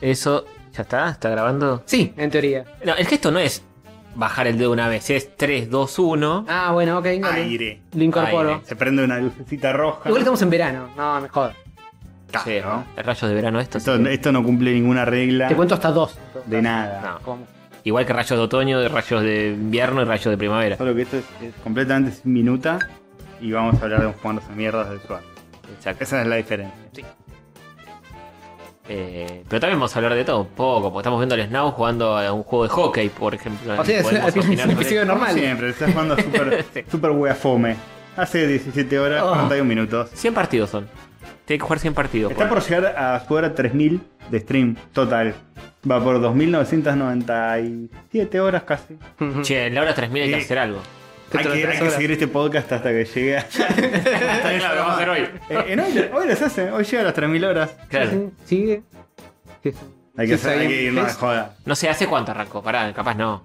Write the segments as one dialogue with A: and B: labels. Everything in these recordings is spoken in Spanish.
A: Eso, ¿ya está? ¿Está grabando?
B: Sí, en teoría.
A: No, el gesto no es bajar el dedo una vez, es 3, 2, 1.
B: Ah, bueno, ok. dale.
C: Aire.
B: Lo incorporo.
A: Aire.
C: Se prende una lucecita roja.
B: Igual estamos en verano. No, me jodo.
C: Claro.
A: Sí, rayos de verano esto.
C: Esto,
A: sí.
C: esto no cumple ninguna regla
B: Te cuento hasta dos.
C: de nada.
A: No.
B: ¿Cómo?
A: Igual que rayos de otoño, de rayos de invierno y rayos de primavera.
C: Solo que esto es, es completamente sin minuta y vamos a hablar de un jugador de mierdas del SWAT.
A: Exacto.
C: Esa es la diferencia.
A: Eh, pero también vamos a hablar de todo un poco, porque estamos viendo al Snow jugando a un juego de hockey, por ejemplo.
C: Ah,
B: O sea, es,
A: Podemos
B: al final es
A: opinar
B: un
A: sobre-
B: episodio normal.
C: Siempre, estás jugando super, super weafome. Hace 17 horas,
B: Oh.
C: 41 minutos.
A: 100 partidos son. Tiene que jugar 100 partidos.
C: Está por llegar a jugar a 3000 de stream total. Va por 2997 horas casi.
B: Ujú.
A: Che, en la hora 3000 hay que
C: Sí.
A: hacer algo.
C: Hay
B: Dentro de
C: que,
B: tres
C: hay que
B: horas.
C: seguir este podcast hasta que llegue. a-
A: Claro, lo vamos a hacer hoy.
C: Eh, en hoy, hoy las hace, hoy llega a las 3000 horas.
A: Claro.
B: Sigue. Sí.
C: Hay
B: Sí,
C: que, hacer, hay
B: está
C: que ir
B: bien.
C: no,
B: Es-
C: joda.
A: No sé, ¿hace cuánto arrancó? Pará, capaz no.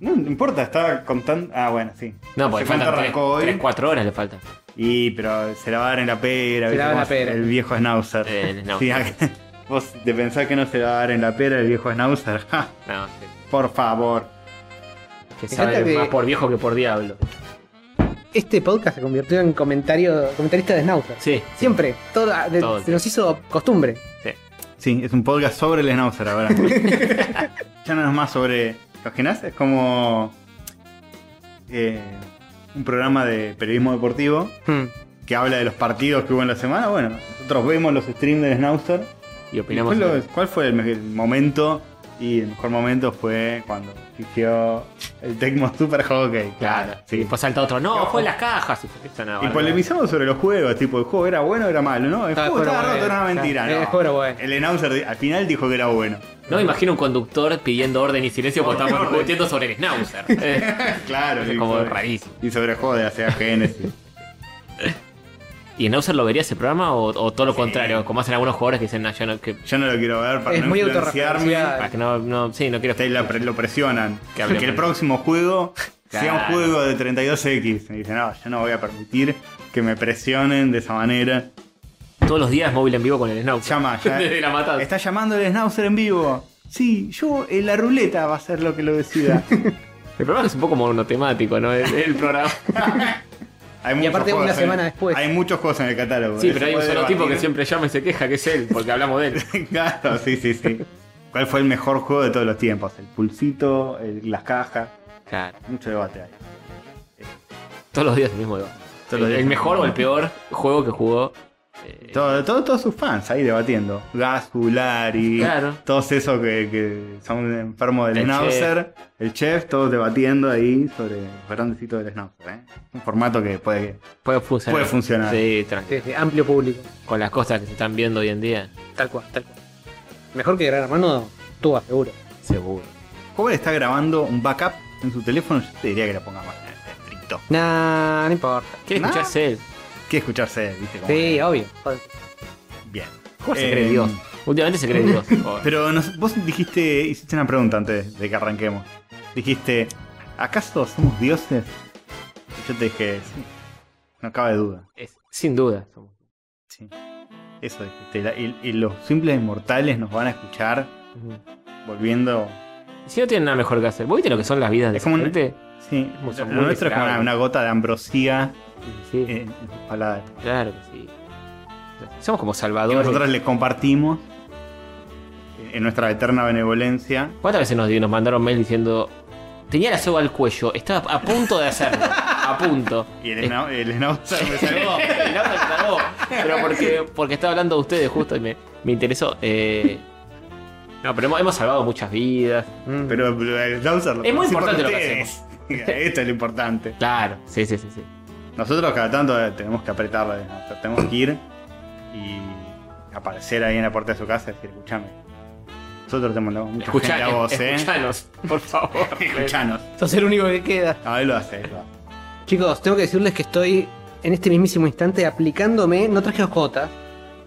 C: No, no importa, estaba contando. Ah, bueno, sí.
A: No, porque
B: pues
C: Se cuenta
A: faltan
C: arrancó
A: 3,
C: hoy.
A: 4 horas le faltan.
C: Y, pero se la va a dar en la pera.
B: Se
C: ¿viste
B: la va en
C: cómo
B: la
C: es
B: pera. Eh,
C: El viejo Schnauzer.
A: El Schnauzer.
C: Sí, acá- Vos te pensás que no se la va a dar en la pera el viejo Schnauzer. Ja,
A: No, sí.
C: por favor.
A: Que
B: Fíjate
A: sabe
B: que-
A: más por viejo que por diablo.
B: Este podcast se convirtió en comentario, comentarista de Snauzer.
A: Sí.
B: Siempre. Todo, de-
A: Todo.
B: se nos hizo costumbre.
C: Sí, es un podcast sobre el Schnauzer ahora. ya no es más sobre los que nacen, es como eh, un programa de periodismo deportivo
B: Hmm.
C: que habla de los partidos que hubo en la semana. Bueno, nosotros vemos los streams del Schnauzer.
A: Y
C: ¿Y
A: opinamos.
C: ¿Cuál, lo- cuál fue el, me- el momento? Y el mejor momento fue cuando fichó el Tecmo Super Hockey.
A: Claro.
C: sí.
A: Y después salta otro. No,
C: Ojo.
A: fue en las cajas. Y, esta no,
C: Y
A: bueno.
C: polemizamos sobre los juegos, tipo, el juego era bueno o era malo, ¿no? El
B: Ah, el
C: juego
B: juego
C: estaba
B: era
C: roto,
B: bueno,
C: era una
B: claro.
C: mentira, ¿no?
B: El juego era bueno.
C: El Announcer di- al final dijo que era bueno.
A: No me imagino un conductor pidiendo orden y silencio porque estamos discutiendo sobre el schnauzer. Eh,
C: claro,
A: es
C: y
A: como
C: sobre-
A: rarísimo.
C: Y sobre el juego de la Sega Genesis.
A: ¿Y Schnauzer lo vería ese programa o, o todo lo contrario? Como hacen algunos jugadores que dicen, no, yo no, que,
C: Yo no lo quiero ver para
B: Es
C: no
B: muy
C: influenciarme.
B: autorreferencial.
A: para que no, no, sí, no quiero.
C: Ustedes la pre- lo presionan.
A: Que
C: Que,
A: hable
C: el
A: mal.
C: próximo juego sea un
A: Claro.
C: juego de 32X. Me dicen, no, yo no voy a permitir que me presionen de esa manera.
A: Todos los días móvil en vivo con el schnauzer.
C: Llama, ya.
A: Desde la matanza.
C: Está llamando el Schnauzer en vivo. Sí, yo, eh, la ruleta va a ser lo que lo decida.
A: El programa es un poco monotemático, ¿no? El, el programa.
C: Hay
B: Y
C: muchos
B: aparte una
C: juegos en-
B: semana después.
C: Hay muchos juegos en el catálogo.
A: Sí,
C: Eso
A: pero hay un
C: puede
A: solo tipo que
C: debatir.
A: siempre llama y se queja, que es él, porque hablamos de él.
C: claro, sí, sí, sí. ¿Cuál fue el mejor juego de todos los tiempos? El pulsito, el- las cajas.
A: Claro.
C: Mucho debate hay.
A: Todos los días el mismo debate.
C: Todos los
A: el
C: días.
A: mejor o el peor juego que jugó. eh,
C: Todo- todo- todos sus fans ahí debatiendo. Gascu, Lari,
A: Claro.
C: todos esos que, que son enfermos del
A: El
C: Schnauzer, el chef, todos debatiendo ahí sobre los grandecitos del Schnauzer. ¿eh? Un formato que puede.
A: puede funcionar.
C: Puede funcionar.
A: Sí, tranquilo.
B: Sí, sí, amplio público.
A: Con las cosas que se están viendo hoy en día,
B: Tal cual, tal cual. Mejor que Gran Hermano, tú seguro.
A: seguro.
C: Cobre está grabando un backup en su teléfono. Yo te diría que lo ponga más estricto.
B: Nah, no importa.
A: ¿Quiere
C: Nah.
A: escucharse él?
C: Que escucharse, viste, como-
B: Sí, obvio. Joder.
C: Bien.
A: Jorge se
C: Eh,
A: cree Dios. Últimamente se cree Dios. joder.
C: Pero nos- vos dijiste, hiciste una pregunta antes de que arranquemos. Dijiste, ¿acaso somos dioses? Y yo te dije, sí. No cabe duda.
A: Es- sin duda. somos-
C: Sí. Eso dijiste. La- Y, y los simples inmortales nos van a escuchar
A: Ujú.
C: volviendo.
A: Si no tienen nada mejor que hacer, ¿vos viste lo que son las vidas de
C: Es como
A: esa
C: un-
A: gente?
C: Sí,
A: Somos
C: lo
A: muy
C: nuestro es como
A: miserables.
C: una, una gota de ambrosía
A: Sí,
C: en, en sus palabras.
A: claro que sí. Somos como
C: Que
A: salvadores.
C: nosotros les compartimos en nuestra eterna benevolencia.
A: ¿Cuántas veces nos, nos mandaron mail diciendo tenía la soga al cuello, estaba a punto de hacerlo, a punto?
C: Y el,
A: Eh,
C: Snau- el Snauzer me
A: el
C: salvó.
A: otro se salvó, pero porque, porque estaba hablando de ustedes justo y me, me interesó. Eh, no, pero hemos, hemos salvado muchas vidas.
B: Mm.
C: Pero eh, el Snauzer lo
A: Es muy
C: participa
A: importante
C: con
A: lo que
C: ustedes. Esto es lo importante.
A: Claro, sí, sí, sí. sí.
C: Nosotros cada tanto eh, tenemos que apretarle, ¿no? O sea, tenemos que ir y aparecer ahí en la puerta de su casa y decir, escúchame. Nosotros te mandamos mucha gente a
A: Escuchanos,
C: vos, ¿eh?
A: escuchanos, por favor.
C: Escuchanos.
B: Sos el único que queda.
C: A ver, lo hace. lo hace.
B: Chicos, tengo que decirles que estoy en este mismísimo instante aplicándome. No traje ojotas,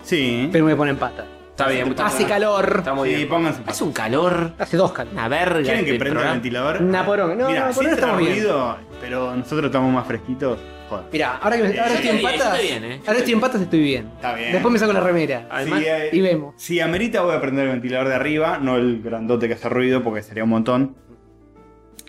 C: Sí.
B: pero me ponen pata.
A: Está bien, está
B: Hace
A: bien.
B: calor.
A: Está muy
C: sí,
A: bien.
C: pónganse.
A: Hace un calor,
B: Hace dos calor.
A: una verga.
C: ¿Quieren que
A: este
C: prenda el
A: programa.
C: ventilador?
B: Una poronga. No,
C: Mira,
B: no, por
C: sí
B: ahora
C: entra
B: estamos bien.
C: ruido, pero nosotros estamos más fresquitos. joder.
B: Mirá, ahora que me- ahora
C: Yo
B: estoy
A: estoy
B: en
A: bien,
B: patas.
A: yo estoy bien, eh. Yo
B: Ahora
A: estoy
B: estoy en patas, estoy bien.
C: Está bien.
B: Después me saco la remera.
A: Además,
C: si, eh,
B: Y vemos.
C: si amerita voy a prender el ventilador de arriba, no el grandote que hace ruido, porque sería un montón.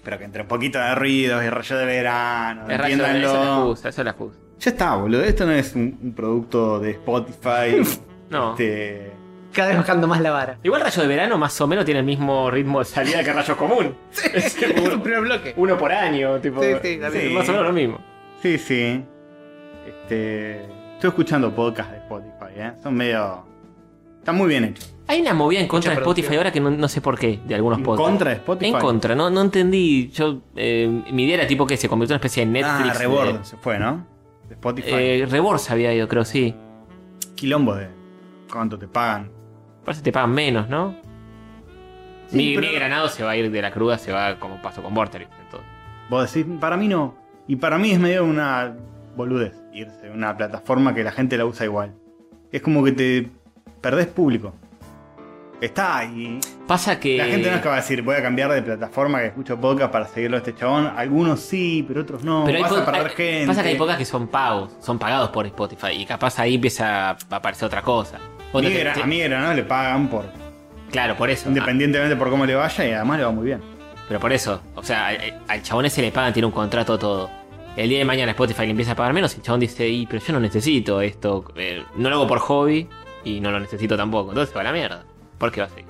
C: Pero que entre un poquito de ruidos y rayo de verano,
A: Es razón, esa es la
C: entiéndanlo.
A: excusa, esa es la excusa.
C: Ya está, boludo. Esto no es un, un producto de Spotify.
A: No.
C: este,
B: Cada vez bajando más la vara.
A: Igual Rayo de Verano más o menos tiene el mismo ritmo de salida que Rayo Común. Es seguro.
B: primer bloque.
A: Uno por año, tipo.
B: Sí, sí, también.
A: Más o menos lo mismo.
C: Sí, sí. Este, estoy escuchando podcasts de Spotify, ¿eh? Son medio. Están muy bien hechos.
A: Hay una movida en contra
B: Mucha
A: de Spotify
B: producción.
A: ahora que no, no sé por qué, de algunos
C: ¿En
A: podcasts.
C: contra de Spotify?
A: En contra, no, no entendí. Yo, eh, mi idea era tipo que se convirtió en una especie de Netflix.
C: ah, Rebord se fue, ¿no? De Spotify.
A: de- eh, Rebord se había ido, creo, sí.
C: Quilombo de cuánto te pagan.
A: Parece que te pagan menos, ¿no?
C: Sí,
A: mi,
C: pero-
A: mi granado se va a ir de la cruda, se va como paso con Vorterix. entonces.
C: Vos decís, para mí no. Y para mí es medio una boludez irse a una plataforma que la gente la usa igual. Es como que te perdés público. Está ahí.
A: Pasa que.
C: La gente no es que va a decir, voy a cambiar de plataforma que escucho podcast para seguirlo a este chabón. Algunos sí, pero otros no.
A: Pero hay
C: Vas a
A: pod-
C: perder
A: hay-
C: gente.
A: Pasa que hay podcasts que son pagos, son pagados por Spotify y capaz ahí empieza a aparecer otra cosa. Onda, te-
C: Migra,
A: te- Ah.
C: a Migra, ¿no? Le pagan por.
A: Claro, por eso. Ah,
C: Independientemente por cómo le vaya y además le va muy bien.
A: pero por eso. O sea, al, al chabón ese le pagan, tiene un contrato todo. El día de mañana Spotify le empieza a pagar menos y el chabón dice, y pero yo no necesito esto, eh, no lo hago por hobby y no lo necesito tampoco. Entonces se va a la mierda. ¿Por qué va a seguir?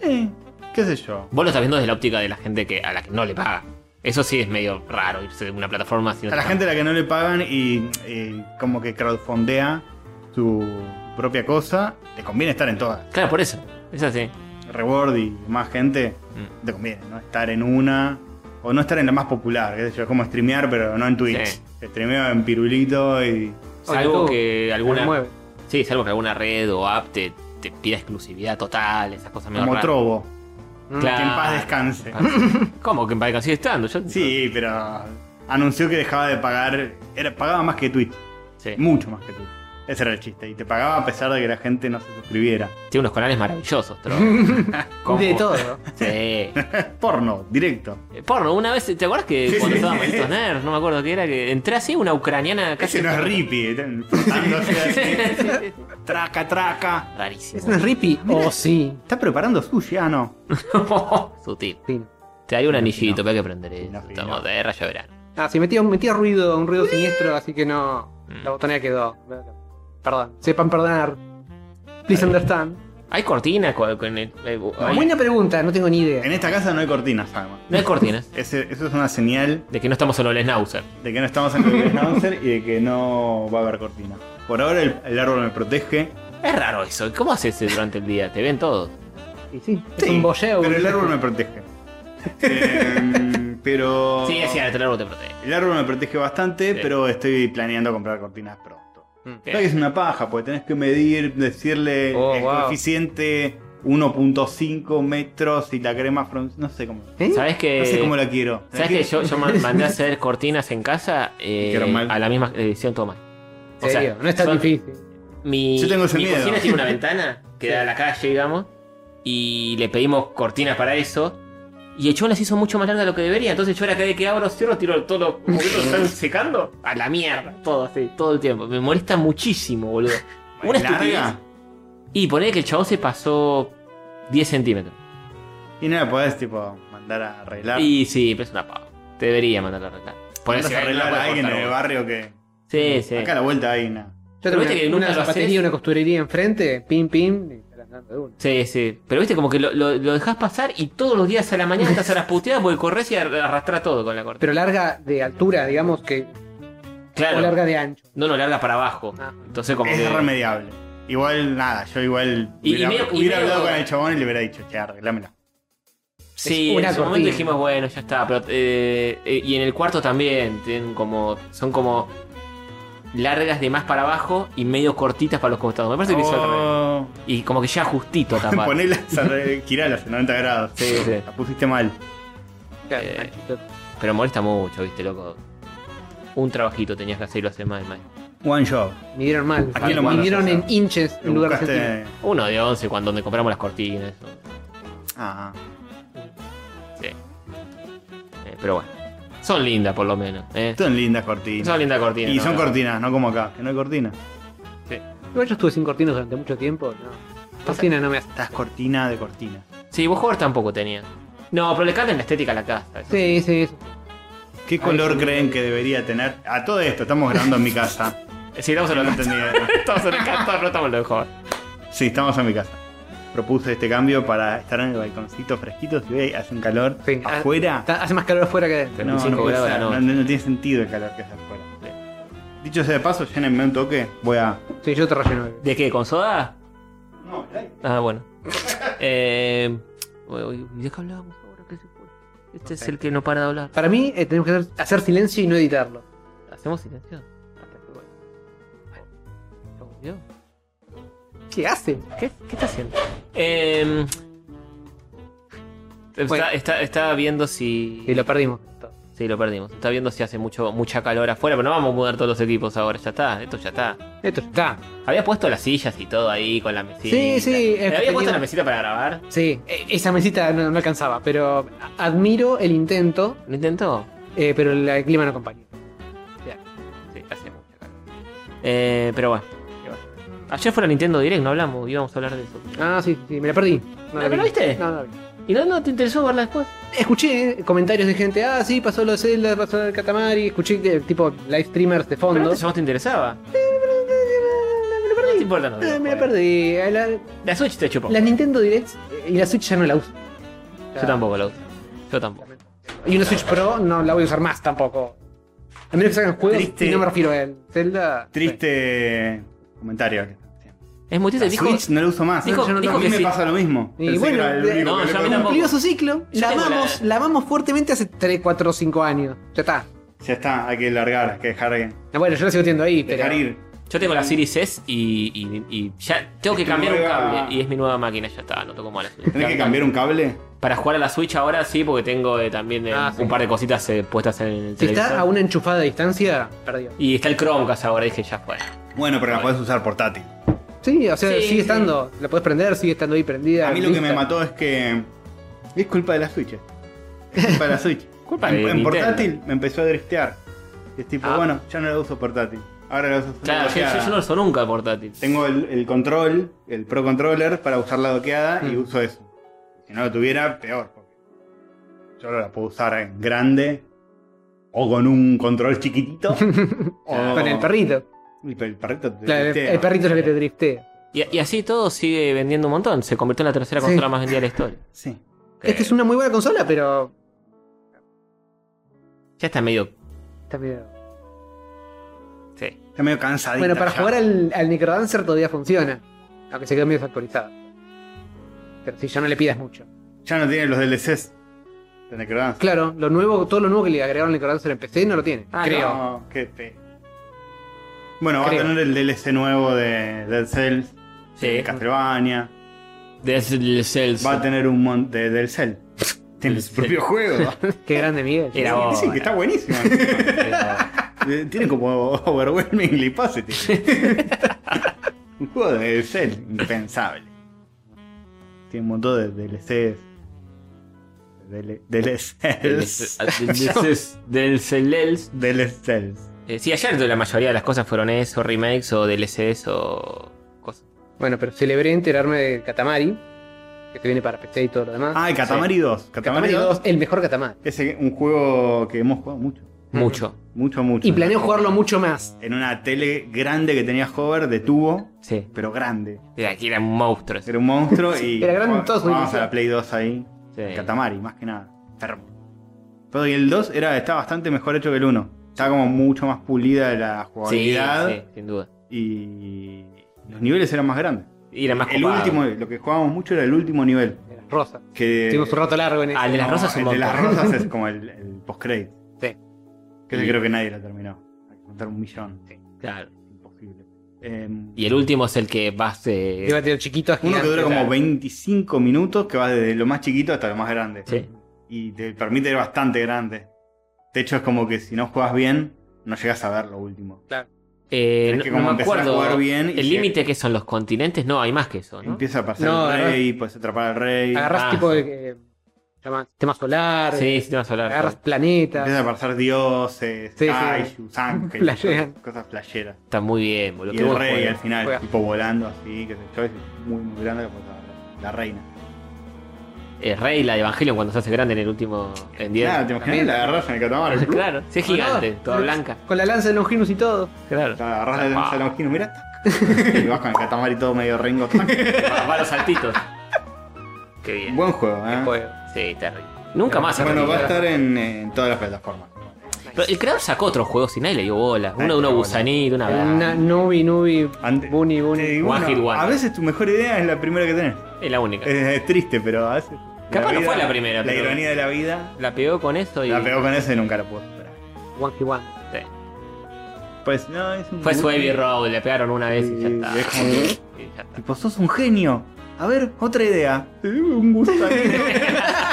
C: Eh, qué sé yo.
A: Vos lo estás viendo desde la óptica de la gente que, a la que no le paga. Eso sí es medio raro irse de una plataforma sin
C: A la gente a la que no le pagan y, eh, como que crowdfundea su propia cosa, te conviene estar en todas.
A: Claro, por eso. Es así.
C: Reward y más gente,
A: Mm.
C: te conviene, ¿no? Estar en una. O no estar en la más popular, qué sé yo, es como streamear, pero no en Twitch.
A: Sí.
C: Streameo en Pirulito y.
A: Salvo
B: YouTube,
A: que alguna.
B: Me mueve.
A: Sí, salvo que alguna red o app te, te pida exclusividad total, esas cosas medio
C: como
A: raras.
C: Trobo.
A: Claro.
C: Que en paz descanse.
A: Ah. ¿Cómo? Que en Valka sigue estando. Yo,
C: Sí, pero anunció que dejaba de pagar. Era, pagaba más que Twitch.
A: Sí.
C: Mucho más que Twitch. Ese era el chiste. Y te pagaba a pesar de que la gente no se suscribiera.
A: Tiene unos canales maravillosos, Trovo. ¿Cómo?
B: Mm. De todo.
A: Sí. Eh,
C: Porno, directo.
A: Porno, una vez, ¿te acuerdas que
C: Sí,
A: cuando
C: sí.
A: estaba Malditos Nerds, no me acuerdo qué era, que entré así una ucraniana casi.
C: Casi no es ripi. eh, frotándose así. eh, traca, traca.
B: ¿Es
A: Rarísimo.
B: una rippy? Oh, sí.
C: Está preparando sushi. Ah, no.
A: Sutil.
B: Fin.
A: Te daría un
C: Fino,
A: anillito,
C: fino.
A: pero hay que prender eso.
C: Fino, fino.
A: Estamos de rayo de verano.
B: Ah, sí, metía, metía ruido, un ruido siniestro, así que no.
A: Mm.
B: La botonera quedó. Perdón. Sepan perdonar. Please understand.
A: ¿Hay cortina? con- con el- eh, hay-
B: Buena pregunta, no tengo ni idea.
C: En esta casa no hay cortinas, además.
A: No hay cortinas.
C: Ese- eso es una señal
A: De que no estamos en los Schnauzer.
C: de que no estamos en el announcer y de que no va a haber cortina. Por ahora el, el árbol me protege.
A: Es raro eso. ¿Cómo haces durante el día? Te ven todos.
B: Y sí, es
C: Sí,
B: un bolleo.
C: Pero el árbol me protege. Eh, pero.
A: Sí, sí, el teléfono te protege.
C: El árbol me protege bastante,
A: Sí.
C: pero estoy planeando comprar cortinas pronto.
B: Mm.
C: Claro que es una paja, porque tenés que medir, decirle
B: Oh,
C: el
B: wow.
C: coeficiente 1.5 metros y la crema front- No sé cómo.
B: ¿Eh?
A: ¿Sabes que
C: No sé cómo la quiero. La
A: ¿Sabes que yo,
C: quiero-
A: yo man- mandé a hacer cortinas en casa eh,
C: Quedaron mal.
A: a la misma edición todo mal?
B: En serio, no es tan
A: son-
B: difícil.
A: Mi,
C: Yo tengo ese
A: mi
C: miedo.
A: cocina tiene una ventana que da a la calle, digamos, y le pedimos cortinas para eso. Y el chabón las hizo mucho más largas de lo que debería. Entonces yo ahora cada vez que abro, cierro, tiro todos los objetos que están secando a la mierda. Todo así, todo el tiempo. Me molesta muchísimo, boludo. Una
C: ¿Larga?
A: estupidez. Y poner que el chabón se pasó 10 centímetros.
C: Y no la podés, tipo, mandar a arreglar.
A: Y sí, pero es una pava. Te debería mandar a arreglar. Poner
C: Mandás a arreglar a alguien en el barrio que.
A: Sí, sí.
C: Acá a la vuelta hay una.
B: Yo
A: Pero
B: tengo
A: viste que
B: una,
A: nunca
B: una
A: lo
B: zapatería,
A: haces.
B: una costurería enfrente, pim, pim, y estarás dando de uno.
A: Sí, sí. Pero viste, como que lo, lo, lo dejás pasar y todos los días a la mañana estás a las puteadas porque corres y ar- arrastrás todo con la corte.
B: Pero larga de altura, digamos que. O
A: Claro.
B: larga de ancho.
A: No, no, larga para abajo.
B: Ah.
A: Entonces, como
C: es
A: que.
C: irremediable. Igual, nada, yo igual
A: Y- y
C: hubiera,
A: medio- y
C: hubiera
A: medio-
C: hablado con el chabón y le hubiera dicho, che, arreglámela.
A: Sí,
B: es
A: en
B: una
A: ese momento
B: cortina.
A: dijimos, bueno, ya está. Pero, eh, eh, y en el cuarto también. Tienen como, son como largas de más para abajo y medio cortitas para los costados. Me parece que hizo al revés.
C: Oh.
A: Y como que ya justito a tapar.
C: Ponelas, arre- giralas a 90 grados.
A: Sí, sí.
C: La pusiste mal.
B: Claro,
A: Eh,
B: anchito.
A: Pero molesta mucho, viste, loco. Un trabajito tenías que hacerlo hace más de más.
C: One job.
B: midieron mal.
C: Aquí
A: lo
B: midieron
C: mandas,
B: en
C: o sea,
B: inches en lugar de centímetros.
C: Buscaste...
A: Uno de 11 cuando donde compramos las cortinas. ¿no?
C: Ah,
A: Sí. Eh, pero bueno. Son lindas, por lo menos. ¿eh?
C: Son lindas cortinas.
A: Son lindas cortinas.
C: y
A: no,
C: son
A: no.
C: cortinas, no como acá, que no hay cortinas.
B: Igual yo estuve sin cortinas durante mucho tiempo. No. Cortina no me hace.
C: Estás cortina de cortina.
A: Sí, vos jugador tampoco tenía. No, pero le cambian la estética a la casta. eso.
B: Sí, sí, sí.
C: ¿Qué color creen que debería tener? A todo esto, estamos grabando en mi casa.
A: Eh, Sí, estamos
C: Si no
A: hablando
C: entendieron.
A: Estamos en el canto, no estamos en lo de jugador.
C: Sí, estamos en mi casa. Propuse este cambio para estar en el balconcito fresquito. Si ve, hace un calor
B: Sí.
A: ah,
C: afuera.
B: Está- hace más calor afuera que adentro.
C: No,
A: 35
C: no, puede
A: grados de
C: ser,
A: la
C: no-
A: noche.
C: no tiene sentido el calor que hace afuera. Dicho sea de paso, llénenme un toque. Voy a.
B: Sí, yo te relleno.
A: ¿De qué? ¿Con soda?
C: No,
A: Ah, bueno. Eh, uy, uy, ¿De qué hablábamos ahora? ¿Qué se fue? Este es el que no para de hablar.
B: Para mí, eh, tenemos que hacer, hacer silencio y no editarlo.
A: ¿Hacemos silencio? Hasta que vuelva. ¿Se volvió?
B: ¿Qué hacen?
A: ¿Qué, qué está haciendo? Eh,
B: Bueno.
A: está, está- está viendo si.
B: Y lo perdimos.
A: Sí, lo perdimos. Está viendo si hace mucho, mucha calor afuera, pero no vamos a mudar todos los equipos ahora. Ya está, esto ya está.
B: Esto está.
A: Había puesto las sillas y todo ahí con la mesita.
B: Sí, sí,
A: ¿Le había
B: tenía-
A: puesto la mesita para grabar?
B: Sí, e- esa mesita no, no alcanzaba, pero a- admiro el intento,
A: ¿Lo intentó?
B: eh, pero el, el clima no acompaña.
A: Sí, hace mucho calor. Eh, pero bueno. qué va. Ayer fue la Nintendo Direct, no hablamos, íbamos a hablar de eso.
B: Ah, sí, sí, me la perdí. No
A: ¿La perdiste?
B: No, no la vi.
A: ¿Y no, no te interesó verla después?
B: Escuché eh, comentarios de gente, ah, sí, pasó lo de Zelda, pasó el Katamari, escuché eh, tipo live streamers de
A: Pero
B: fondo.
A: antes no te interesaba.
B: Me la
A: No te
B: perdí.
A: importa, no.
B: Eh, Me la
A: joder.
B: perdí. Eh, La,
A: La Switch te chupó.
B: la Nintendo Directs eh, y la Switch ya no la uso.
A: Yo tampoco la uso. Yo tampoco.
B: Y una Switch Pro no la voy a usar más tampoco. A menos que salgan juegos
C: Triste.
B: y no me refiero a él. Zelda.
C: Triste comentario.
A: Es muy
C: La
A: triste. Dijo,
C: Switch no lo uso más.
A: dijo-
C: Yo no-
A: dijo
C: a mí
A: que
C: me
A: sí. eh,
C: pasa lo mismo.
B: Y
C: Pensé que
B: bueno,
C: era el
B: de-
C: único
A: no, yo
C: que le
A: a mí
C: pasaba.
A: tampoco.
B: Cumplió su ciclo,
A: Yo
B: la
A: tengo
B: amamos,
A: la-
B: la... amamos fuertemente hace 3, 4, 5 años. Ya está.
C: Ya está, hay que largar, hay que dejar,
B: Ah, Bueno, yo la sigo teniendo ahí, pero.
C: dejar ir.
A: yo tengo la Series S y, y- y ya tengo que
C: Mm. Es tu
A: cambiar un
C: nueva-
A: cable. Y es mi nueva máquina, ya está, no toco mala.
C: ¿Tenés que cambiar un cable?
A: Para jugar a la Switch ahora sí, porque tengo eh, también eh,
B: Ah,
A: un
B: sí.
A: par de cositas eh, puestas en el
B: Si
A: televisor.
B: está a una enchufada de distancia, perdió.
A: Y está el Chromecast ahora, dije ya fue.
C: Bueno, pero la podés usar portátil.
B: Sí, o sea,
A: Sí, sí.
B: sigue estando. La puedes prender, sigue estando ahí prendida.
C: A mí lo que
B: lista.
C: me mató es que. Es culpa de la Switch. Es culpa de la Switch.
A: Culpa
C: en,
A: de
C: en
A: Nintendo.
C: portátil me empezó a driftear. Es tipo,
A: Ah.
C: bueno, ya no la uso portátil. Ahora la uso
A: Claro, yo,
C: doqueada.
A: yo- yo no lo uso nunca el portátil.
C: Tengo el, el control, el Pro Controller, para usar la doqueada y
B: Mm.
C: uso eso. Si no lo tuviera, peor. Porque yo la puedo usar en grande o con un control chiquitito. o-
B: Ah, Con el perrito.
C: Y pe- El perrito. te
B: Claro, eh, el,
C: driftea.
B: el perrito es el que te driftea.
A: Y, y así todo sigue vendiendo un montón. Se convirtió en la tercera
B: Sí.
A: consola más vendida de la historia.
C: Sí.
B: Es que es una muy buena consola, pero.
A: Ya está medio.
B: Está medio-
A: Sí.
C: Está medio cansadito.
B: Bueno, para jugar al, al Necrodancer todavía funciona. Aunque se quedó medio desactualizado. Pero si ya no le pidas mucho.
C: Ya no tiene los DLCs. de Necrodancer.
B: Claro, lo nuevo, todo lo nuevo que le agregaron al Necrodancer en PC no lo tiene.
A: Ah,
B: creo.
C: No, qué fe. Bueno,
B: Creo.
C: va a tener el DLC nuevo de Dead Cells,
A: Sí.
C: de Castlevania.
A: Death Cells.
C: Va a tener un montón de Dead Cells. Tiene su propio juego.
B: Qué grande, Miguel.
A: Era vos.
C: Dicen que está buenísimo. Eh, tiene como overwhelmingly positive. un juego de Dead Cells impensable. Tiene un montón de DLCs. DL- DLCs.
A: Del Cells.
C: DLCs.
A: Eh, sí, ayer la mayoría de las cosas fueron eso, remakes o DLCs o cosas.
B: Bueno, pero celebré enterarme de Katamari, que te viene para PC y todo lo demás.
C: Ah, y Katamari 2. Katamari,
B: Katamari
C: 2.
B: 2, el mejor Katamari.
C: Es un juego que hemos jugado mucho.
A: Mucho.
C: Mucho, mucho.
B: Y planeo jugarlo mucho más.
C: En una tele grande que tenía Hover de tubo,
A: Sí.
C: pero grande.
A: De aquí eran monstruos.
C: Era un monstruo y.
B: era grande en todo su
C: Vamos a
B: dimensión.
C: la Play 2 ahí.
A: Sí.
C: Katamari, más que nada. Fermo. Pero y el 2 era, está bastante mejor hecho que el 1. Está como mucho más pulida la
A: Sí,
C: jugabilidad.
A: sí, sin duda.
C: Y los niveles eran más grandes.
A: Y era más
C: el
A: copado.
C: último, lo que jugábamos mucho era el último nivel.
B: Rosa.
C: Que
B: Tuvimos un rato largo en
A: Ah,
B: eso.
A: el de las
C: No,
A: rosas es un
C: el de
A: montón.
C: las rosas es como el, el post-credit.
B: Sí.
C: Que ese
A: Y-
C: creo que nadie lo terminó. Hay que contar un millón.
A: Claro.
C: Imposible. Em,
A: Y el último es el que vas. eh,
B: Iba a tirar chiquito a
C: uno que
B: gigante,
C: dura
B: o sea,
C: como 25 minutos, que va desde lo más chiquito hasta lo más grande.
A: Sí.
C: Y te permite ir bastante grande. De hecho, es como que si no juegas bien, no llegas a ver lo último.
A: Eh,
C: Tenés
A: no,
C: que
A: no
C: como
A: me
C: empezar a
A: acuerdo.
C: jugar bien y
A: el
C: llega-
A: límite que son los continentes, no, hay más que eso, ¿no?
C: Empieza a pasar
B: No,
C: el rey, puedes atrapar al rey.
B: Agarrás
A: Ah.
B: tipo de, eh, Llama Sistema solar,
A: Sí, sistema solar.
B: agarras
A: está-
B: planetas.
C: Empiezan a aparecer dioses,
B: Sí, sí.
C: kaijus, ángeles,
B: Flashean.
C: cosas- cosas playeras.
A: Está muy bien, boludo.
C: Y
A: qué
C: el
A: buen
C: rey
A: juego.
C: al final,
B: Juega.
C: tipo volando así, que sé yo, es muy, muy grande como la, la reina.
A: El rey, la de Evangelion cuando se hace grande en el último. En 10.
C: Nada, te imaginas, la agarras en el catamarán, plum,
A: claro, sí es gigante,
B: Bueno,
A: toda blanca.
B: Con la lanza de Longinus y todo.
A: Claro.
C: la agarras de la
A: Ah.
C: longinos, mira, tac. y vas con el catamarán y todo medio rengo. tac.
A: Va, va a los saltitos. Qué bien.
C: Buen juego, ¿eh?
B: Juego.
A: Sí, terrible. Nunca más se
C: bueno, va a
A: retiró.
C: estar en, en todas las plataformas.
A: Pero el creador sacó otros juegos y nadie le dio bola. Uno
C: Nadie
A: de
C: le
A: unos
C: dio
A: gusanitos, una
B: El na-
A: verdad.
B: Nubi, Nubi,
C: Ah, Ante-
B: Buni,
C: Te
B: Buni.
C: digo,
A: One
C: no,
A: hit wonder.
C: a veces tu mejor idea es la primera que tenés.
A: Es la única.
C: Es triste, pero a veces.
A: Capaz no
C: vida-
A: fue la primera,
C: La
A: pero-
C: ironía de la vida.
A: La pegó con eso y.
C: La pegó con eso y nunca la pudo superar.
B: One Hit One.
A: Sí.
C: Pues no, es un.
A: Fue su Abbey Road, le pegaron una vez y ya
C: Sí,
A: está.
C: Eh, es como que-
A: Y ya está.
C: Tipo, sos un genio. A ver, otra idea. Te digo, Un gusanito.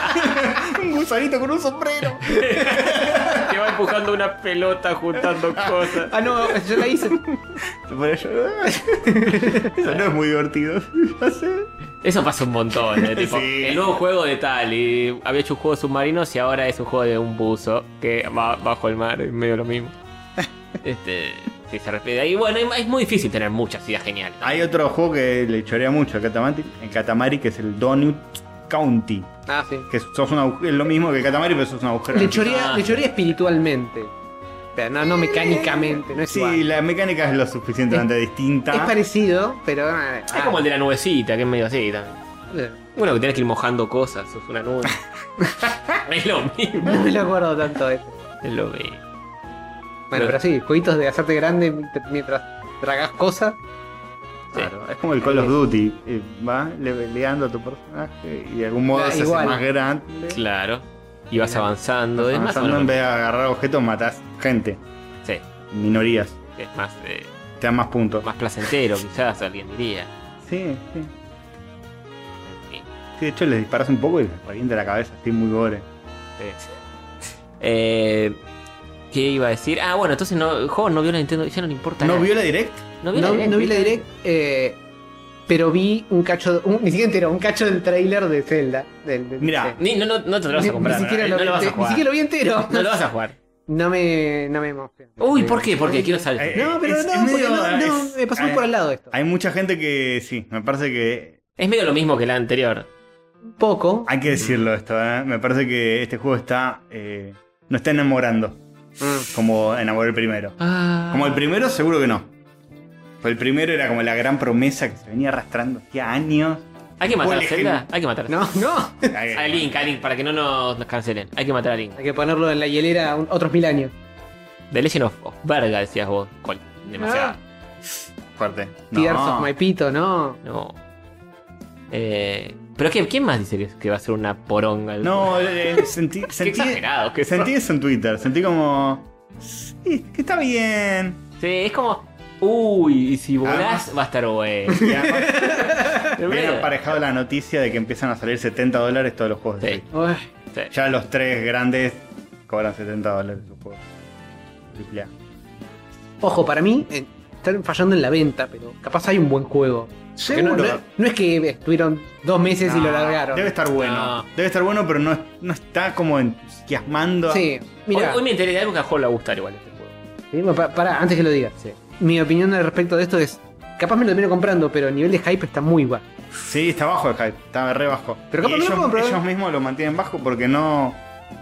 C: un gusanito con un sombrero.
A: Que va empujando una pelota, juntando cosas.
B: Ah, no, yo la hice.
C: Te pones a llorar. Eso no es muy divertido. Ya sé.
A: Eso pasa un montón, ¿eh? tipo,
C: Sí.
A: el nuevo juego de tal, y había hecho un juego de submarinos y ahora es un juego de un buzo que va bajo el mar, es medio lo mismo. Este, sí, se repite. Y bueno, es muy difícil tener muchas ideas geniales.
C: Hay otro juego que le chorea mucho a Katamari, el Katamari que es el Donut County.
B: Ah, sí.
C: Que sos un agujero, es lo mismo que el Katamari, pero sos un agujero.
B: Le
C: en el piso.
B: chorea, le chorea espiritualmente. Pero no, no mecánicamente, no es
C: Sí,
B: igual.
C: la mecánica es lo suficientemente distinta.
B: Es parecido, pero. ah,
A: Es como el de la nubecita, que es medio así también.
B: eh,
A: Bueno, que tenés que ir mojando cosas, sos una nube. es lo mismo.
B: No me lo acuerdo tanto de eso.
A: Es lo mismo.
B: Bueno, pero sí, jueguitos de hacerte grande mientras- mientras tragas cosas.
A: Sí.
C: Claro, es como el Call of Duty, eh, va leveleando a tu personaje y de algún modo
B: Ah,
C: se hace
B: igual.
C: más grande.
A: Claro. Y vas avanzando,
C: Vas
A: es más o
C: avanzando,
A: menos-
C: en vez de agarrar objetos, matás gente,
A: Sí,
C: minorías,
A: es más, eh,
C: te dan más puntos.
A: más placentero, quizás alguien diría.
C: Sí, sí.
A: En fin.
C: Sí, de hecho les disparas un poco y les revienta la cabeza, estoy muy gore.
A: Eh, ¿Qué iba a decir? Ah, bueno, entonces no, juegos no vio la Nintendo, ya no le importa.
C: ¿No
A: nada.
C: vio la direct?
A: no vio la
B: No,
A: Direct,
B: no vi la
A: ¿viste?
B: direct, eh, pero vi un cacho, un, ni siquiera entero, un cacho del trailer de Zelda. Del, del-
C: Mirá,
B: sí.
A: Ni- no, no, no te lo vas
B: Ni-
A: a comprar.
B: Ni siquiera
A: no,
B: lo,
A: no
B: vi
A: lo vas a
B: ente- ni
A: jugar.
B: siquiera lo vi entero.
A: No lo vas a jugar.
B: No me, no me emociona.
A: Uy, ¿por qué? Porque quiero
C: Eh,
A: saber.
C: eh.
B: No, pero
C: Es-
B: no,
C: es
B: porque
C: medio-
B: no, no,
C: es-
B: me pasó
C: eh,
B: por al lado esto.
C: Hay mucha gente que sí, me parece que.
A: Es medio lo mismo que la anterior.
B: Un poco.
C: Hay que decirlo esto, ¿eh? Me parece que este juego está. eh, no está enamorando
B: Mm.
C: como enamoró el primero.
A: Ah,
C: Como el primero, seguro que no. Pero el primero era como la gran promesa que se venía arrastrando hacía años.
A: Hay que matar a
C: Buen
A: Zelda.
C: ejemplo.
A: Hay que matar a Zelda.
B: No, no.
A: A Link, a Link, para que no nos, nos cancelen. Hay que matar a Link.
B: Hay que ponerlo en la hielera un- otros mil años.
A: The Legend of, of Verga, decías vos. Col- Demasiado.
C: Ah. Fuerte. No.
B: Tears of My Pito, ¿no?
A: No. Eh, pero qué, ¿quién más dice que, que va a ser una poronga? el juego?
C: No, eh, sentí,
A: Qué
C: sentí,
A: exagerado que son.
C: sentí eso en Twitter. Sentí como. Sí, que está bien.
A: Sí, es como. Uy, y
C: Ah.
A: si volás,
C: Además-
A: va a estar bueno.
C: Y además,
A: Pero
C: Viene
A: bueno.
C: aparejado la noticia de que empiezan a salir 70 dólares todos los juegos. de
A: Sí,
C: Switch.
B: Uy,
A: sí.
C: Ya los tres grandes cobran 70 dólares sus juegos. Triple A.
B: Ojo, para mí eh, están fallando en la venta, pero capaz hay un buen juego. Porque no,
C: Seguro.
B: no- no es que estuvieron dos meses y lo
C: No,
B: largaron.
C: Debe estar bueno.
A: No.
C: Debe estar bueno, pero no, no está como entusiasmando. a-
B: Sí, mira.
A: Hoy, hoy me enteré de algo que a Jorge le va a gustar igual este juego.
B: Sí, bueno, pa- pará, antes que lo digas. Mi opinión al respecto de esto es. Capaz me lo termino comprando, pero el nivel de hype está muy bajo.
C: Sí, está bajo el hype, está re bajo.
B: Pero
C: Y
B: capaz me lo
C: ellos,
B: compro, ¿eh?
C: ellos mismos lo mantienen bajo porque no,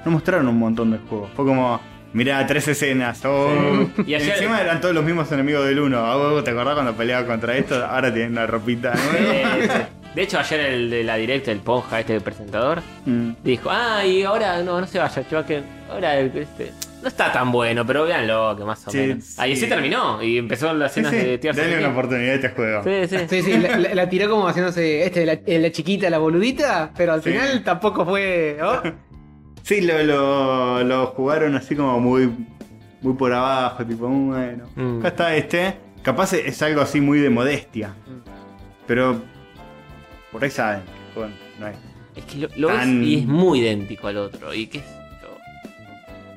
C: no mostraron un montón de juegos. Fue como, mirá, tres escenas. oh.
A: Sí. Y
C: Y
A: ayer-
C: encima eran todos los mismos enemigos del uno. Ah, vos, ¿Te acordás cuando peleaba contra esto? Ahora tienen una ropita nueva.
A: Eh, de hecho, ayer el de la directa, el Ponja, este presentador,
C: Mm.
A: dijo: Ah, y ahora no, no se vaya, chaval, que ahora el- este, no está tan bueno, pero véanlo, que más o
C: Sí,
A: menos.
C: sí.
A: Ahí se terminó y empezó las
C: Sí,
A: escenas
C: sí,
A: de Tears of
C: Dale
A: the
C: una
A: Kingdom.
C: oportunidad a este juego.
A: Sí, sí.
B: Sí, sí, la, la- la tiró como haciéndose este, la, eh, la chiquita, la boludita, pero al
C: Sí.
B: final tampoco fue. ¿oh? ¿no?
C: Sí, lo, lo, lo jugaron así como muy, muy por abajo, tipo, "Mm, bueno.
A: Mm.
C: Acá está este. Capaz es- es algo así muy de modestia.
A: Mm.
C: Pero por ahí saben. que juegan, no hay.
A: Es que lo, lo
C: Tan-
A: ves y es muy idéntico al otro. ¿Y qué es esto?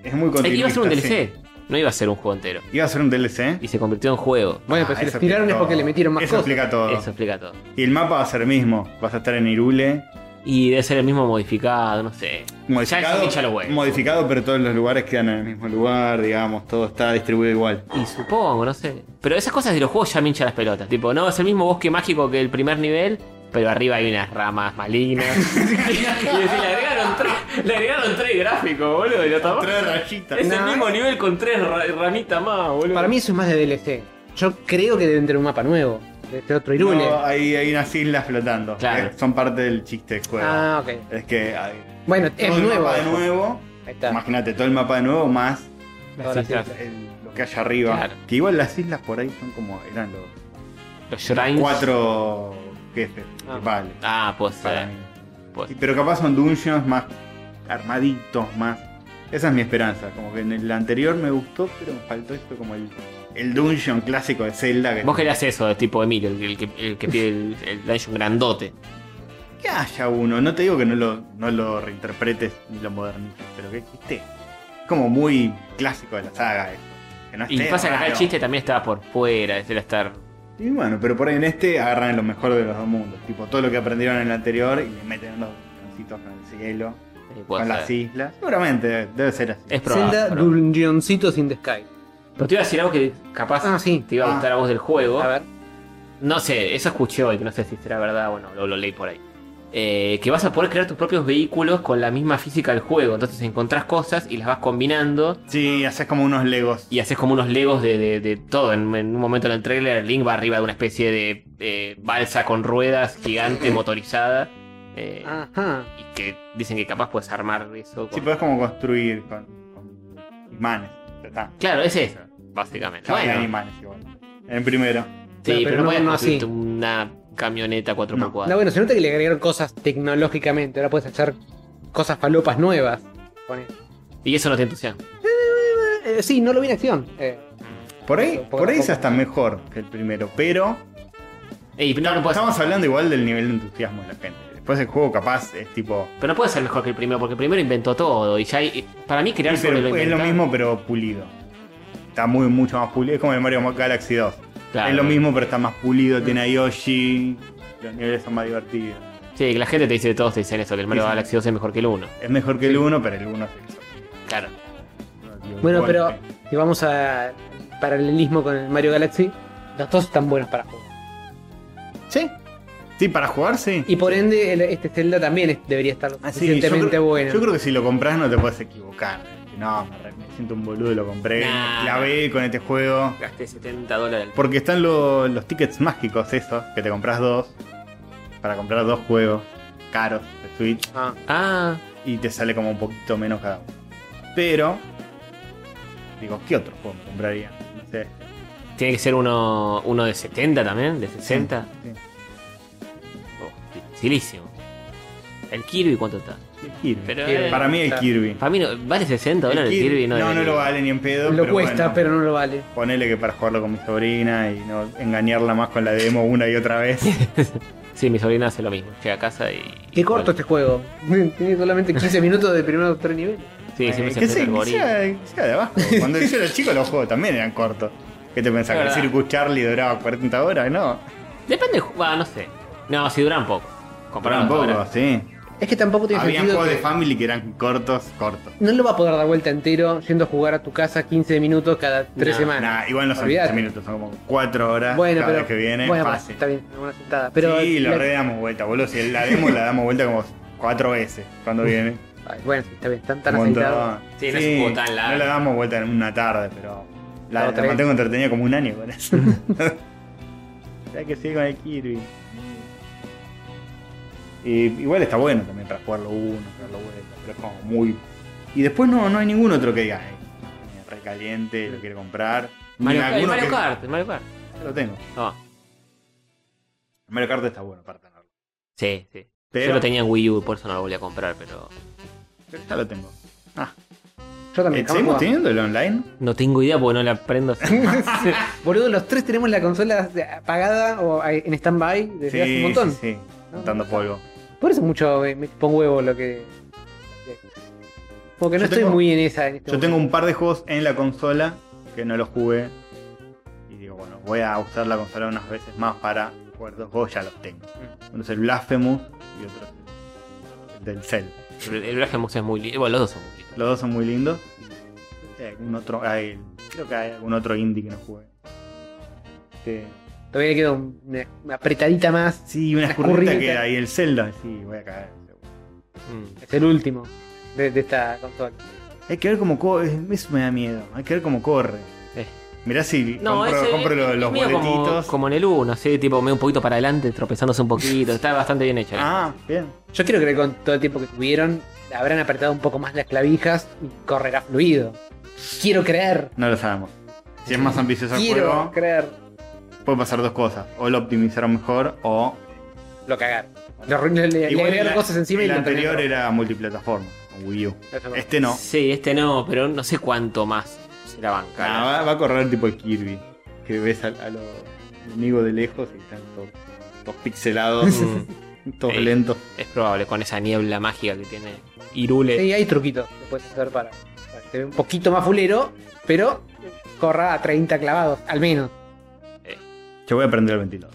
C: Es muy
A: Eh,
C: continuista.
A: Iba a ser un
C: sí.
A: DLC, no iba a ser un juego entero.
C: Iba a ser un DLC.
A: Y se convirtió en juego.
B: Bueno, pero
C: Ah,
B: si
C: eso
B: les tiraron
C: explica
B: es porque
C: todo.
B: le metieron más
C: Eso
B: cosas.
C: explica todo.
A: Eso explica todo.
C: Y el mapa va a ser el mismo. Vas a estar en Irule.
A: Y debe ser el mismo modificado, no sé. Ya
C: Modificado,
A: son hincha los huevos.
C: modificado, pero todos los lugares quedan en el mismo lugar, digamos, todo está distribuido igual.
A: Y supongo, no sé. Pero esas cosas de los juegos ya me hinchan las pelotas. Tipo, no, es el mismo bosque mágico que el primer nivel, pero arriba hay unas ramas malignas. y decís, le agregaron tres, le agregaron tres gráficos, boludo. Y lo tapó.
C: Tres rayitas.
A: Es el
B: No,
A: mismo nivel con tres ra- ramitas más, boludo.
B: Para mí eso es más de DLC. Yo creo que deben tener un mapa nuevo. De este otro Irule.
C: No, hay, hay unas islas flotando.
A: Claro.
C: que Son parte del chiste del juego.
B: ah, ok.
C: Es que hay
B: Bueno, es
C: todo el
B: nuevo.
C: mapa de nuevo.
B: Ahí está.
C: Imagínate, todo el mapa de nuevo más
B: Ahora sí.
A: Las islas.
C: el- lo que hay arriba.
A: Claro.
C: Que igual las islas por ahí son como. Eran los
A: Los shrines.
C: cuatro jefes
B: Ah.
C: principales.
A: Ah, pues.
C: para
A: ser.
C: mí.
A: pues.
C: Y- Pero capaz son dungeons más armaditos, más. Esa es mi esperanza. Como que en el anterior me gustó, pero me faltó esto como el, el dungeon clásico de Zelda. Que
A: Vos querías eso, tipo Emilio, el, el que, el que pide el, el dungeon grandote.
C: que haya uno. No te digo que no lo, no lo reinterpretes ni lo modernices, pero que existe. Como muy clásico de la saga. esto. Que no
A: Y
C: esté
A: pasa que acá el
C: raro.
A: chiste también estaba por fuera, era estar.
C: Y bueno, pero por ahí en este agarran lo mejor de los dos mundos. Tipo todo lo que aprendieron en el anterior y le meten los cancitos en el cielo,
A: eh, puede
C: con las
A: ser.
C: islas. Seguramente debe ser así.
A: Es probable.
B: Zelda
A: probable.
B: Dungeoncitos in the Sky.
A: Pero te iba a decir algo que capaz
B: Ah, sí.
A: te iba a
C: Ah.
A: gustar a vos del juego.
B: A ver.
A: No sé, eso escuché hoy, que no sé si será verdad o no, lo, lo leí por ahí. Eh, que vas a poder crear tus propios vehículos con la misma física del juego. Entonces encontrás cosas y las vas combinando
C: Sí, haces como unos legos.
A: y haces como unos legos de, de- de todo. En, en un momento en el trailer, Link va arriba de una especie de eh, balsa con ruedas gigante motorizada. eh,
B: Ah. Ajá.
A: Y que dicen que capaz puedes armar eso.
C: Sí,
A: con-
C: puedes como construir con, con imanes. Ya está.
A: Claro, es eso, básicamente.
C: Ya
A: Bueno,
C: hay imanes igual. En primero.
A: sí,
B: Pero
A: pero, no
B: no-
A: puedes
B: no
A: construirte
B: así.
A: una camioneta 4x4.
B: No, bueno, se nota que le agregaron cosas tecnológicamente. Ahora puedes hacer cosas falopas nuevas. Pone-
A: Y eso no te entusiasma.
B: Eh, sí, no lo vi en acción. Eh,
C: Por ahí,
B: Poco a
C: por ahí es
B: poco.
C: hasta mejor que el primero, pero
A: Ey, pero no, no puedes-
C: estamos hablando igual del nivel de entusiasmo de la gente. Después el juego capaz es tipo.
A: Pero no puede ser mejor que el primero, porque el primero inventó todo. Y ya hay, para mí crear
C: sí, pero
A: sobre lo
C: "Eh, es lo
A: inventado-
C: mismo pero pulido. Está muy mucho más pulido. Es como el Mario Galaxy 2.
A: Claro.
C: Es lo mismo pero está más pulido, tiene a Yoshi. Los niveles son más divertidos.
A: Sí, que la gente te dice, todos te dicen eso, que el Mario
C: Sí, sí.
A: Galaxy 2 es mejor que el 1.
C: Es mejor que el 1, pero el 1 es el
A: Claro.
B: bueno,
C: Fuerte.
B: pero si vamos a paralelismo con el Mario Galaxy, los dos están buenos para jugar. ¿Sí?
C: Sí, para jugar sí.
B: Y por ende, el- este Zelda también es- debería estar
C: Ah, sí,
B: suficientemente
C: yo creo,
B: bueno.
C: Yo creo que si lo compras no te puedes equivocar. No, me, re- me siento un boludo, lo compré.
A: Nah.
C: Clavé con este juego.
A: Gasté 70 dólares.
C: Porque están lo- los tickets mágicos esos, que te compras dos. Para comprar dos juegos caros de Switch.
B: Ah,
A: Ah,
C: Y te sale como un poquito menos cada uno. Pero, digo, ¿qué otro juego me compraría? No sé.
A: tiene que ser uno, uno de 70 también, de 60.
C: Sí.
A: Oh, dificilísimo. El Kirby, ¿cuánto está?
C: El Kirby.
A: Pero,
B: Kirby.
A: eh,
C: para mí el
B: Claro.
C: Kirby.
A: Para mí, no- ¿vale 60
C: El
A: dólares el
C: Kirby-
A: Kirby? No,
C: no, no
A: debería.
C: lo vale ni en pedo.
B: lo
C: pero
B: cuesta,
C: bueno.
B: pero no lo vale.
C: Ponele que para jugarlo con mi sobrina y no engañarla más con la demo una y otra vez.
A: Sí, mi sobrina hace lo mismo. Llega a casa y.
B: Qué
A: y
B: corto
A: juega.
B: este juego. Tiene solamente 15 minutos de primeros tres niveles.
A: Sí,
C: Eh,
A: siempre se
C: que
A: hace
C: sea,
A: el
C: que
A: gorila.
C: sea- que sea de abajo. Cuando yo era chico los juegos también eran cortos. ¿Qué te
A: Es
C: pensás? ¿Que el
A: verdad.
C: Circus Charlie duraba 40 horas? No.
A: Depende, del ju- bah, no sé. No, si duran poco. Comparado
C: Tampoco,
A: a ahora.
C: sí.
B: Es que tampoco tiene
C: Habían
B: sentido.
C: juegos de
B: que-
C: Family que eran cortos, cortos.
B: No lo va a poder dar vuelta entero yendo a jugar a tu casa 15 minutos cada 3
A: No,
B: semanas.
C: Nah, igual no son
B: Olvídate.
C: 15 minutos, son como 4 horas
B: Bueno,
C: cada
B: pero.
C: vez que viene.
B: bueno,
C: fácil.
B: está bien, una sentada. Pero
C: sí, lo
B: la-
C: re damos vuelta, boludo. Si la demo la damos vuelta como 4 veces cuando viene.
B: Ay, bueno, sí, está bien, están tan
C: Un montón.
B: aceitados.
A: Sí, no es un juego tan largo.
C: No la damos vuelta en una tarde, pero. La,
B: Claro,
C: la
B: tres.
C: mantengo entretenida como un año con eso. ya que sigue con el Kirby. Y, igual está bueno también para jugarlo uno, para lo vuelta, pero es como muy. Y después no, no hay ningún otro que diga, eh, me recaliente, lo quiero comprar. Ni
A: Mario, el
C: alguno
A: Mario
C: que-
A: Kart, el Mario Kart.
C: Lo tengo.
A: No,
C: El Mario Kart está bueno para tenerlo.
A: sí, sí. Yo
C: Pero,
A: lo tenía en Wii U, por eso no lo volví a comprar, pero.
C: pero ya lo tengo. Ah,
B: Yo también.
C: ¿eh,
B: jamás
C: ¿Seguimos
B: jugaba.
C: teniendo el online?
A: No tengo idea porque no la aprendo.
B: Boludo, los tres tenemos la consola apagada o eh, en stand-by desde hace un montón.
C: sí, sí,
B: No,
C: Dando
B: no.
C: polvo.
B: Por eso mucho me, me pongo huevo lo que. Porque no
C: Yo
B: estoy
C: tengo-
B: muy en esa. en este
C: Yo tengo
B: momento.
C: un par de juegos en la consola que no los jugué. Y digo, bueno, voy a usar la consola Mm. unas veces más para jugar dos juegos, ya los tengo. Uno es el Blasphemous y otro es del Cell.
A: El, el Black Moose es muy lindo. Bueno, los dos son muy lindos.
C: Los dos son muy lindos. Hay algún otro, hay- creo que hay algún otro indie que no jugué. Este,
B: Todavía queda un- una, una apretadita más.
C: sí, una
B: La
C: escurrita
B: escurridita.
C: que hay, el Zelda. Sí, voy a caer. seguro.
A: Mm.
B: Es el último de, de esta consola.
C: Hay que ver cómo corre. Eso me da miedo. Hay que ver cómo corre.
A: Eh.
C: Mirá si
A: No,
C: compro,
A: ese-
C: compro los,
A: es
C: los
A: medio como-
C: boletitos.
A: Como, en el 1, así, tipo medio un poquito para adelante, tropezándose un poquito. Está bastante bien hecho. ¿eh?
C: Ah, bien.
B: Yo quiero creer que con todo el tiempo que tuvieron, habrán apretado un poco más las clavijas y correrá fluido. Quiero creer.
C: No lo sabemos. Si es más ambicioso el
B: Quiero
C: juego,
B: creer.
C: pueden pasar dos cosas. O lo optimizaron mejor o...
B: Lo cagaron. Lo arruin- le, le- le
C: Igual
B: agregaron
C: el-
B: cosas encima y
C: El
B: lo
C: anterior
B: terminaron.
C: era multiplataforma, con Wii U.
B: Eso no.
C: Este no.
A: Sí, este no, pero no sé cuánto más se la banca.
C: Ah, va, va a correr tipo el Kirby. Que ves a, a los enemigos de lejos y están todos, todos pixelados,
A: Mm,
C: todos
A: Sí.
C: lentos.
A: es probable, con esa niebla mágica que tiene Irule.
B: Sí, hay truquitos que puedes hacer para, para que se vea un poquito más fulero, pero corra a 30 clavados, al menos.
C: Yo voy a prender el ventilador.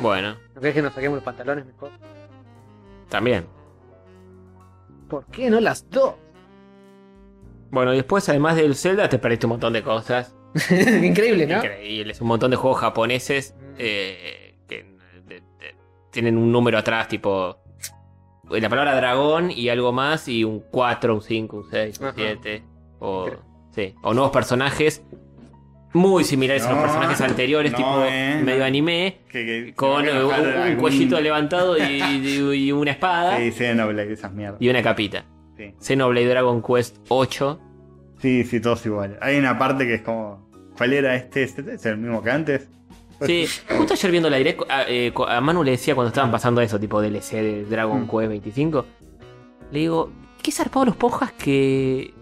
A: Bueno,
B: ¿No crees que nos saquemos los pantalones mejor?
A: también.
B: ¿Por qué no las dos?
A: Bueno, y después, además del Zelda, te perdiste un montón de cosas.
B: Increíble, ¿no? Mm.
A: Increíbles. Un montón de juegos japoneses eh, que de- de- tienen un número atrás, tipo. La palabra dragón y algo más, y un 4, un 5, un 6, un
B: Ajá.
A: 7. O,
B: Incre-
A: sí, o nuevos personajes muy similares a
C: No,
A: los personajes anteriores,
C: no,
A: tipo
C: eh,
A: medio
C: no.
A: anime.
C: Que- que-
A: Con
C: que van a
A: eh, un,
C: bajar
A: un
C: algún-
A: cuellito levantado y, y- y una espada
C: Sí, Xenoblade, esas mierdas.
A: y una capita.
C: Sí.
A: Xenoblade Dragon Quest 8.
C: sí, sí, todos iguales. Hay una parte que es como. ¿Cuál era este? ¿Este es el mismo que antes?
A: Sí, justo ayer viendo la direct, a, eh, co- a Manu le decía cuando estaban pasando eso, tipo DLC de Dragon
C: Mm.
A: Quest 25, le digo, qué zarpado los ponjas que,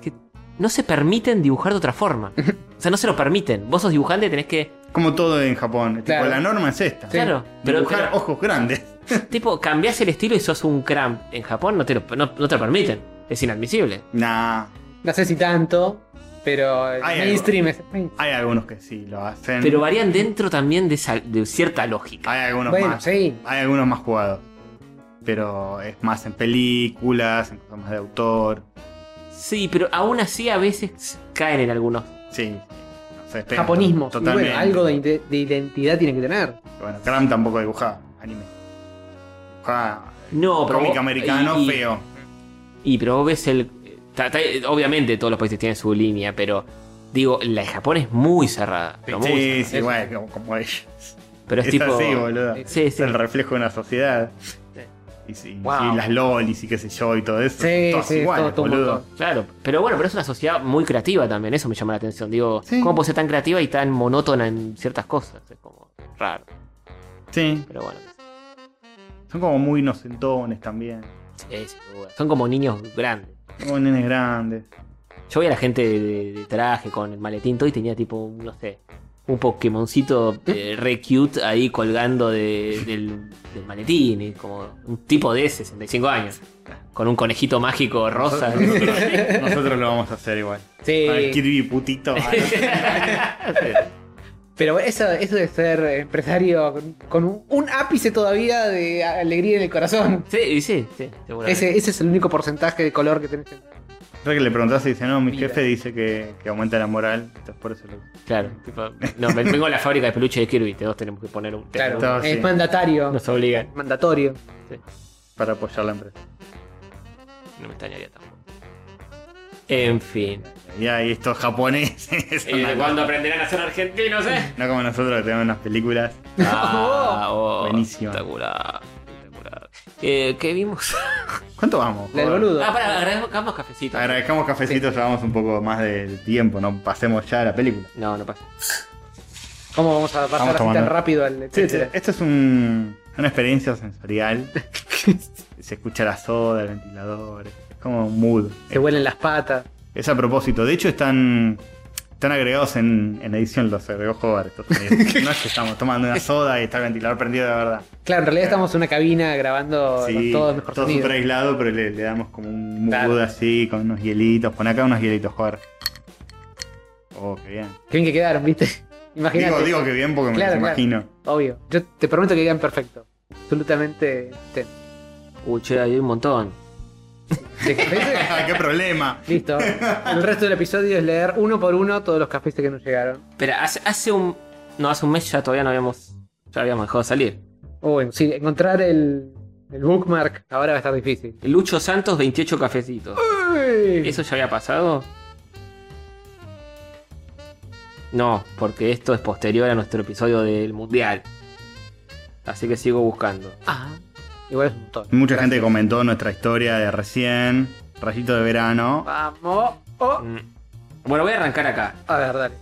A: que no se permiten dibujar de otra forma. O sea, no se lo permiten. Vos sos dibujante, tenés que...
C: Como todo en Japón. Tipo,
B: Claro.
C: la norma es esta.
A: Claro, pero,
C: Dibujar
A: pero,
C: ojos grandes.
A: tipo, cambiás el estilo y sos un cramp. En Japón no te lo, no, no te lo permiten. Es inadmisible.
C: Nah.
B: No sé si tanto, pero el
C: Hay algo.
B: mainstream es.
C: Hay algunos que sí lo hacen.
A: Pero varían dentro también de, esa- de cierta lógica.
C: hay algunos
B: Bueno,
C: más.
B: sí.
C: Hay algunos más jugados. Pero es más en películas, en cosas más de autor.
A: Sí, pero aún así a veces caen en algunos.
C: Sí. No sé, pegan
B: Japonismo. Y
C: Totalmente.
B: Bueno, algo de, inte- de identidad tiene que tener.
C: Bueno, Cram tampoco dibujaba anime. Dibujaba
A: No, pero...
C: cómic
A: vos-
C: americano
A: y- y-
C: feo.
A: Y pero vos ves el. ta- ta- obviamente todos los países tienen su línea, pero. Digo, la de Japón es muy cerrada.
C: Sí,
A: pero muy
C: sí,
A: cerrada.
C: sí,
B: Eso.
C: bueno, como, como ellos.
A: Pero es,
C: Es
A: tipo.
C: así, boludo.
B: Sí,
A: sí,
C: Es
A: sí.
C: el reflejo de una sociedad. Y, sí,
B: Wow.
C: y las lolis y qué sé yo y todo eso.
B: Sí,
C: todas
B: sí,
C: iguales,
B: todo- todo un
C: boludo.
B: montón.
A: Claro, pero bueno, pero es una sociedad muy creativa también, eso me llama la atención. Digo,
C: Sí.
A: ¿cómo puede ser tan creativa y tan monótona en ciertas cosas? Es como raro,
C: Sí,
A: pero bueno.
C: son como muy inocentones también.
A: Sí, sin duda. Son como niños grandes.
C: Como nenes grandes.
A: Yo veía a la gente de, de- de traje con el maletín todo y tenía tipo, no sé, un Pokémoncito eh, re cute ahí colgando de- del, del maletín, y como un tipo de 65 años, con un conejito mágico rosa.
C: Nosotros, nosotros lo vamos a hacer igual.
B: Sí.
C: Al Kirby putito.
B: Pero eso, eso de ser empresario con, con un, un ápice todavía de alegría en el corazón.
A: sí, sí, sí, seguramente.
B: Ese, ese es el único porcentaje de color que tenés. en-
C: Creo que le preguntás y dice, no, mi
B: Mira.
C: jefe dice que, que aumenta la moral. Entonces por eso lo...
A: Claro, tipo, no, ven- vengo a la fábrica de peluche de Kirby, todos tenemos que poner un...
B: Claro,
A: tenemos-
C: Todo,
B: es
C: sí.
B: mandatario.
A: Nos obligan,
B: Mandatorio.
C: para apoyar la empresa.
A: no me extrañaría tampoco. En fin.
C: Y ahí estos japoneses. son
A: ¿Y
C: una-
A: de cuándo aprenderán a ser argentinos, eh?
C: No como nosotros que tenemos unas películas.
A: Ah, oh,
C: Buenísimo.
A: Espectacular. espectacular. Eh, ¿Qué vimos?
C: ¿Cuánto vamos?
B: La del
C: Joder.
B: boludo.
A: Ah, para, agradezcamos cafecito.
C: Agradezcamos cafecitos, llevamos un poco más de tiempo, no pasemos ya a la película.
A: No, no pasa.
B: ¿Cómo vamos a pasar
C: Vamos
B: así tan
C: tomando.
B: rápido al
C: Este-
B: etcétera?
C: Esto es un- una experiencia sensorial. Se escucha la soda, el ventilador. Es como un mood.
B: Se huelen las patas.
C: Es a propósito. De hecho, están, están agregados en, en edición, los agregó Hobart. Estados Unidos. no es que estamos tomando una soda y está el ventilador prendido de verdad.
B: Claro, en realidad estamos en una cabina grabando
C: Sí,
B: todo el mejor
C: todo
B: sonido.
C: súper aislado, pero le, le damos como un mood
B: Claro.
C: así, con unos hielitos. Pon acá unos hielitos, Hobart. Oh, qué bien.
B: Qué bien que quedaron, ¿viste? Imagínate.
C: Digo, digo que bien porque me
B: Claro,
C: los
B: claro.
C: imagino.
B: Obvio. Yo te prometo que quedan perfecto. Absolutamente. ten-
A: Uy, che, hay un montón.
B: ¿De cafés?
C: ¡Qué problema!
B: Listo. El resto del episodio es leer uno por uno todos los cafés que nos llegaron.
A: Pero hace, hace un. No, hace un mes ya todavía no habíamos. Ya habíamos dejado de salir.
B: O bueno, sí, encontrar el, el bookmark ahora va a estar difícil.
A: Lucho Santos, 28 cafecitos.
B: Uy.
A: ¿Eso ya había pasado? No, porque esto es posterior a nuestro episodio del Mundial. Así que sigo buscando.
B: Ah, igual es un montón.
C: Mucha
B: Gracias.
C: gente comentó nuestra historia de recién, rayito de verano.
B: Ah, Vamos. Oh.
A: Mm. Bueno, voy a arrancar acá.
B: A ver, dale.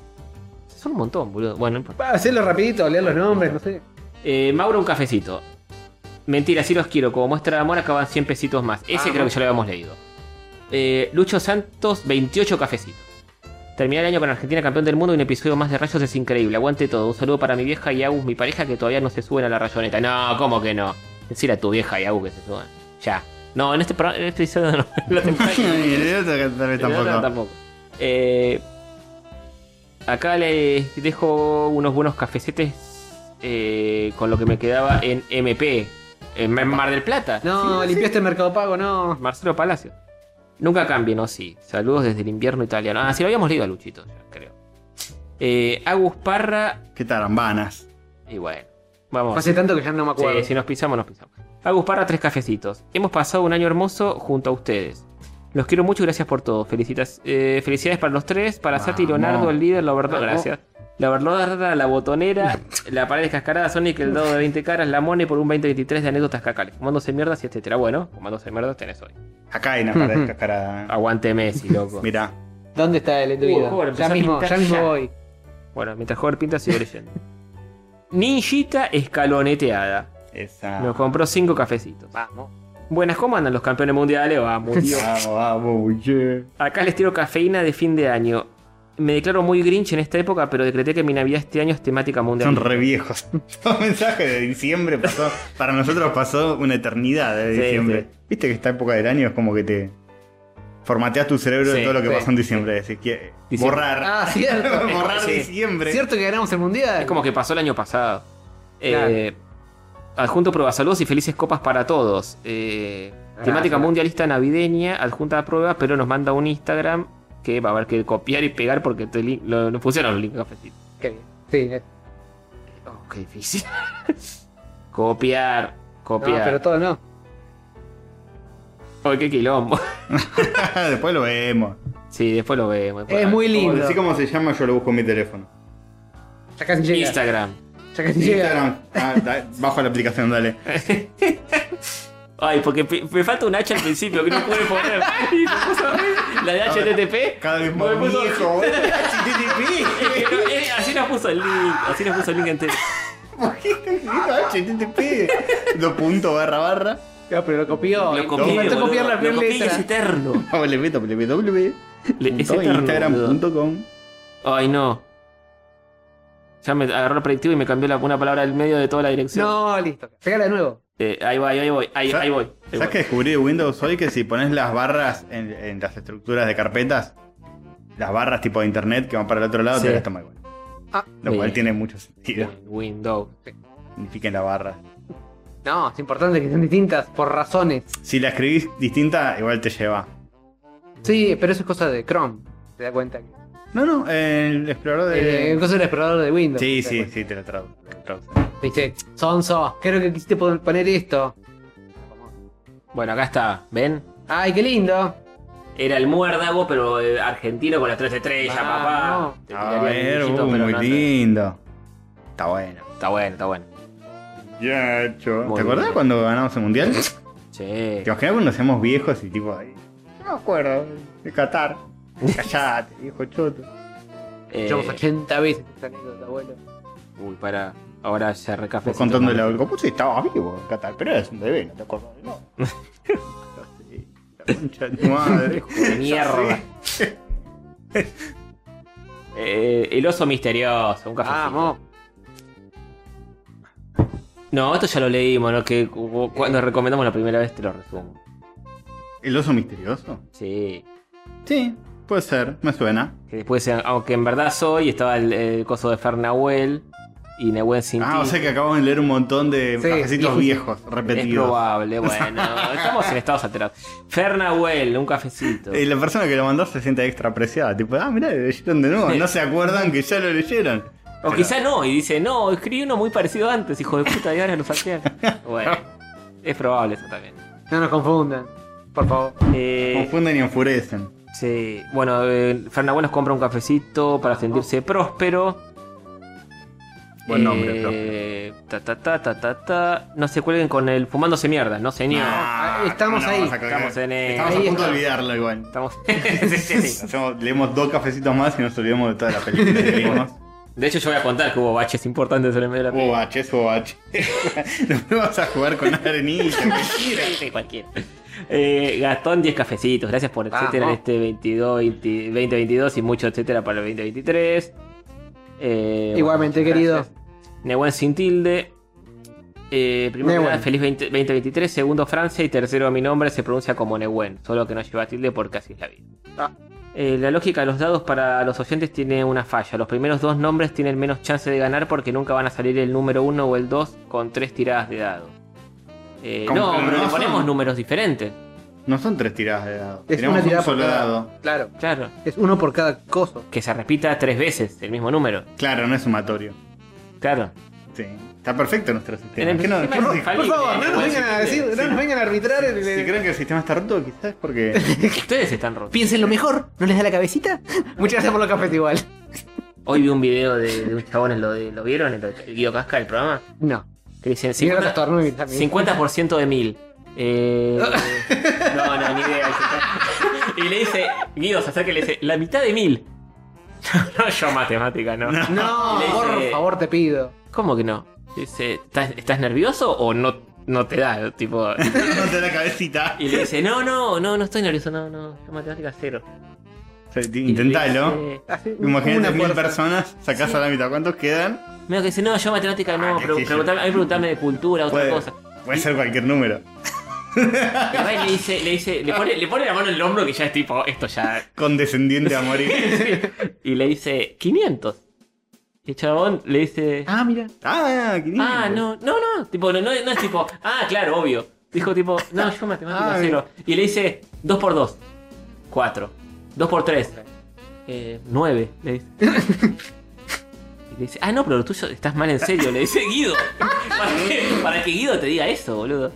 A: Son un montón, boludo. Bueno, no importa.
B: Va, Hacelo rapidito, leer los nombres, no sé.
A: Eh, Mauro, un cafecito. Mentira, sí los quiero. Como muestra de amor, acaban 100 pesitos más. Ese
B: Ah,
A: creo que ya lo habíamos leído. Eh, Lucho Santos, 28 cafecitos. Terminar el año con Argentina campeón del mundo y un episodio más de Rayos es increíble. Aguante todo. Un saludo para mi vieja y Agus, mi pareja, que todavía no se suben a la rayoneta. No, ¿cómo que no? Decir a tu vieja y Agus que se suban. Ya. No, en este, pro- en este episodio no. Lo
C: Y
A: temprano.
C: el otro que tal vez
A: Pero no,
C: tampoco.
A: tampoco. Eh, acá les dejo unos buenos cafecetes eh, con lo que me quedaba en MP, en Mar del Plata.
B: No, limpiaste el mercado pago, no.
A: Marcelo Palacio. Nunca cambien, ¿no? Sí. Saludos desde el invierno italiano. Ah, sí, lo habíamos leído a Luchito, ya, creo. Eh, Agus Parra.
C: Qué tarambanas.
A: Y bueno, vamos.
B: Hace tanto que ya no me acuerdo.
A: Sí, si nos pisamos, nos pisamos. Agus Parra, tres cafecitos. Hemos pasado un año hermoso junto a ustedes. Los quiero mucho, gracias por todo. Felicitas, eh, felicidades para los tres, para Sati,
C: Vamos.
A: Leonardo, el líder, la verdad,
B: Vamos.
A: gracias. La verdad, la botonera, la pared descascarada, Sonic, el dado de 20 caras, la mone por un 2023 de anécdotas cacales, comándose mierdas y etcétera. Bueno, comándose mierdas tenés hoy.
C: Acá hay una pared
B: Ujú.
C: descascarada. ¿eh?
A: Aguante Messi, loco.
C: Mirá.
B: ¿Dónde está el enduido?
A: Uh, joder, empezá
B: ya
A: a
B: mismo,
A: pintar
B: ya mismo
A: ya.
B: voy.
A: bueno, mientras joder pinta, sigo leyendo. Ninjita escaloneteada.
C: Esa.
A: Nos compró cinco cafecitos.
B: Vamos.
A: Buenas, ¿cómo andan los campeones mundiales? Vamos, Dios.
C: Ah, Vamos, vamos, yeah.
A: Acá les tiro cafeína de fin de año. Me declaro muy grinch en esta época, pero decreté que mi Navidad este año es temática mundial.
C: Son re viejos. Todo mensaje de diciembre pasó. Para nosotros pasó una eternidad de
A: Sí,
C: diciembre.
A: sí.
C: Viste que esta época del año es como que te formateas tu cerebro de
A: Sí,
C: todo lo que
B: sí,
C: pasó en diciembre. Decís que
A: Diciembre.
C: borrar.
B: Ah, cierto.
C: borrar
A: sí.
C: diciembre.
B: ¿Cierto que ganamos el mundial?
A: Es como que pasó el año pasado. Eh, adjunto prueba saludos y felices copas para todos. Eh, temática
B: Gracias.
A: mundialista navideña, adjunta prueba, pero nos manda un Instagram que va a haber que copiar y pegar porque te li- lo, no funcionan los links cafecitos.
B: Qué bien. Sí, es-
A: Oh, qué difícil. copiar,
B: no,
A: copiar.
B: pero todo no.
A: Ay, qué quilombo.
C: Después lo vemos.
A: sí, después lo vemos. después.
B: Es muy
C: Como
B: lindo.
C: decí cómo se llama, yo lo busco en mi teléfono.
B: Ya casi llega.
A: Instagram.
B: Ya casi llega.
C: Instagram. Ah, da- bajo la aplicación, dale.
A: Ay, porque pe- me falta un H al principio que no pude poner. Y me puso la de HTTP.
C: Cada vez más
A: me puso-
C: viejo. boludo. HTTP.
A: Pero, eh, así nos puso el link. Así nos puso el link entero.
C: ¿Por qué estás diciendo HTTP? Dos puntos barra barra.
B: No, pero lo copió.
A: Lo
B: Me
A: copié.
B: faltó
A: boludo,
B: copiar la
A: lo
B: primera
A: copié y
B: letra.
A: Es eterno. Le- es eterno, boludo.
C: www.instagram.com
A: Ay, no. Ya me agarró el predictivo y me cambió la, una palabra del medio de toda la dirección.
B: No, listo. Pegala de nuevo.
A: Eh, ahí voy, ahí voy, ahí,
C: Sa-
A: ahí voy. ahí
C: ¿Sabes
A: voy.
C: que descubrí de Windows hoy que si pones las barras en, en las estructuras de carpetas, las barras tipo de internet que van para el otro lado,
A: Sí.
C: te las toma igual.
B: Ah.
C: Lo cual
A: Bien.
C: tiene mucho sentido.
A: Windows.
C: Unifiquen la barra.
B: No, es importante que sean distintas por razones.
C: Si la escribís distinta, igual te lleva.
B: Sí, pero eso es cosa de Chrome. Te das cuenta. que-
C: No, no, el explorador
B: Eh,
C: de.
B: es cosa del explorador de Windows.
C: sí,
B: Te
C: sí,
B: das
C: sí, te la tradu- te la traduce.
B: cuenta. Dice, Sonso, creo que quisiste pon- poner esto.
A: Bueno, acá está. ¿Ven?
B: Ay, qué lindo.
A: Era el muérdago, pero eh, argentino con las tres estrellas,
B: Ah,
A: papá.
B: no.
A: Te tiraría
C: A
A: el
C: ver,
A: dibujito,
C: uh,
A: pero
C: muy
A: no te-
C: lindo. Está bueno.
A: Está bueno, está bueno.
C: Ya, hecho.
A: Muy
C: ¿Te acordás
A: bien.
C: cuando ganamos el mundial?
A: Che.
C: ¿Te imaginas cuando seamos viejos y tipo ahí? No me acuerdo, de Qatar. Callate, viejo choto.
A: eh,
B: Llevamos 80 veces esta anécdota, abuelo.
A: Uy, para. Ahora ya recafé.
C: Vos contando la Olga, pues sí, estabas vivo en Qatar, pero eras un bebé, no te acuerdas de nada. Sí, la concha de tu madre.
A: De mierda. Eh, el oso misterioso, un cafecito.
B: Vamos.
A: No, esto ya lo leímos, ¿no? Que cu- cuando recomendamos la primera vez te lo resumo.
C: ¿El oso misterioso?
A: Sí.
C: Sí, puede ser, me suena.
A: Que después, sean- aunque en verdad soy, estaba el, el coso de Fernahuel. y Nehuen sin
C: Ah, o
A: ti.
C: sea que acabamos de leer un montón de
B: Sí,
C: cafecitos
A: y-
C: viejos
A: es
C: repetidos.
A: probable, bueno. estamos en estados alterados. Fernahuel, un cafecito.
C: Eh, la persona que lo mandó se siente extra apreciada. Tipo, ah, mirá, lo leyeron de nuevo. No se acuerdan que ya lo leyeron.
A: O quizá no, y dice, no, escribí uno muy parecido antes, hijo de puta, y ahora lo saqué. Bueno, es probable eso también.
B: No nos confundan, por favor.
A: Eh,
C: Confunden y enfurecen.
A: sí, bueno, eh, Fernahuel nos compra un cafecito para sentirse próspero.
C: Buen nombre,
A: eh, ta, ta, ta, ta, ta, ta. No se cuelguen con el fumándose mierda, no señor.
C: Ah,
B: estamos
C: no
B: ahí.
C: vamos a colgar.
A: Estamos en el-
C: Estamos a
B: Ahí
C: punto de
B: está.
C: olvidarlo igual.
A: Estamos. Sí, sí, sí.
C: Hacemos- leemos dos cafecitos más y nos olvidamos de toda la película que vimos.
A: De hecho, yo voy a contar que hubo baches importantes en el medio de la
C: Oh, baches, oh, baches. Nos vamos a jugar con arenilla. mentira.
A: Sí, cualquiera. Eh, Gastón, 10 cafecitos. Gracias por etcétera en
B: Vamos.
A: este 22, 20 2022 y mucho etcétera para el 2023. Eh,
B: Igualmente, querido.
A: Nehuen sin tilde. Eh, primero, que
B: Nehuen.
A: nada, feliz 20 2023. Segundo, Francia. Y tercero, mi nombre se pronuncia como Nehuen. Solo que no lleva tilde porque así es la vida.
B: Ah.
A: Eh, la lógica de los dados para los oyentes tiene una falla. Los primeros dos nombres tienen menos chance de ganar porque nunca van a salir el número 1 o el 2 con tres tiradas de dados. Eh,
C: ¿Cómo
A: no,
C: que no
A: pero le
C: son?
A: ponemos números diferentes.
C: No son tres tiradas de dado.
B: Es
C: Tenemos
B: una tirada
C: un solo
B: por cada-
C: dado.
B: Claro,
A: Claro.
B: es uno por cada coso.
A: Que se repita tres veces el mismo número.
C: Claro, no es sumatorio.
A: Claro.
C: Sí. Está perfecto nuestro sistema.
A: En el
C: ¿Qué no-
A: sistema
C: qué no-
A: es
B: Por
A: Feliz,
B: favor,
A: eh,
B: no nos
A: buen
B: vengan a
A: sentido,
B: decir, no nos vengan a arbitrar. el-
C: si
B: el-
C: creen que el sistema está roto, quizás porque.
A: Ustedes están rotos.
B: Piensen lo mejor, ¿no les da la cabecita? Muchas gracias por los cafés igual.
A: Hoy vi un video de, de un chabón, en lo, de- ¿lo vieron? El, el Guido Casca, el programa.
B: No.
A: Que dicen
B: Si no
A: 50,
B: trastorno y también.
A: 50% de mil. Eh, no, no, ni idea. Y le dice, Guido se acerca y le dice, la mitad de mil. No, no, yo matemática, no.
B: No,
A: Y le dice-
B: por favor te pido.
A: ¿Cómo que no? Dice, ¿estás, estás nervioso o no, no te da? Tipo,
C: no te da cabecita.
A: y le dice, no, no, no, no estoy nervioso, no, no, yo matemática cero.
C: O sea,
A: Y le
C: Intentalo.
A: dice-
B: Así,
C: Imagínate
B: una
C: mil
B: fuerza.
C: personas, sacás a la mitad. ¿Cuántos quedan?
A: Medio que dice, no, yo matemática no,
C: Ah, qué
A: pero
C: sé yo.
A: preguntame- a mí preguntame de cultura, otra
C: Puede,
A: cosa.
C: puede ser cualquier número.
A: Y va y le dice, le dice, le pone, le pone la mano en el hombro que ya es tipo, esto ya.
C: Condescendiente a morir.
A: Y le dice, 500. Y el chabón le dice,
B: Ah, mira.
C: Ah, 500.
A: ah, no, no, no, tipo, no, no, no es tipo, ah, claro, obvio. Dijo tipo, no, yo matemática
C: Ay.
A: cero. Y le dice, 2 por 2, 4. 2 por 3, 9. Le dice. Y le dice, ah, no, pero lo tuyo estás mal en serio. Le dice Guido. Para que, para que Guido te diga eso, boludo.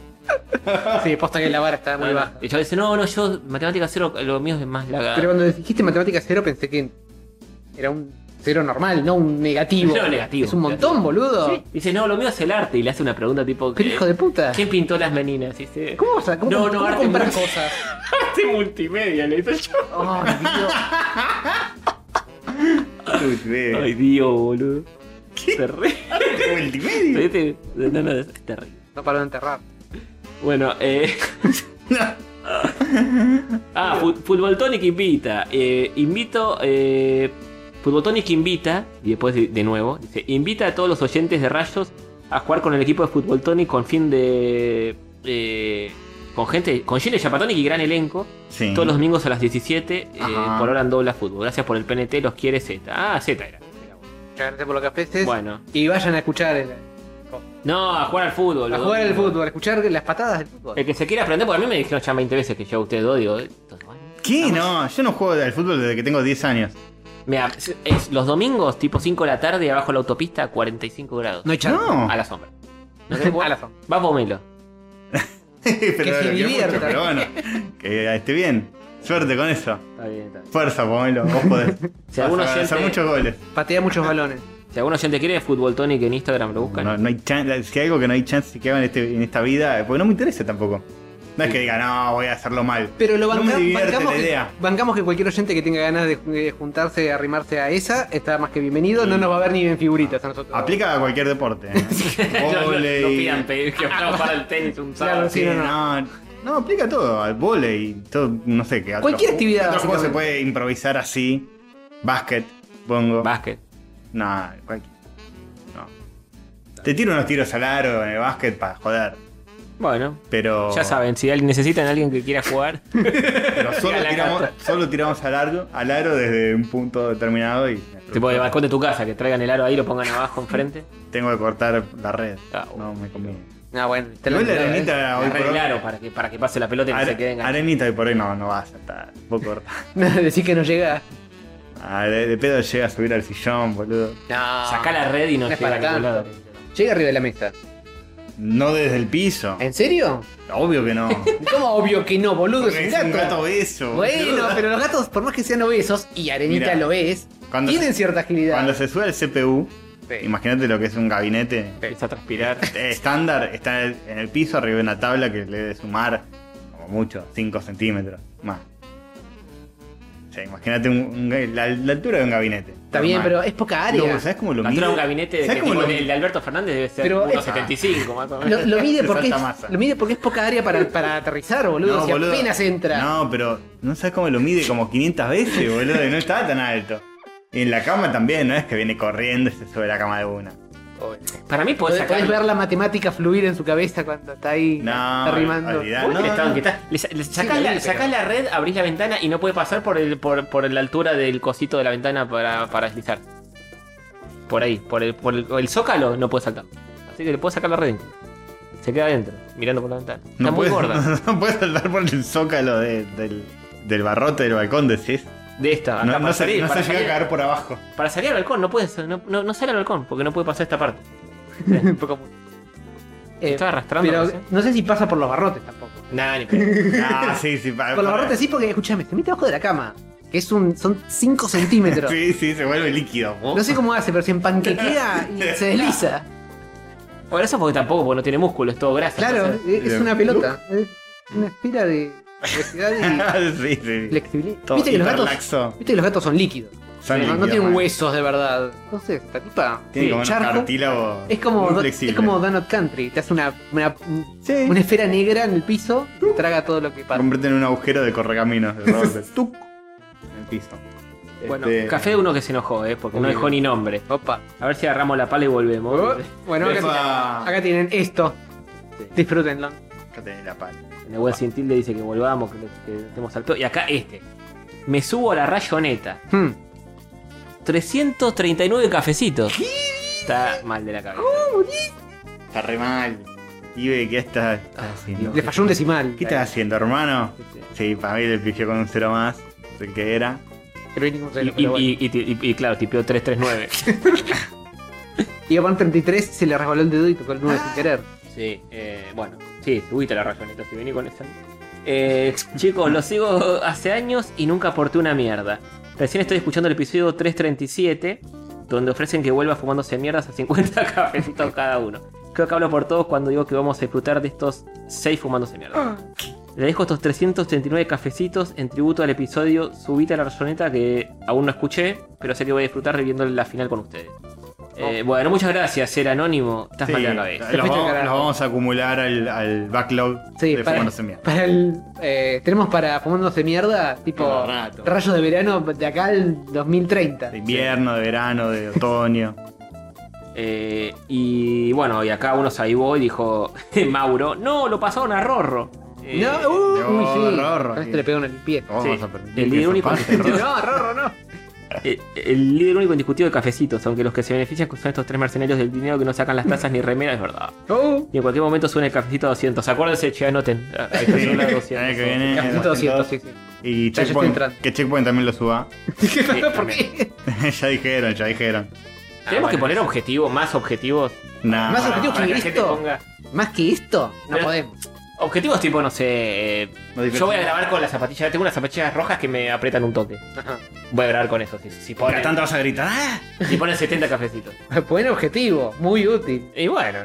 B: Ah, Sí, posta que la vara está muy baja.
A: Y yo dice, no, no, yo matemática cero, lo mío es más la
B: Pero cuando dijiste matemática cero pensé que era un cero normal, no un negativo.
A: Cero negativo.
B: Es un montón, boludo.
A: Sí. Dice, no, lo mío es el arte. Y le hace una pregunta tipo,
B: Pero
A: ¿qué-
B: hijo de puta.
A: ¿quién pintó las meninas? Y dice,
B: ¿Cómo vas a cómo,
A: No, no,
B: cómo
A: arte
B: comprar
A: muy-
B: cosas?
A: arte multimedia? Le dice yo.
B: Oh, Dios.
A: Ay, Dios, boludo.
C: ¿Qué?
A: Terrible.
C: Multimedia.
A: Este- No, no, es terrible.
B: No paro de enterrar.
A: Bueno, eh. Ah, Fu- Fútbol Tonic invita. Eh, invito. Eh, Fútbol Tonic invita. Y después de, de nuevo. Dice: Invita a todos los oyentes de Rayos a jugar con el equipo de Fútbol Tonic con fin de. eh, con gente. Con Gene Chapatonic y gran elenco.
C: Sí.
A: Todos los domingos a las 17. eh,
C: Ajá.
A: por ahora en Dobla Fútbol. Gracias por el PNT. Los quiere Z. Ah, Z era. Era bueno.
B: Muchas gracias por los cafés.
A: Bueno.
B: Y vayan a escuchar el-
A: No, a jugar al fútbol.
B: a
A: los
B: jugar al
A: domingos.
B: fútbol, a escuchar las patadas del fútbol.
A: El que se quiera aprender, porque a mí me dijeron ya 20 veces que yo a ustedes dos digo. "Eh, esto es bueno".
C: ¿Qué? No, yo no juego al fútbol desde que tengo 10 años.
A: Mira, es- es los domingos, tipo 5 de la tarde, abajo de la autopista, 45 grados.
B: No hay chance.
C: No.
A: A la sombra. No sé,
B: A
A: vos-
B: la fama.
A: vas vos, Melo.
C: pero,
B: Que se
C: lo quiero mucho,
B: divierta.
C: pero bueno, que esté bien. Suerte con eso.
A: Está bien, está bien.
C: Fuerza, Pomelo, vos podés.
A: Si alguno
C: Vas a hacer
A: siente-
C: muchos goles.
B: Patea muchos balones.
A: Si alguno gente quiere, Fútbol Tonic en Instagram lo buscan.
C: No, no hay chance, si hay algo que no hay chance que haga en, este- en esta vida, porque no me interesa tampoco. No es que diga, no, voy a hacerlo mal.
B: Pero lo
C: no
B: banca-
C: me divierte
B: bancamos,
C: la
B: que,
C: idea.
B: bancamos que cualquier oyente que tenga ganas de de juntarse, arrimarse a esa, está más que bienvenido. No nos va a ver ni en figuritas a nosotros.
C: Aplica a cualquier deporte. ¿eh?
A: No, no, no
C: Vóley,
A: pidan pe- que vamos para el tenis un sábado.
B: Claro,
C: sí,
B: sí, no,
C: no, no, aplica todo, al volei, todo, no sé qué. a
B: Cualquier
C: otro-
B: actividad,
C: Otro juego se
B: básicamente.
C: puede improvisar así. Básquet, pongo.
A: Básquet.
C: No, cualquier. No. Te tiro unos tiros al aro en el básquet para joder.
A: Bueno,
C: Pero.
A: ya saben, si alguien- necesitan a alguien que quiera jugar,
C: Pero solo,
A: Tira la
C: tiramos,
A: carta.
C: solo tiramos al aro, al aro desde un punto determinado y.
A: tipo de balcón de tu casa, que traigan el aro ahí, lo pongan abajo enfrente.
C: Tengo que cortar la red.
A: Ah,
C: No me conviene.
B: Ah, bueno. Te
C: Igual la
B: la
C: arenita hoy por
A: Arreglar
C: hoy.
A: el aro para que, para que pase la pelota y no se
C: are-
A: queden
C: arenita hoy por hoy no, no va a saltar. Vos cortás.
B: Decís que no llega.
C: Ah, de, de pedo llega a subir al sillón, boludo.
B: No.
A: Sacá la red y no
B: No es
A: llega a
B: para
A: ningún lado.
B: tanto. Llega arriba de la mesa.
C: No desde el piso.
B: ¿En serio?
C: Obvio que no.
B: ¿Cómo obvio que no, boludo? Es un
C: es
B: gato.
C: un gato obeso.
B: Bueno,
C: boludo.
B: pero los gatos, por más que sean obesos, y Arenita
C: Mirá,
B: lo es,
C: cuando
B: tienen
C: se-
B: cierta agilidad.
C: Cuando se sube al CPU,
B: Sí.
C: imagínate lo que es un gabinete
A: Empieza a transpirar.
C: eh, estándar. Está en el- en el piso, arriba de una tabla que le debe sumar, como mucho, 5 centímetros más. O sea, imagínate un- un ga- la, la altura de un gabinete.
B: Está bien, pero
C: Normal.
B: es poca
C: Loco,
B: área.
C: ¿Sabes cómo lo
A: La altura de un
C: mide?
A: gabinete de,
C: ¿Sabés
A: que
C: cómo
A: tipo
C: lo
A: de-
C: mide?
A: el de Alberto Fernández debe ser
B: Pero-
A: 1,75 más o menos.
B: Lo, lo mide
C: Te
B: porque
C: falta
B: es-
C: masa.
B: lo mide porque es poca área para, para aterrizar, boludo.
C: No,
B: si
C: boludo.
B: apenas entra.
C: No, pero no sabes cómo lo mide como 500 veces, boludo, y no estaba tan alto. Y en la cama también, no es que viene corriendo y se sube a la cama de una.
A: Para mí podés
B: Podés,
A: sacar.
B: podés ver la matemática fluir en su cabeza cuando está ahí
C: No,
B: arrimando.
C: olvidá,
A: ¿Cómo
C: no,
A: que le estaban
C: no.
A: quitando? Le sa- le sacás,
B: la
A: la,
B: vi,
A: sacás
B: pero-
A: la red, abrís la ventana y no puede pasar por, el, por, por la altura del cosito de la ventana para, para deslizar. Por ahí, por el, por el, el zócalo no puede saltar. Así que le puedo sacar la red. Se queda adentro, mirando por la ventana. Está
C: No
A: muy
C: puedes,
A: gorda.
C: no puedes saltar por el zócalo de- del, del barrote del balcón, decís.
A: De esta, acá
C: No,
A: para
C: no se,
A: salir.
C: no se
A: para,
C: llega a
A: salir
C: caer por abajo.
A: para salir al balcón, no puede, no, no, no sale al balcón, porque no puede pasar esta parte.
B: Un poco muy- Eh,
A: Estaba arrastrando,
B: pero
A: recién.
B: no sé si pasa por los barrotes tampoco.
A: Nah, ni pedo.
C: Ah, sí, sí, para,
B: Por los
C: para-
B: barrotes sí, porque escuchame, se mete abajo de la cama. Que es un, son 5 centímetros.
C: Sí, sí, se vuelve líquido.
B: No sé cómo hace, pero se empanquequea y se desliza.
A: Bueno, eso porque tampoco, porque no tiene músculo, es todo grasa.
B: Claro, e-,
A: entonces-
B: es
C: Bien.
B: una pelota. Es una espira de velocidad
C: sí,
B: y
C: sí.
B: flexibilidad.
C: Todo
B: Viste que, los gatos,
C: hiperlaxo.
B: viste que los gatos son líquidos.
C: Son
B: no, no
C: líquidos,
B: tienen
C: man.
B: huesos de verdad. Entonces, esta tipa
C: Tienen
A: Sí,
C: como
B: charco.
C: unos cartílagos
B: es como,
C: muy
B: Do- es
C: flexibles.
B: como Donut Country. Te hace una, una,
C: Sí.
B: una esfera negra en el piso y traga todo lo que pasa.
C: Convierte en un agujero de correcaminos. de robles. Tuc. En el piso. Este,
B: Bueno,
A: Café de uno que se enojó, eh, porque no
B: Eh. Bien. Oh.
A: dejó ni nombre.
B: Opa.
A: A ver si agarramos la pala y volvemos.
B: Bueno, acá,
C: Oh. Epa.
B: acá tienen esto.
A: Sí.
B: Disfrútenlo.
C: Acá tenés la pala.
A: En el buen sin tilde dice que volvamos, que, que estemos al pedo. Y acá este. Me subo a la rayoneta.
B: Hmm.
A: 339 cafecitos. Está mal de la cabeza.
C: Está re mal. Ibe, ¿qué estás estás haciendo?
B: Le falló un decimal.
C: ¿Qué estás haciendo, hermano? Sí, para mí le pifió con un cero más. El que era.
B: Que no hay ningún
A: Y,
B: reloj,
A: y-
B: pero bueno.
A: y- y- y- y claro, tipió 339.
B: Iba con 33, se le resbaló el dedo y tocó el
C: Ah.
B: 9 sin querer.
A: sí, eh, bueno. Sí, subiste a la rayoneta si vení con esa. Eh, chicos, los sigo hace años y nunca aporté una mierda. Recién estoy escuchando el episodio 337, donde ofrecen que vuelva fumándose mierdas a 50 cafecitos cada uno. Creo que hablo por todos cuando digo que vamos a disfrutar de estos 6 fumándose mierdas. Le dejo estos 339 cafecitos en tributo al episodio Subite a la Razoneta que aún no escuché, pero sé que voy a disfrutar reviendo la final con ustedes. Eh, bueno, muchas gracias, ser anónimo. Estás
C: Sí,
A: mal de la
C: los,
A: cabeza.
B: Te fuiste
C: vamos,
B: al carajo.
C: los vamos a acumular al, al backlog
B: Sí,
C: de
B: para-
C: Fumando Semilla.
B: Para el. eh, tenemos para fumándose mierda, tipo.
C: Todo rato.
B: Rayos de verano de acá al 2030.
C: De invierno, de verano, de otoño.
A: Eh, y bueno, y acá uno se avivó y dijo: Mauro, no, lo pasaron a Rorro. Eh,
B: No, uh,
C: no,
B: uy, sí.
C: Rorro,
B: Con esto
C: sí.
B: le pegó una limpieza.
C: ¿Cómo
A: Sí,
C: vas a
A: el
C: permitir que
A: líder
C: eso
A: único
C: pase,
A: que-
C: Rorro?
B: No, Rorro, no.
A: Eh, el líder único indiscutido de cafecitos, aunque los que se benefician son estos tres mercenarios del dinero que no sacan las tazas ni remeras, es verdad.
B: Uh,
A: Y en cualquier momento suena el cafecito a 200. Acuérdense, che, anoten. Ah, hay que
C: Sí,
A: subirlo a
C: el
A: 200.
C: año que viene,
B: Cafecito 200, sí, sí.
C: Y
B: Ya, ya estoy
C: Checkpoint,
B: entrando.
C: que Checkpoint también lo suba.
B: ¿Por qué?
C: ya dijeron, ya dijeron. Ah,
A: Tenemos que poner objetivos, más objetivos.
C: Nah,
B: Más
C: para-
B: objetivos
A: para
B: que
A: la gente
B: esto.
A: ponga-
B: Más que esto, no
A: Pero-
B: podemos.
A: Objetivos tipo, no sé. eh, yo
C: No
A: voy a
C: divertimos.
A: grabar con las zapatillas. Tengo unas zapatillas rojas que me aprietan un toque. Voy a grabar con eso. Si, si
C: Cada
A: ponen,
C: tanto vas a gritar. ¡Ah!
A: si ponen 70 cafecitos.
B: Buen objetivo, muy útil.
A: Y bueno,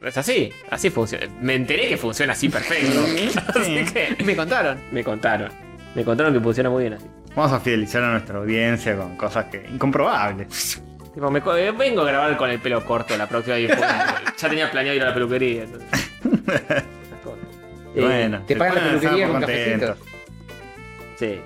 A: que es así. Así funciona. Me enteré que funciona así perfecto. así que.
B: Me contaron.
A: Me contaron. Me contaron que funciona muy bien así.
C: Vamos a fidelizar a nuestra audiencia con cosas que incomprobables.
A: Tipo, me co- eh, vengo a grabar con el pelo corto la próxima vez. ya tenía planeado ir a la peluquería. entonces. Esas cosas. Eh,
C: bueno,
B: te
C: se
B: pagan la
C: ponen a
B: peluquería
C: estar
B: con
C: contentos.
B: cafecitos.
A: Eh, Sí.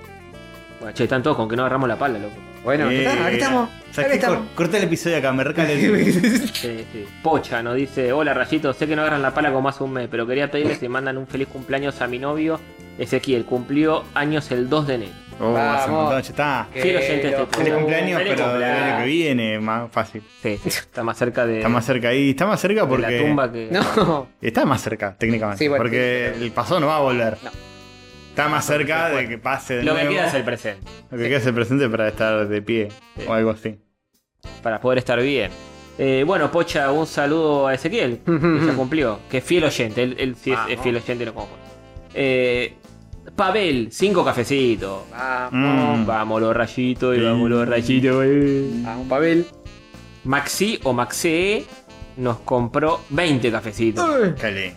A: Bueno, che, están todos con que no agarramos la pala, loco.
B: Bueno,
C: Eh,
B: ¿qué tal? Aquí estamos.
C: ¿Sabes qué?
B: estamos.
C: Cor- Corta el episodio acá, me recalé.
A: Sí, sí. Pocha nos dice, hola Rayito, sé que no agarran la pala como hace un mes, pero quería pedirles si mandan un feliz cumpleaños a mi novio Ezequiel. Cumplió años el 2 de enero.
C: Oh, hace un
B: Vamos.
C: montón, ya está.
B: Que
A: Fiel oyente
B: lo-
A: este
C: Feliz
A: Uh,
C: cumpleaños,
A: feliz
C: pero el
A: cumpleaños.
C: año que viene, más fácil.
A: Sí, sí, está más cerca de,
C: Está más cerca ahí, está más cerca
A: de
C: porque.
A: la tumba que...
B: No.
C: Está más cerca, técnicamente.
B: Sí, bueno,
C: porque el pasado no va a volver.
B: No.
C: Está más cerca de que pase de
A: Lo que
C: nuevo.
A: queda es el presente,
C: Lo que queda es el presente para estar de pie
A: Sí.
C: o algo así.
A: para poder estar bien. Eh, bueno, Pocha, un saludo a Ezequiel, que
C: Mm.
A: ya cumplió, que es fiel oyente, él, él sí es,
B: Vamos.
A: es fiel oyente, lo conozco. Eh, Pavel, cinco cafecitos.
B: Vamos.
C: Mm.
A: Vamos los rayitos y
C: Sí.
A: vamos los rayitos. eh.
B: Vamos, Pavel.
A: Maxi o Maxe nos compró 20
C: Ah.
A: cafecitos.
C: Cale.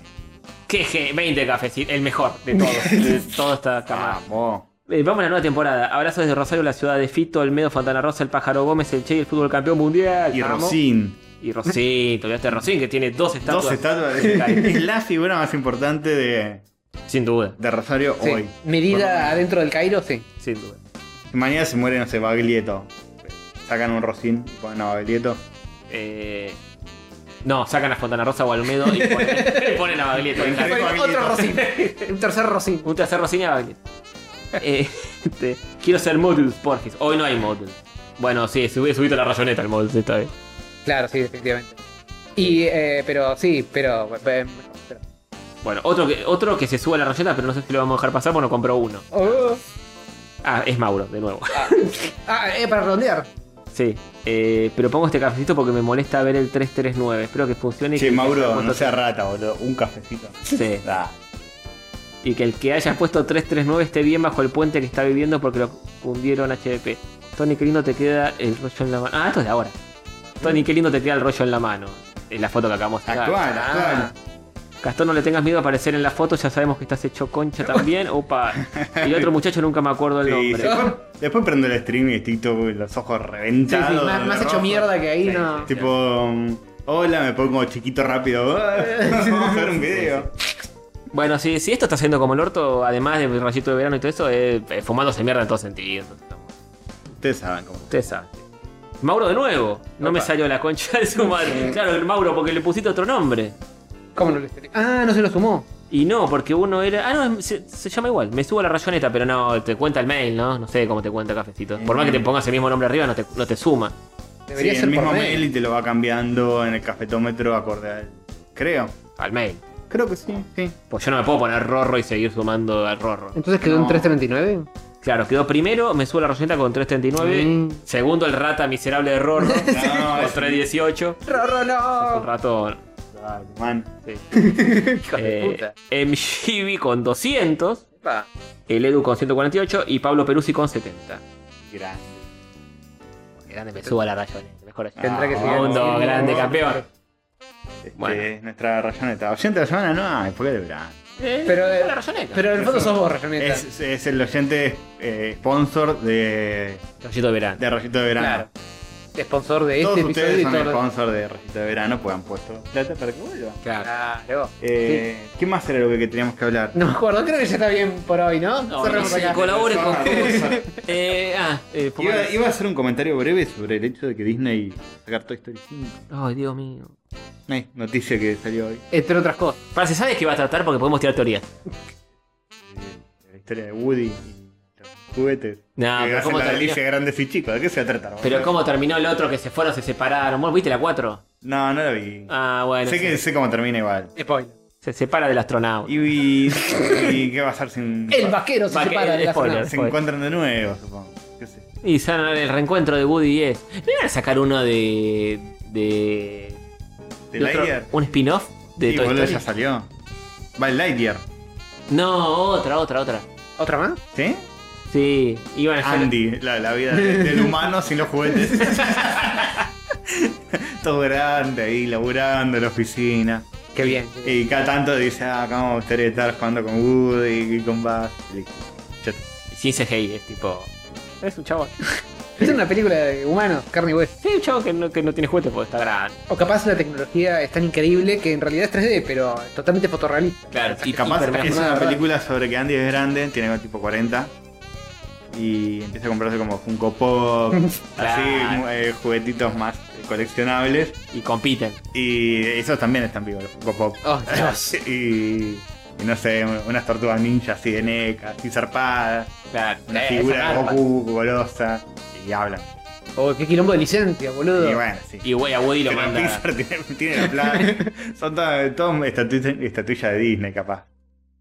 A: Que je- 20 cafecitos, el mejor de todos, de toda esta cámara.
C: Vamos.
A: Eh, vamos a la nueva temporada. Abrazos desde Rosario, la ciudad de Fito, Olmedo, Fontana Rosa, el pájaro Gómez, el Che y el fútbol campeón mundial.
C: Y
A: Vamos.
C: Rosín.
A: Y Rosín, todavía está Rosín, que tiene dos estatuas.
C: Dos estatuas.
A: Cale.
C: es la figura más importante de,
A: Sin duda,
C: de Rosario
B: Sí.
C: hoy.
B: Medida
C: Por lo menos.
B: adentro del Cairo, sí.
A: sin duda.
C: Mañana se muere, no sé, Baglietto. Sacan un Rosín. Bueno, Baglietto.
A: Eh, No, sacan a Fontana Rosa o a Olmedo y ponen, y ponen a Baglietto.
C: Ponen
A: Dejá-
B: Bueno, otro
C: Pablito.
B: Rosín. Un tercer Rosín.
A: Un tercer Rossini a Baglietto. Eh, este, quiero ser Modus, Porges. Hoy no hay Modus. Bueno, sí, subí, subiste la rayoneta al Modus esta vez.
B: Claro, sí, definitivamente. Y, eh, pero sí, pero. eh, pero-
A: Bueno, otro que, otro que se sube a la rayoneta, pero no sé si lo vamos a dejar pasar, bueno, compró uno.
B: Oh.
A: Ah, es Mauro, de nuevo.
B: Ah, eh, para redondear.
A: Sí, eh, pero pongo este cafecito porque me molesta ver el 339. Espero que funcione. y
C: Che,
A: que-
C: Mauro,
A: cuando-
C: no sea rata, boludo. Un cafecito.
A: Sí,
C: Da.
A: y que el que haya puesto 339 esté bien bajo el puente que está viviendo porque lo hundieron HDP. Tony, qué lindo te queda el rollo en la mano. Ah, esto es de ahora. Tony, qué lindo te queda el rollo en la mano. Es la foto que acabamos de sacar.
C: Actual,
B: Ah.
C: actual.
A: Gastón, no le tengas miedo a aparecer en la foto, ya sabemos que estás hecho concha también. Opa. Y el otro muchacho nunca me acuerdo el
C: Sí,
A: nombre.
C: sí. Después, después prendo el stream y estoy todo con los ojos
B: Sí,
C: reventados.
B: sí, más, más hecho
C: rojos.
B: mierda que ahí
A: Sí,
B: no.
A: sí.
C: Tipo, mm, hola, me pongo chiquito rápido. Vamos a ver un video.
A: Bueno, si, si esto está haciendo como el orto, además de rayito de verano y todo eso, es fumándose mierda en todo sentido. Entonces, no.
C: Ustedes saben cómo.
A: Ustedes saben. Mauro de nuevo. No me
C: Opa.
A: salió la concha de su madre. Claro, el Mauro, porque le pusiste otro nombre.
B: ¿Cómo no lo escribí? Ah, no se lo sumó.
A: Y no, porque uno era. Ah, no, se, se llama igual. Me subo a la rayoneta, pero no, te cuenta el mail, ¿no? No sé cómo te cuenta cafecito. Por más que te pongas el mismo nombre arriba, no te, no te suma.
B: Debería
C: Sí,
B: ser
C: el mismo
B: por
C: mail.
B: mail.
C: y te lo va cambiando en el cafetómetro acorde al. Creo.
A: Al mail.
C: Creo que sí, sí.
A: Pues yo no me puedo poner rorro y seguir sumando al rorro.
B: Entonces quedó
C: No.
B: en 339.
A: Claro, quedó primero, me subo a la rayoneta con 339.
B: Mm.
A: Segundo, el rata miserable de rorro.
C: No,
A: con
C: es-
A: 318.
B: Rorro
A: Es un
B: no.
A: ratón.
C: Dale, man.
A: Sí.
B: Hijo
A: Eh,
B: de puta.
A: MGB con 200.
B: Pa.
A: el Edu con 148 y Pablo Peruzzi con 70.
C: Grande.
A: Grande, me subo a la rayoneta. Mejor
B: Tendrá que
C: Ah,
B: seguir.
A: Mundo,
B: haciendo-
A: grande campeón.
C: Este,
A: Bueno.
C: Nuestra rayoneta. Oyente de la semana no hay, porque de verdad.
B: Pero, eh,
A: la rayoneta.
B: Pero en el fondo sos vos, Rayoneta.
C: Es, es el oyente eh, sponsor de,
A: Rayito de verano.
C: de Rayito de Verano.
B: Claro. Sponsor de
C: Todos
B: este
C: ustedes
B: episodio y
C: son
B: todos
C: el
B: los.
C: sponsor de Rayito de Verano, pues han puesto plata para que vuelva.
A: Claro.
B: Claro.
C: Eh, ¿Qué más era lo que teníamos que hablar?
B: No me acuerdo, creo que ya está bien por hoy, ¿no?
A: No,
B: Cerremos
A: sí,
B: acá.
A: colabore con.
C: Ah, bueno.
A: Eh, ah, eh, pongan-
C: Iba, iba a hacer un comentario breve sobre el hecho de que Disney sacar Toy Story 5.
A: Ay, Dios mío.
C: Eh, noticia que salió hoy.
B: Entre otras cosas.
A: Para, se sabe que va a tratar porque podemos tirar teorías.
C: Eh, La historia de Woody y los juguetes.
A: No,
C: que
A: Ah, pero
C: hacen
A: ¿cómo
C: la
A: terminó?
C: delicia grandes y chicos. ¿De qué se va a tratar? boludo?
A: Pero cómo terminó el otro que se fueron, se separaron. ¿Vos viste la 4?
C: No, no la vi.
A: Ah, bueno.
C: sé,
A: se,
C: que, sé cómo termina igual.
B: Spoiler.
A: se separa del astronauta.
C: Y, y- y qué va a ser sin.
B: El vaquero se
A: Vaque-
B: separa de la
A: spoiler.
B: zona.
C: Se encuentran de nuevo, supongo. ¿Qué sé?
A: Y sanan el reencuentro de Woody y es. ¿No iban a sacar uno de. de.
C: ¿De
A: de otro-
C: Lightyear?
A: un spin-off de
C: y
A: Toy
C: boludo,
A: Story?
C: ya salió. Va el Lightyear.
A: No, otra, otra, otra.
B: ¿Otra más?
C: ¿Sí?
A: Sí, iban a hacer.
C: Andy, la, la vida de- del humano sin los juguetes. Todo grande ahí, laburando en la oficina.
B: Qué bien. qué bien.
C: Y cada tanto dice, ah, acá me gustaría estar jugando con Woody y con Buzz. Y listo. Ya está.
A: Sin CGI, es tipo. Es un chavo.
B: Es una película de humanos, carne y hueso.
A: Sí, un chavo que no, que no tiene juguetes porque está grande.
B: O capaz la tecnología es tan increíble que en realidad es 3D, pero es totalmente fotorrealista.
A: Claro,
C: Capaz es
B: hipermejorada,
C: una
B: ¿verdad?
C: película sobre que Andy es grande, tiene tipo 40. y empieza a comprarse como Funko Pop, así,
A: Claro.
C: mu- eh, juguetitos más coleccionables.
A: Y compiten.
C: Y esos también están vivos, los Funko Pop.
B: Oh, Dios.
C: y, y no sé, unas tortugas ninja así de NEC, así zarpadas,
A: Claro.
C: una
A: Eh,
C: figura de
A: esa garpa.
C: Goku golosa, y hablan.
B: Oh, qué quilombo de licencia, boludo.
C: Y bueno, sí.
A: Y wey, a Woody lo
C: Pero
A: manda.
C: Pixar tiene, tiene la plata. Son todas todas estatuillas estatuillas de Disney, capaz.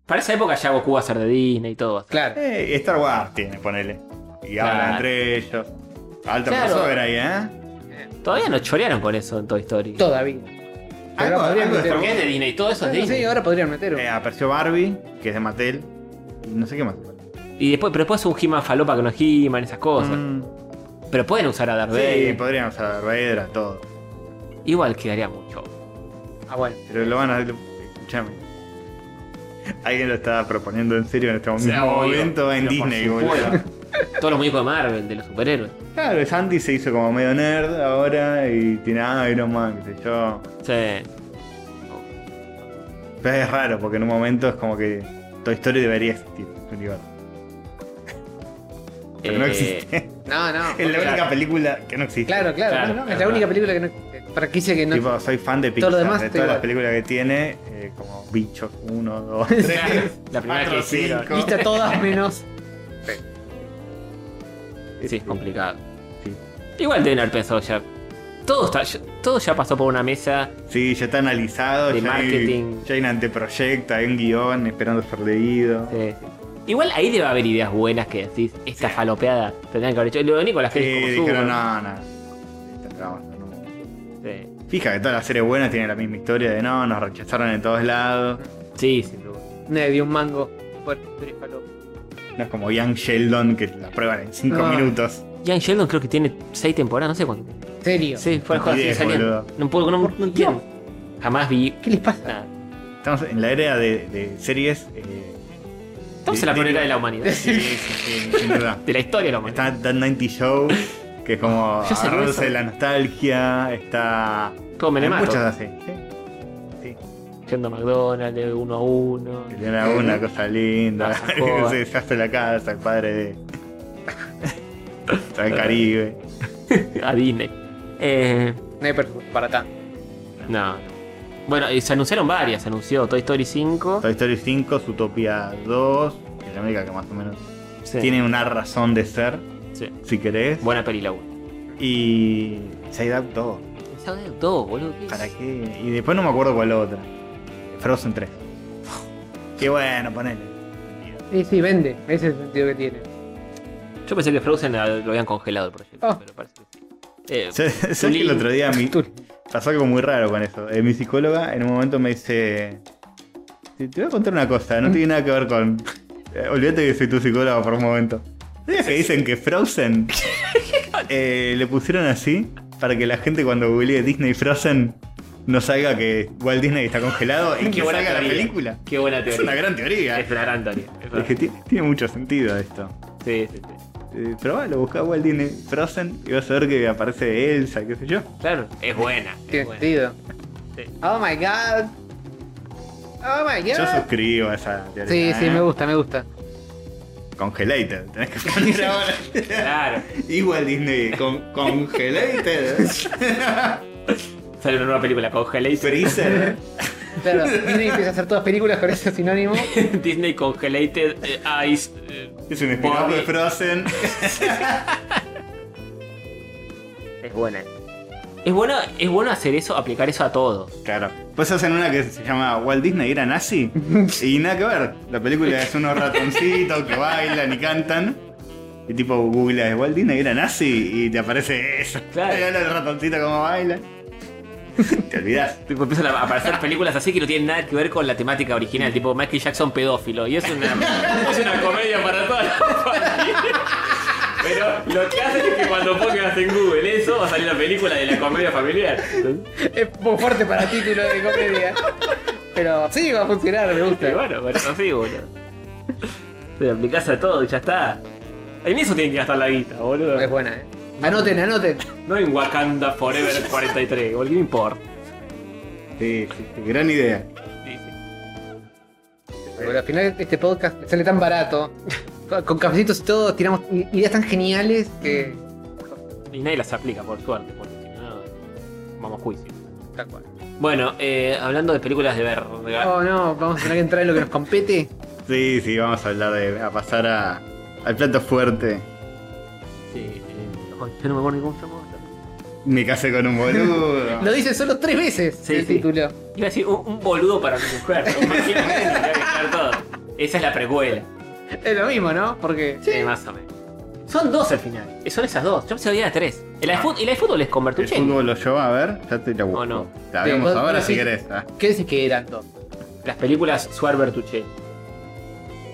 A: Para esa época ya Goku va a ser de Disney y todo.
B: Claro.
C: Eh, Star Wars tiene, ponele. Y
A: Claro.
C: hablan entre ellos. Alto
A: Claro.
C: crossover ahí, ¿eh?
A: Todavía no chorearon con eso en Toy Story.
B: Todavía. Pero podrían
C: Algo, algo de
B: meter-
C: Star
A: Porque es
C: Wars.
A: de Disney, todo eso es de
B: Bueno, sí,
A: Disney.
B: ahora podrían meter.
C: Eh, apareció Barbie, que es de Mattel. Y no sé qué más.
A: Y después, pero después un He-Man falopa que no es He-Man, esas cosas.
C: Mm,
A: Pero pueden usar a Darth
C: sí,
A: Vader.
C: podrían usar a Vader, a todo.
A: Igual quedaría mucho.
B: Ah, bueno.
C: Pero lo van a. Escuchame. Alguien lo estaba proponiendo en serio en este
A: O sea,
C: mismo
A: obvio.
C: momento en
A: Pero por
C: Disney, boludo.
A: supuesto. Todos los muñecos de Marvel, de los superhéroes.
C: Claro, Sandy se hizo como medio nerd ahora y tiene ah, Iron Man, qué sé yo.
A: Sí.
C: Pero es raro porque en un momento es como que Toy Story debería existir. en su universo. Pero no
A: Eh,
C: existe.
B: No, no.
C: Es la
B: claro.
C: única película que no existe.
B: Claro, claro.
A: Claro,
B: no, no,
A: es
B: es la única
A: verdad.
B: película que no existe. Franquicia que no.
C: Tipo, soy fan de Pixar,
B: Todo lo demás
C: de
B: está
C: todas las
B: igual.
C: películas que tiene, eh, como Bichos 1, 2, 3,
A: La primera que hicieron.
B: Viste a todas menos.
A: Sí, es complicado.
C: Este, Sí.
A: Igual deben haber pensado ya. Todo, está, ya- todo ya pasó por una mesa.
C: Sí, ya está analizado,
A: De
C: ya,
A: marketing.
C: Hay, ya hay un anteproyecto, hay un guión esperando ser leído.
A: eh, Igual ahí debe haber ideas buenas que decís. Esta falopeada tendrían que haber hecho. Lo único, las
C: Sí,
A: pelis como
C: Eh, dijeron,
A: Superman,
C: no, no. esta la vamos a hacer nunca".
A: sí.
C: Fija que todas las series buenas tienen la misma historia de no, nos rechazaron en todos lados.
A: Sí, sin duda.
B: Nadie dio un mango. Bueno, pero es palo.
C: No es como Young Sheldon que la prueban en 5
B: No.
C: minutos.
A: Young Sheldon creo que tiene seis temporadas, no sé cuánto.
B: Serio.
A: Sí, fue
C: No
A: la joda, sigue
C: ideas,
A: saliendo.
C: boludo.
A: No puedo, no, no entiendo. Jamás vi
B: ¿Qué les pasa?
A: nada.
C: Estamos en la era de, de series. eh,
A: Estamos en la
C: Sí,
A: primera
C: sí.
A: de la humanidad.
C: sí, sí, sí, sin duda.
A: De la historia de la humanidad.
C: Está That 90 Show, que es como
A: Ya salió
C: agarrarse
A: eso.
C: de la nostalgia. Está.
A: Todo me
C: hay
A: mato.
C: muchas así. ¿sí?
A: Yendo a McDonald's, de uno a uno.
C: Que tiene alguna cosa linda.
A: Las jodas.
C: Se deshace la casa, el padre de. Está en Caribe.
A: A Disney. Eh,
B: Nadie per- para tanto.
A: no. Bueno, y se anunciaron varias. Se anunció Toy Story 5.
C: Toy Story 5, Zootopia 2, que es la única que más o menos
A: Sí,
C: tiene una razón de ser,
A: sí.
C: si querés.
A: Buena peli la 1.
C: Y. Side Up 2.
A: Todo, boludo. ¿qué es?
C: ¿Para qué? Y después no me acuerdo cuál otra. Frozen 3. Qué bueno, ponele.
B: Sí, sí, vende. Ese es el sentido que tiene.
A: Yo pensé que Frozen ah, lo habían congelado el proyecto,
B: Ah.
A: pero parece que sí. Eh,
C: ¿Sabes que el otro día mi-
B: Tú-
C: pasó algo muy raro con eso? Eh, mi psicóloga en un momento me dice: Te te voy a contar una cosa, no tiene nada que ver con. eh, olvídate que soy tu psicóloga por un momento. ¿Sabías que dicen que Frozen eh, le pusieron así para que la gente cuando googlee Disney Frozen no salga que Walt Disney está congelado y
A: Qué
C: que
A: buena
C: salga la
A: teoría.
C: película?
A: Qué buena
C: Es
A: teoría.
C: una gran teoría.
A: Es una gran teoría. es verdad.
C: Dije, "Ti- tiene mucho sentido esto.
A: Sí, sí, sí.
C: Eh, probalo, buscá Walt Disney Frozen y vas a ver que aparece Elsa, qué sé yo.
A: Claro, es buena.
B: Tiene
A: Es buena.
B: sentido.
A: Sí.
B: Oh my god. Oh my
C: Yo
B: god.
C: suscribo a esa teoría.
B: Sí, sí,
C: ¿eh?
B: me gusta, me gusta.
C: Congelated, tenés que poner ahora.
A: Claro.
C: Igual Disney, con congelated.
A: Sale una nueva película, Congelated.
C: Freezer.
B: Claro, Disney empieza a hacer todas películas con ese sinónimo.
A: Disney Congelated eh, Ice. eh,
C: Es un spin-off de Frozen.
A: es buena. Es bueno, es bueno hacer eso, aplicar eso a todo.
C: Claro. Pues hacen una que se llama Walt Disney era nazi. Y nada que ver. La película es unos ratoncitos que bailan y cantan. Y tipo googleas Walt Disney era nazi y te aparece eso.
A: Claro.
C: Mirá los ratoncitos como bailan. te olvidás.
A: Tipo, empiezan a aparecer películas así que no tienen nada que ver con la temática original, tipo Michael Jackson pedófilo. Y es una, es una comedia para toda la familia. Pero lo que hacen es que cuando pongas en Google eso, va a salir la película de la comedia familiar.
B: es muy fuerte para título de comedia. Pero sí, va a funcionar, me
A: Y
B: gusta.
A: bueno, pero así, boludo. Te lo aplicás a todo y ya está. En eso tienen que gastar la guita, boludo.
B: Es buena, eh. Anoten, anoten.
A: No en Wakanda Forever 43, boludo, ¿qué me importa?
C: Sí, sí, sí, gran idea.
A: Sí, sí.
B: Pero al final este podcast le sale tan barato Con cafecitos y todo, tiramos i- ideas tan geniales que.
A: Y nadie las aplica, por suerte, porque si no, vamos a juicio.
B: Tal cual.
A: Bueno, eh, hablando de películas de ver,
B: Oh no, vamos a tener que entrar en lo que nos compete.
C: Sí, sí, vamos a hablar de. a pasar a, al plato fuerte.
A: sí, eh, ay, yo no me acuerdo ni cómo se llamaba.
C: Me casé con un boludo.
B: Lo dice solo tres veces
A: Sí,
B: el
A: sí.
B: título.
A: Iba a decir un, un boludo para mi mujer. ¿no? Imagínate, tenía que estar todo. Esa es la precuela.
B: Es lo mismo, ¿no? Porque.
A: eh, más o menos. Son dos al final. eh, Son esas dos. Yo pensé que había tres. Y la de, fut- y la de fútbol es con
C: El
A: Bertuccelli.
C: fútbol lo llevó a ver, ya te la busco.
A: Oh, no.
C: La vemos
B: Sí, vos-
C: ahora
B: vos
C: si
B: decís-
C: querés. ah.
B: ¿Qué decís que eran dos?
A: Las películas Suar Bertuccelli.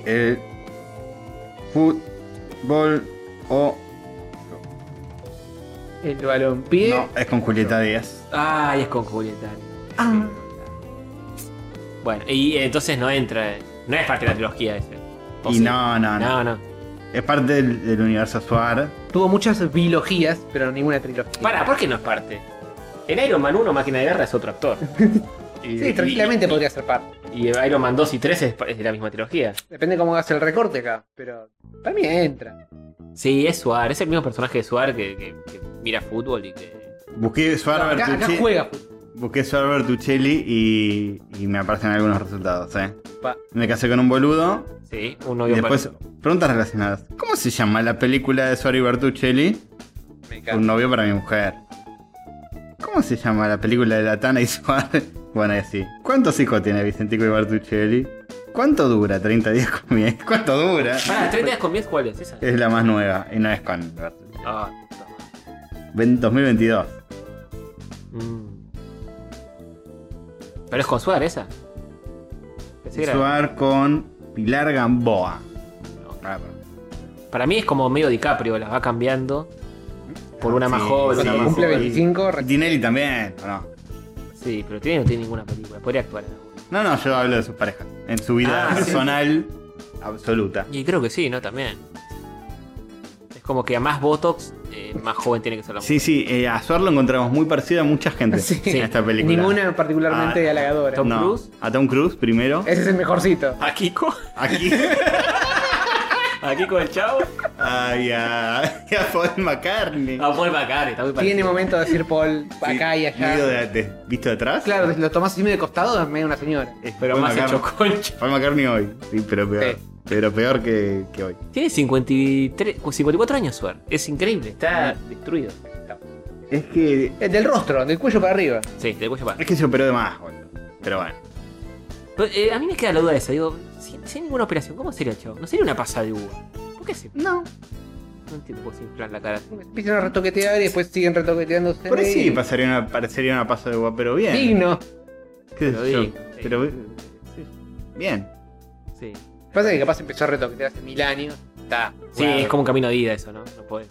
C: El fútbol o.
B: El balompié.
C: No, es con Julieta Díaz.
A: Ay, es con Julieta.
B: Ah.
A: Bueno, y eh, entonces no entra. eh, No es parte de la trilogía ese. ¿O
C: Y
A: sí?
C: no, no, no,
A: No, no.
C: Es parte del, del universo Suar.
B: Tuvo muchas biologías, pero ninguna trilogía.
A: Para, ¿por qué no es parte? En Iron Man 1, Máquina de Guerra es otro actor.
C: Y-
B: Sí, tranquilamente podría ser par.
A: Y Iron Man 2 y 3 es, es de la misma trilogía.
B: Depende cómo hagas el recorte acá, pero también entra.
A: Sí, es Suar. Es el mismo personaje de Suar que, que- que mira fútbol y que.
C: Busqué Suar
B: Acá, acá
C: Bertucci-
B: juega.
C: Busqué Suar Bertuccelli y, y me aparecen algunos resultados, eh.
B: Pa.
C: Me casé con un boludo.
A: Sí, un
C: Y
A: novio
C: después,
A: para-
C: preguntas relacionadas. ¿Cómo se llama la película de Suar y Bertuccelli?
B: Me
C: Un
B: encanta.
C: novio para mi mujer. ¿Cómo se llama la película de la Tana y Suar? Bueno, y así. ¿Cuántos hijos tiene Vicentico y Bertuccelli? ¿Cuánto dura? 30 días con mi ex. ¿Cuánto dura?
A: Pará, ¿Tres días con Miel cuál es esa?
C: Es la más nueva y no es con Bertuccelli.
A: Ah, puta madre.
C: Ven- 2022.
A: Mm. Pero es con Suar esa. Pensé que era-
C: Suar con Pilar Gamboa.
A: No.
C: Ah, perdón.
A: Para mí es como medio DiCaprio, las va cambiando. Por una más
C: Sí,
A: joven,
C: sí,
A: una más
B: Cumple
A: joven.
B: 25. re-
C: Tinelli también, ¿o no?
A: Sí, pero tiene no tiene ninguna película. Podría actuar en alguna.
C: No, no, yo hablo de sus parejas. En su vida
A: Ah, sí.
C: personal absoluta.
A: Y creo que sí, ¿no? También. Es como que a más Botox, eh, más joven tiene que ser la mujer.
C: Sí, sí, eh, a Suar lo encontramos muy parecido a mucha gente
B: Sí.
C: en esta película.
B: Ninguna particularmente
C: Ah,
B: halagadora.
A: Tom-
C: No,
A: Cruise.
C: A Tom Cruise primero.
B: Ese es el mejorcito.
A: ¿A Kiko?
C: Aquí.
A: ¿A Kiko el chavo?
C: Ah, y a, y a Paul McCartney.
A: A Paul Bacari, está muy parecido.
B: Tiene momento de decir Paul
C: Ah, Sí,
B: Ah, acá y
C: medio
B: allá.
C: de- de- ¿Visto detrás?
B: Claro, lo tomás así medio de costado, es medio una señora.
C: Es
A: Pero
C: Paul
A: más
C: McCartney.
A: hecho concha.
C: Paul McCartney hoy, sí, pero peor.
B: Sí.
C: Pero peor que, que hoy.
A: Tiene 53, 54 años, Suar. Es increíble, está destruido.
C: Es que.
B: Eh, Del rostro, del cuello para arriba.
A: Sí, te cuello para.
C: Es que se operó de más, boludo. Pero bueno.
A: Pero, eh, a mí me queda la duda esa. Digo, sin, sin ninguna operación, ¿cómo sería el chavo? ¿No sería una pasada de uva? ¿Por qué se.? No
B: No.
A: entiendo por qué se inflan la cara.
B: Empiezan a retoquetear y después siguen retoqueteándose.
C: Por ahí sí pasaría una, parecería una paso de guapo, pero bien.
B: Digno.
C: ¿Qué
A: Pero
C: sé yo?
A: digno, sí.
C: Pero. sí, Bien.
A: Sí.
B: Pasa que capaz empezó a retoquetear hace mil años. Está.
A: Sí,
B: Guau.
A: es como un camino de vida eso, ¿no? No puede.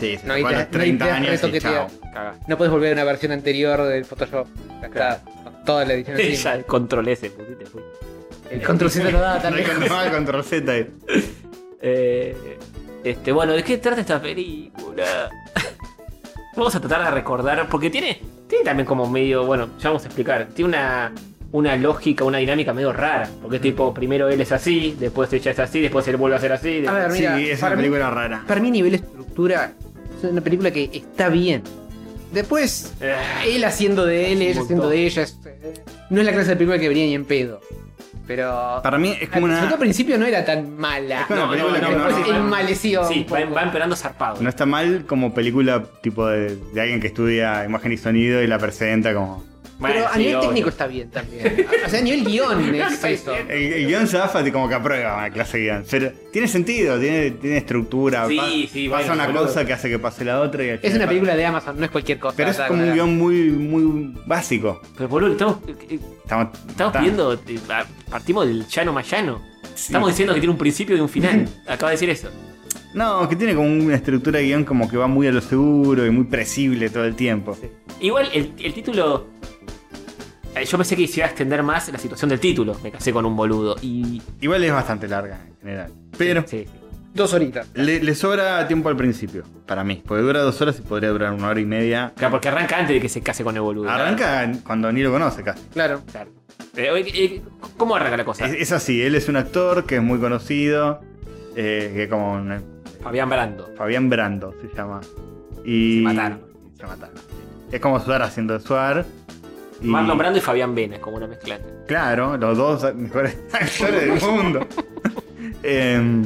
C: Sí, se
B: No
C: fue
B: hay
C: a
B: te-
C: los
B: no hay
C: 30
B: te-
C: años y
B: retoquetea.
C: chao.
A: Caga.
B: No puedes volver a una versión anterior del Photoshop. Ya está. Con toda la edición encima.
A: Ya control ese, putito, fui.
B: El control Z no da
C: No
B: tan
C: hay
B: lejos.
C: control control Z. ahí.
A: Eh, este, bueno, ¿de qué trata esta película? vamos a tratar de recordar, porque tiene, tiene también como medio, bueno, ya vamos a explicar, tiene una, una lógica, una dinámica medio rara, porque es tipo, primero él es así, después ella es así, después él vuelve a ser así.
B: A ver, mira,
C: sí, es
B: para
C: una
B: mí-
C: película rara.
B: Para mí, nivel estructura, es una película que está bien. Después,
A: Eh,
B: él haciendo de él,
A: Un
B: ella
A: montón.
B: haciendo de ella. es- eh, no es la clase de película que venía ni en pedo. Pero.
C: Para mí es como
B: Sobre todo
C: una.
B: al principio no era tan mala.
C: Es una
A: No,
C: película
A: no,
C: que
A: no,
C: no,
B: Después
A: no, no.
B: enmaleció.
A: sí,
B: un
A: va,
B: poco.
A: va empeorando zarpado.
C: no está mal como película tipo de, de alguien que estudia imagen y sonido y la presenta como.
A: Bueno,
B: Pero a
A: sí,
B: nivel
A: obvio.
B: técnico está bien también. O sea, a nivel guión es eso.
C: El, el guión zafa como que aprueba una clase de guión. Pero tiene sentido, tiene, tiene estructura.
A: Sí,
C: pa-
A: sí,
C: pasa
A: bueno,
C: una
A: boludo.
C: cosa que hace que pase la otra. Y al
B: Es
C: final
B: una
C: pasa-
B: película de Amazon, no es cualquier cosa.
C: Pero es
B: tal,
C: como un
B: tal.
C: guión muy, muy básico.
A: Pero boludo, estamos, eh,
C: Estamos,
A: estamos
C: está-
A: pidiendo, eh, ah, partimos del llano más llano.
C: sí.
A: Estamos diciendo que tiene un principio y un final. Acaba de decir eso.
C: No, que tiene como una estructura de guión como que va muy a lo seguro y muy presible todo el tiempo.
A: Igual el, el título. eh, Yo pensé que iba a extender más la situación del título. Me casé con un boludo. Y.
C: Igual es bastante larga en general. Pero
A: Sí, sí.
B: Dos horitas.
C: le, le sobra tiempo al principio, para mí. Porque dura dos horas y podría durar una hora y media.
A: Claro, porque arranca antes de que se case con el boludo.
C: Arranca cuando ni lo conoce casi.
B: Claro.
A: Claro. Eh, eh, eh, ¿Cómo arranca la cosa?
C: Es, es así, él es un actor que es muy conocido. eh, que como un-
A: Fabián Brando.
C: Fabián Brando se llama. Y
A: Se mataron.
C: Se mataron. Es como Suar haciendo Suar. Y,
A: Marlon Brando y Fabián Vena, como una mezcla.
C: Claro, los dos mejores actores del mundo. Em,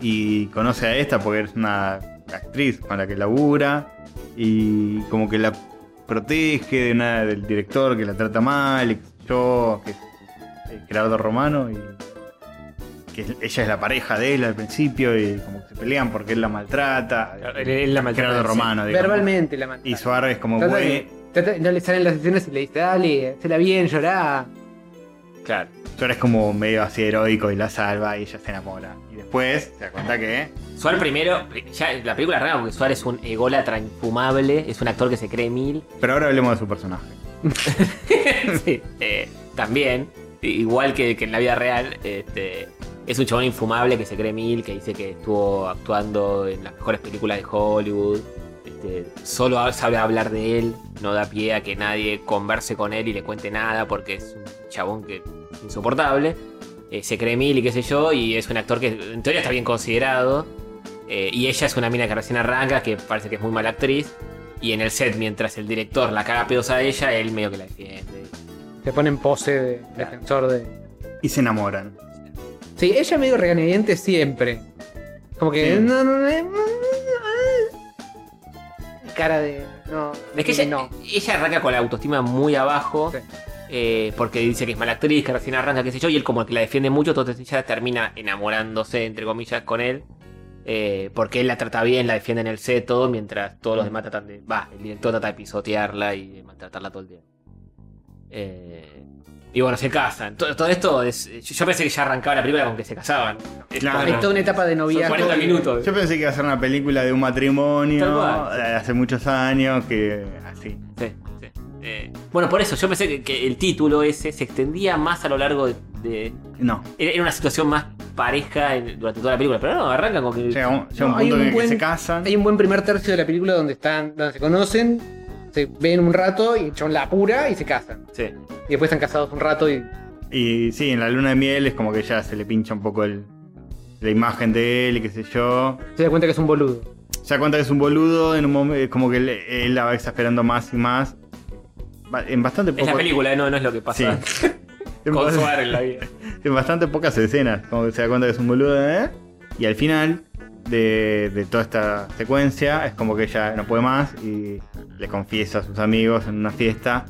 C: y conoce a esta porque es una actriz con la que labura. Y como que la protege de una, del director que la trata mal. y qué sé yo, que es eh, Gerardo Romano. Y que es- ella es la pareja de él al principio. Y como que se pelean porque él la maltrata.
A: la
C: Gerardo Romano, Ah, digamos.
B: Verbalmente la manda.
C: Y Suárez es como,
B: Trata de-
C: güey,
B: trata de- no le salen las escenas y le dice, dale, hacela bien, llorá.
A: Claro.
C: Suárez es como medio así heroico y la salva y ella se enamora. Y después se da cuenta que
A: Suárez primero, ya la película arranca porque Suárez es un ególatra infumable, es un actor que se cree mil.
C: Pero ahora hablemos de su personaje.
A: Sí, eh, también, i- igual que, que en la vida real, este, es un chabón infumable que se cree mil, que dice que estuvo actuando en las mejores películas de Hollywood. este, solo ha- sabe hablar de él, no da pie a que nadie converse con él y le cuente nada porque es un chabón que insoportable. eh, se cree mil y qué sé yo, y es un actor que en teoría está bien considerado. eh, y ella es una mina que recién arranca, que parece que es muy mala actriz. Y en el set, mientras el director la caga a pedos a ella, él medio que la defiende.
B: Se pone en pose de defensor de.
C: Y se enamoran.
B: Sí, ella medio regañadiente siempre. Como que.
C: Sí.
B: No, no, no, no, no, no. Cara de. No.
A: Es que
B: dime
A: ella,
B: no.
A: ella arranca con la autoestima muy abajo.
B: Sí.
A: eh, porque dice que es mala actriz, que recién arranca, qué sé yo, y él como que la defiende mucho, entonces ella termina enamorándose, entre comillas, con él, eh, porque él la trata bien, la defiende en el set, todo, mientras todos los demás tratan de... Va, el director trata de pisotearla y de maltratarla todo el día. Eh, y bueno, se casan. Todo, todo esto es... Yo, yo pensé que ya arrancaba la película con que se casaban.
C: Claro.
B: Es toda una etapa de
A: Son
B: noviazgo.
A: 40 minutos.
C: Yo pensé que iba a ser una película de un
A: Tal
C: matrimonio
A: cual.
C: de hace muchos años, que así.
A: Sí, sí. Eh, bueno, por eso, yo pensé que, que el título ese se extendía más a lo largo de- de
C: No.
A: era era una situación más pareja en- durante toda la película, pero no, arranca con que.
C: Llega un, llega un
B: No, hay
C: punto
B: un
C: en el que
B: buen-
C: se casan.
B: Hay un buen primer tercio de la película donde están. donde se conocen, se ven un rato y chon la apura y se casan.
A: Sí.
B: Y después están casados un rato y.
C: Y sí, en la luna de miel es como que ya se le pincha un poco el- la imagen de él, y qué sé yo.
B: se da cuenta que es un boludo.
C: Se da cuenta que es un boludo, en un mom- eh, como que él, él la va exasperando más y más. Ba- En bastante
A: Es
C: poco.
A: la película, ¿eh? no, no es lo que pasa
C: en
A: con
C: bastante-
A: Suárez en la vida.
C: en bastante pocas escenas, como que se da cuenta que es un boludo, ¿eh? Y al final de, de toda esta secuencia es como que ella no puede más y le confiesa a sus amigos en una fiesta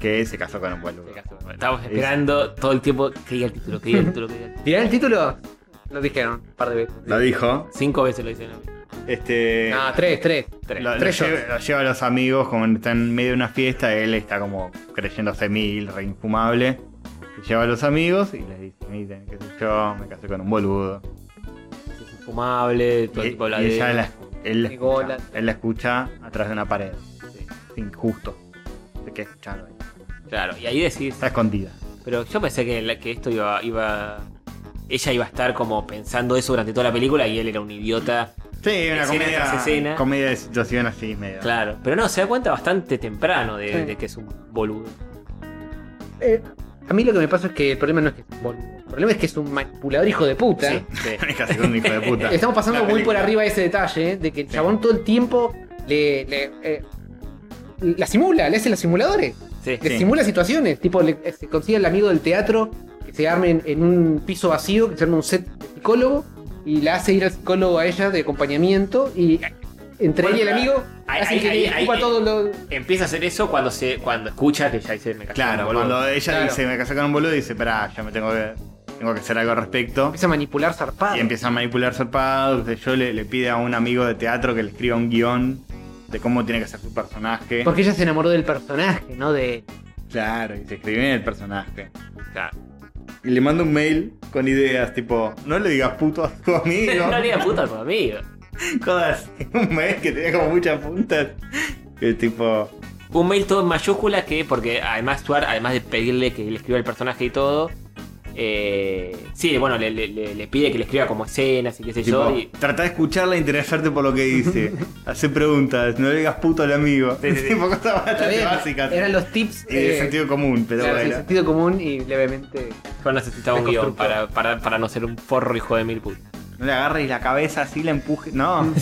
C: que se casó con un boludo.
A: este Estamos esperando todo el tiempo que diga el título, que diga el título, que diga el título.
B: ¿Dirán el título? Lo dijeron un par de veces.
C: Lo dijo.
A: Cinco veces lo dicen. ¿no?
C: Este.
B: No, tres, tres.
A: Tres.
C: lo, lo
B: tres
C: lleva, lo lleva a los amigos, como está en medio de una fiesta, él está como creyéndose mil, reinfumable. Le lleva a los amigos y les dice, miren, qué sé yo, me casé con un boludo.
A: Es infumable, todo
C: Y,
A: el tipo la
C: y
A: de.
C: ella la- él, la
B: Nicola.
C: escucha, él la escucha atrás de una pared. Injusto. Se queda escuchando ahí.
A: Claro, y ahí decís.
C: Está escondida.
A: Pero yo pensé que, la- que esto iba, iba. Ella iba a estar como pensando eso durante toda la película y él era un idiota.
C: Sí, una
A: Escena tras escena.
C: comedia, comedia de situación así medio.
A: Claro. Pero no, se da cuenta bastante temprano de,
B: Sí.
A: de que es un boludo.
B: Eh, a mí lo que me pasa es que el problema no es que es un boludo. El problema es que es un manipulador hijo de puta.
A: Sí, sí.
C: Me casé con un hijo de puta.
B: Estamos pasando
C: La
B: muy por
C: película.
B: arriba ese detalle, eh, de que el chabón todo el tiempo le. le, eh, la simula, le hace los simuladores.
A: sí.
B: Le
C: Sí.
B: simula situaciones. Tipo, le, eh, se consigue el amigo del teatro que se armen en un piso vacío, que se arme un set de psicólogo y la hace ir al psicólogo a ella de acompañamiento y. Entre
A: Bueno,
B: él y el amigo,
A: ahí-
B: hacen
A: ahí-
B: que
A: ahí-
B: le escupa
A: ahí-
B: todo lo.
A: Empieza a hacer eso cuando se cuando escucha que ya dice me casé
C: Claro,
A: con un boludo.
C: cuando ella
B: Claro.
C: dice, me casé con un boludo, dice, pará, yo me tengo que, tengo que hacer algo al respecto.
B: Empieza a manipular zarpado.
C: Y empieza a manipular zarpados. Yo le, le pide a un amigo de teatro que le escriba un guión de cómo tiene que ser su personaje.
B: Porque ella se enamoró del personaje, ¿no? De.
C: Claro, y se escribe en el personaje.
A: Claro.
C: Y le mando un mail con ideas, tipo, no le digas puto a tu amigo.
A: no le digas puta a tu amigo.
C: Cosas así. Un mail que tenía como muchas puntas. Que tipo,
A: Un mail todo en mayúsculas que, porque además Stuart, además de pedirle que le escriba el personaje y todo, Eh, sí, bueno, le, le- le- le pide que le escriba como escenas y qué sé yo. y-
C: Trata de escucharla e interesarte por lo que dice. Hace preguntas, no le digas puto al amigo.
A: Sí, sí, sí.
C: Tipo, cosas
B: Está
C: bastante
B: bien,
C: básicas.
B: Eran los tips
C: Y de
B: eh,
C: sentido común, pero
B: claro, sí,
C: bueno.
B: sentido común y levemente.
A: Yo necesitaba un
B: De
A: guión
B: constructor.
A: para, para, para no ser un forro hijo de mil putas.
C: No le agarres la cabeza así, la empuje. No.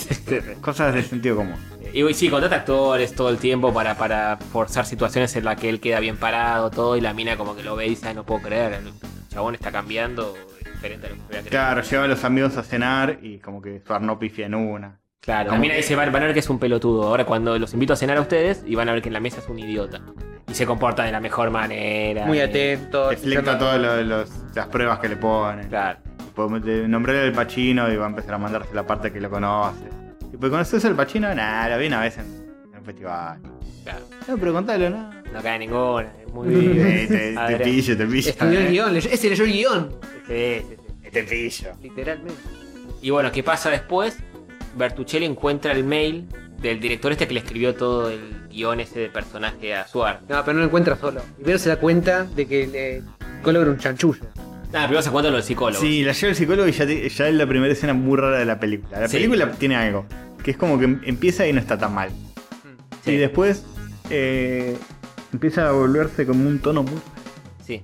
C: cosas de sentido común.
A: Y güey, sí, contrata actores todo el tiempo para, para forzar situaciones en las que él queda bien parado, todo, y la mina como que lo ve y dice, "Ay, no puedo creer, el chabón está cambiando, es diferente a lo que voy a creer.
C: Claro, lleva a los amigos a cenar y como que Suar no pifia en una.
A: Claro, la
C: Como
A: mina
C: que-
A: dice, van, van a ver que es un pelotudo. Ahora cuando los invito a cenar a ustedes, y van a ver que en la mesa es un idiota. Y se comporta de la mejor manera.
B: Muy
A: y-
B: atento.
C: Deflecta todas lo- los- las pruebas que le ponen.
A: Claro.
C: Podemos de- nombrarle al Pachino y va a empezar a mandarse la parte que lo conoce. Tipo, ¿conoces al Pachino? Nah, lo vi una vez en, en un festival.
A: Claro,
C: No, pero contalo, ¿no?
A: no cae ninguna, es muy
C: Sí, te, te
A: A ver,
C: pillo, te pillo.
B: Estudió el
C: eh.
B: guión, leyó- ese leyó el guión.
A: sí, sí, sí.
C: Te pillo.
B: Literalmente.
A: Y bueno, ¿qué pasa después? Bertuccelli encuentra el mail del director este que le escribió todo el guión ese de personaje a Suar.
B: No, pero no lo encuentra solo. Primero se da cuenta de que el eh, psicólogo era un chanchullo.
A: Nada, primero se cuenta lo del psicólogo.
C: Sí, la lleva el psicólogo y ya, te- ya es la primera escena muy rara de la película. La
A: Sí.
C: película tiene algo, que es como que em- empieza y no está tan mal.
B: Mm.
A: Sí.
C: Y después eh, empieza a volverse como un tono muy...
A: Sí.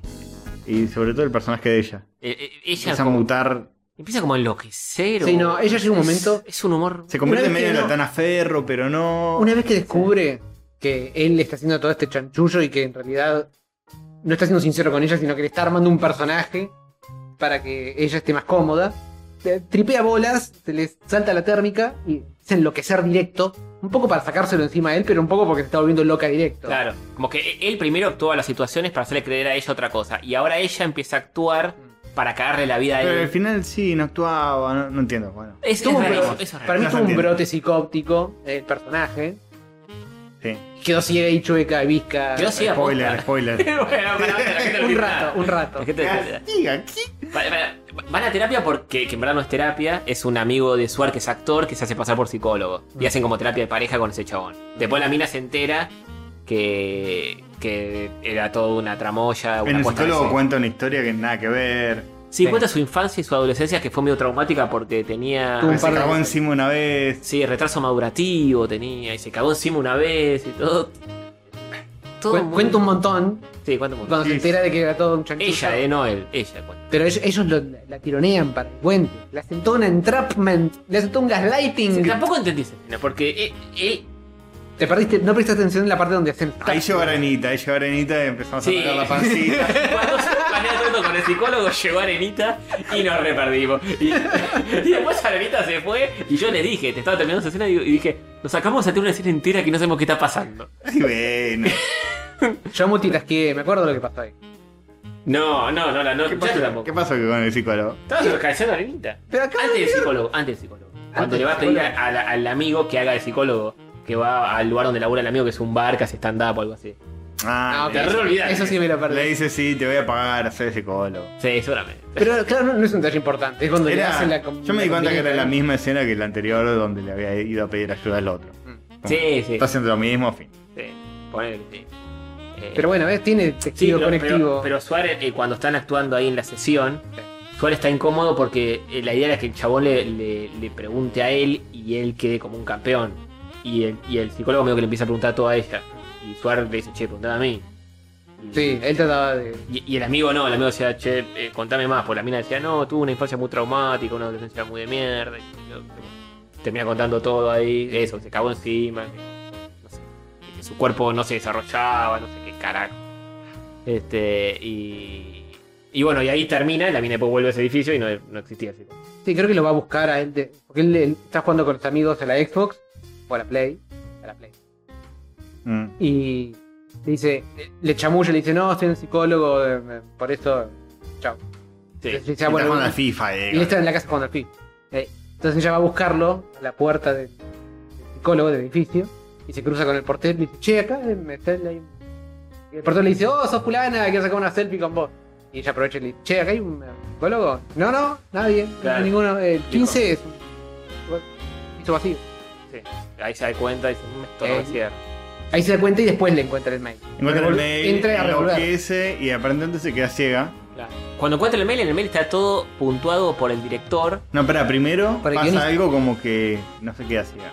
C: Y sobre todo el personaje de ella.
A: Eh, eh, ella
C: Empieza a
A: como-
C: mutar,
A: empieza como a enloquecer.
B: Sí,
A: o-
B: no, ella llega un
A: es-
B: momento-
A: Es, un humor.
C: se convierte en
B: Una vez
C: medio en
B: que
C: la
B: no-
C: Tana Ferro, pero no...
B: Una vez que descubre que él está haciendo todo este chanchullo y que en realidad no está siendo sincero con ella, sino que le está armando un personaje para que ella esté más cómoda, te- tripea bolas, se le salta la térmica y se enloquecer directo. Un poco para sacárselo encima de él, pero un poco porque se está volviendo loca directo.
A: Claro. Como que e- él primero actúa las situaciones para hacerle creer a ella otra cosa. Y ahora ella empieza a actuar
B: Mm.
A: para cagarle la vida a
C: Pero al
A: él.
C: final sí, no actuaba, no, no entiendo. Bueno,
A: Es, es
B: Tuvo un
A: rarísimo,
B: bro-
A: eso es
B: Para mí
C: No se
B: tuvo un
C: entiende.
B: brote psicóptico el personaje.
C: sí.
B: Quedó ciega y chueca y visca.
A: Quedó ciega. Sí,
C: spoiler,
A: aposta.
C: spoiler.
A: rarísimo. Bueno, para- para la gente lo
B: Un
A: olvida.
B: rato, un rato.
A: La gente-
C: Castiga, ¿qué?
A: Vale, vale, Van a terapia porque, que en verdad no es terapia, es un amigo de Suar que es actor que se hace pasar por psicólogo. Y hacen como terapia de pareja con ese chabón. Después la mina se entera que, que era todo una tramoya.
C: En
A: Una
C: el
A: puesta en
C: psicólogo
A: escena.
C: cuenta una historia que nada que ver.
A: Sí, cuenta su infancia y su adolescencia que fue medio traumática porque tenía.
B: Tuvo Un
C: se
B: par de
C: cagó
B: veces.
C: encima una vez.
A: Sí, retraso madurativo tenía y se cagó encima una vez y todo. Todo
B: Cuen-
A: muy-
B: Cuenta un montón
A: Sí, cuenta un montón.
B: cuando
C: Sí,
B: se entera de que era todo un chanchullo.
A: Ella, eh, no él. Ella cuenta.
B: Pero ellos, ellos lo- la tironean para que cuente. Le hacen todo un entrapment, le hacen todo un gaslighting.
A: Sí, tampoco entendí esa escena, porque él- él
B: Te perdiste, no prestaste atención en la parte donde hacen.
C: Ahí llegó Arenita, ahí llegó Arenita y empezamos
A: Sí.
C: a tocar la pancita.
A: Cuando se planea todo con el psicólogo, llegó Arenita y nos reperdimos. Y, y después Arenita se fue y yo le dije, te estaba terminando esa escena y y dije, nos acabamos de hacer una escena entera que no sabemos qué está pasando.
C: Y bueno.
B: Yo multitasqué, me acuerdo lo que pasó ahí.
A: No, no, no, no, no
C: ¿Qué
A: yo
C: pasó,
A: tampoco.
C: ¿Qué pasó con el psicólogo?
A: Estabas descansando a Arenita.
B: Pero acá.
A: Antes del psicólogo, antes del psicólogo. Cuando
B: del
A: le va a pedir
B: psicólogo.
A: a- a la- al amigo que haga de psicólogo, que va al lugar donde labura el amigo, que es un bar, que hace stand-up o algo así.
B: Ah,
C: Ah,
B: ok.
A: Te re olvidaste.
B: Eso sí me lo
C: le, le
B: perdí.
C: dice sí, te voy a pagar, soy psicólogo.
A: Sí, seguramente.
B: Pero claro, no, no es un detalle importante. Es cuando le
C: Era-
B: hacen la. com-
C: yo me di
B: la
C: cuenta que era la
B: combinita.
C: misma escena que la anterior donde le había ido a pedir ayuda al otro.
A: Sí, sí.
C: Está haciendo lo mismo, fin.
A: sí. Ponele que sí. Eh,
B: Pero bueno, ¿ves? Tiene
A: Sí,
B: testigo
A: pero,
B: conectivo.
A: pero- pero Suárez, eh, cuando están actuando ahí en la sesión, Suárez está incómodo porque eh, la idea era que el chabón le, le- le pregunte a él y él quede como un campeón. Y el, y el psicólogo medio que le empieza a preguntar todo a ella. Y Suárez le dice, che, preguntame a mí. Y-
B: Sí, él trataba de.
A: Y, y el amigo no, el amigo decía, che, eh, contame más. Porque la mina decía, no, tuve una infancia muy traumática, una adolescencia muy de mierda. y yo- termina contando todo ahí, eso, que se cagó encima. que- no sé, que su cuerpo no se desarrollaba, no sé qué carajo. Este, y. Y bueno, y ahí termina, y la mina después vuelve a ese edificio y no, no existía así.
B: Sí, creo que lo va a buscar a él. de- porque él, él está jugando con los amigos a la Xbox o a la Play. A la Play.
C: Mm.
B: y le dice, le chamulla, le dice, no, soy un psicólogo, eh, eh, por eso, chao.
A: Sí.
B: Entonces ella,
C: Está
B: bueno,
C: jugando a FIFA, eh.
B: y él está en la casa con el fin. Eh, Entonces ella va a buscarlo a la puerta del, del psicólogo del edificio y se cruza con el portero y le dice, che, acá eh, me está el... Y el portero le dice, oh, sos fulana, quiero sacar una selfie con vos. Y ella aprovecha y le dice, che, acá hay un eh, psicólogo. No, no, nadie,
A: Claro.
B: ninguno. eh, El 15 es un... piso vacío.
A: Ahí se da cuenta y dice, "Mm, esto no
B: Eh,
A: es cierto.
B: Ahí se da cuenta y después le encuentra el mail.
C: Encuentra el
B: Revol-
C: mail,
B: entra a revolver.
C: enloquece y aparentemente se queda ciega.
A: Claro. Cuando encuentro el mail, en el mail está todo puntuado por el director.
C: No, espera, primero
B: Para el
C: pasa
B: guionista.
C: algo como que no sé qué hacía.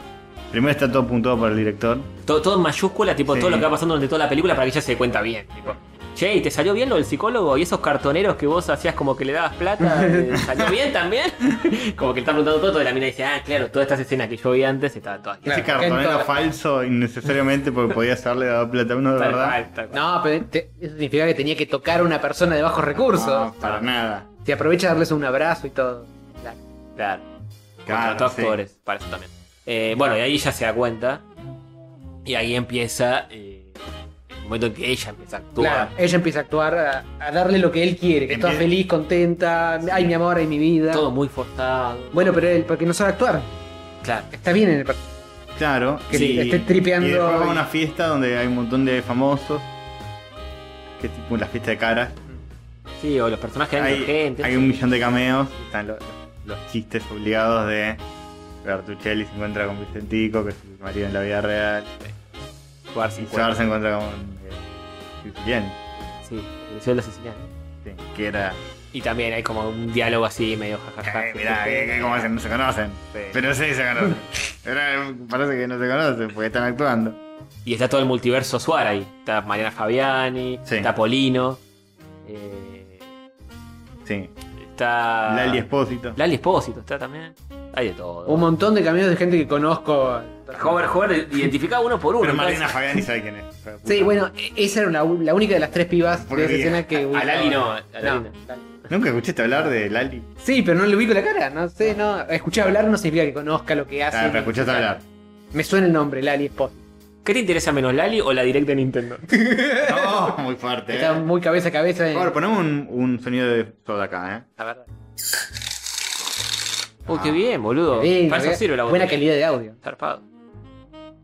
C: Primero está todo apuntado por el director.
A: Todo, todo en mayúscula, tipo
C: Sí.
A: todo lo que va pasando durante toda la película para que ella se dé cuenta bien. Tipo, che, ¿y ¿te salió bien lo del psicólogo? ¿Y esos cartoneros que vos hacías como que le dabas plata? eh, ¿Salió bien también? como que le está preguntando todo, todo y la mina dice, ah, claro, todas estas escenas que yo vi antes estaban todas
B: Claro,
C: Ese
B: acá en
C: cartonero
B: todas-
C: falso innecesariamente porque podías haberle dado plata a uno de
A: Tal
C: verdad.
A: cual, tal cual.
B: No, pero te- eso significaba que tenía que tocar a una persona de bajos recursos.
A: Ah.
C: No, para nada.
B: Te aprovecha de darles un abrazo y todo. Claro.
A: Claro.
C: Claro,
A: Contrató
C: sí.
A: actores, para eso también. Eh, bueno, y ahí ella se da cuenta. Y ahí empieza eh, el momento en que ella empieza a actuar.
B: Claro, ella empieza a actuar, a, a darle lo que él quiere, que está
C: Empie-
B: feliz, contenta, ay mi amor, ay mi vida.
A: Todo muy forzado.
B: Bueno, pero él, porque no sabe actuar,
A: Claro.
B: está bien en el per-
C: Claro.
B: que
A: Sí,
C: y-
B: esté
C: Y después va
B: tripeando.
C: a una fiesta donde hay un montón de famosos. Que es tipo la fiesta de caras.
A: Sí, o los personajes eran
C: Hay,
A: gente.
C: hay un millón de cameos. Están los, los chistes obligados de Bertuccelli se encuentra con Vicentico, que es su marido en la vida real.
A: Jugar
C: Y
A: sin
C: Suar
A: cuerpo.
C: se encuentra con eh, Siciliani,
A: Sí, el deseo del asesinato.
C: sí, que era.
A: Y también hay como un diálogo así medio jajaja.
C: Eh, mirá, que, que como hacen, no se conocen.
A: Sí.
C: Pero sí se conocen. Pero eh, parece que no se conocen porque están actuando.
A: Y está todo el multiverso Suar ahí. Está Mariana Fabiani,
C: Sí.
A: está Polino, eh,
C: Sí.
A: está.
C: Lali Espósito.
A: Lali Espósito está también. Hay de todo.
B: Un montón de caminos de gente que conozco.
A: Hover, Hover, identificaba uno por uno.
C: Pero
A: entonces-
C: Marina Fabiani sabe quién es. hija de puta.
B: Sí, bueno, e- esa era la, u- la única de las tres pibas de
C: Porque
B: esa escena que.
A: A Lali no, a
B: No,
A: Lali no.
B: Lali.
C: Nunca escuchaste hablar de Lali.
B: Sí, pero no le ubico la cara, no sé, no. Escuché hablar no significa que conozca lo que hace.
C: Ah, pero escuchaste hablar.
B: Me suena el nombre, Lali Espos.
A: ¿Qué te interesa menos, Lali o la directa de Nintendo?
C: No, Oh, muy fuerte.
B: Está
C: Eh.
B: muy cabeza a cabeza. en-
C: Ahora ponemos un, un sonido de soda acá, eh.
B: La verdad.
A: Uy, qué bien, boludo.
B: Bien,
A: Para eso
B: bien.
A: sirve la
B: ¿eh? Buena
A: botella.
B: calidad de audio.
A: Zarpado.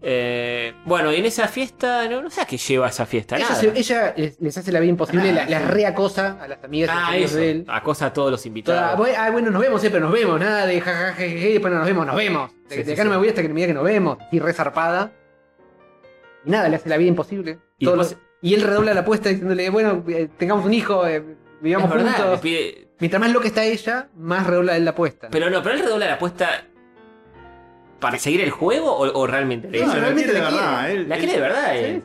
A: Eh, bueno, y en esa fiesta, no, no sé a qué lleva esa fiesta,
B: Ella,
A: nada.
B: se- ella les, les hace la vida imposible, la- las reacosa a las amigas y
A: Ah,
B: amigos
A: eso.
B: de él.
A: Acosa a todos los
B: Toda,
A: invitados.
B: "Voy- ah, bueno, nos vemos, eh, pero nos vemos, nada de jajajaje, después no nos vemos, nos vemos. De,
A: Sí,
B: de
A: sí,
B: acá no
A: sí.
B: me voy hasta que me diga que nos vemos. Y resarpada. Y nada, le hace la vida imposible.
A: Y
B: Todo lo- Y,
A: después-
B: él redobla la apuesta diciéndole, bueno, eh, tengamos un hijo, eh, vivamos
A: Es verdad,
B: juntos.
A: le pide-
B: Mientras más loca está ella, más redobla él la apuesta.
A: Pero no, pero él redobla la apuesta para seguir el juego o, o realmente le
B: No,
C: No,
A: dice?
C: la
B: realmente
C: quiere de
B: la quiere.
C: verdad. él-
A: La
C: él-
A: quiere de verdad,
B: Sí,
A: él.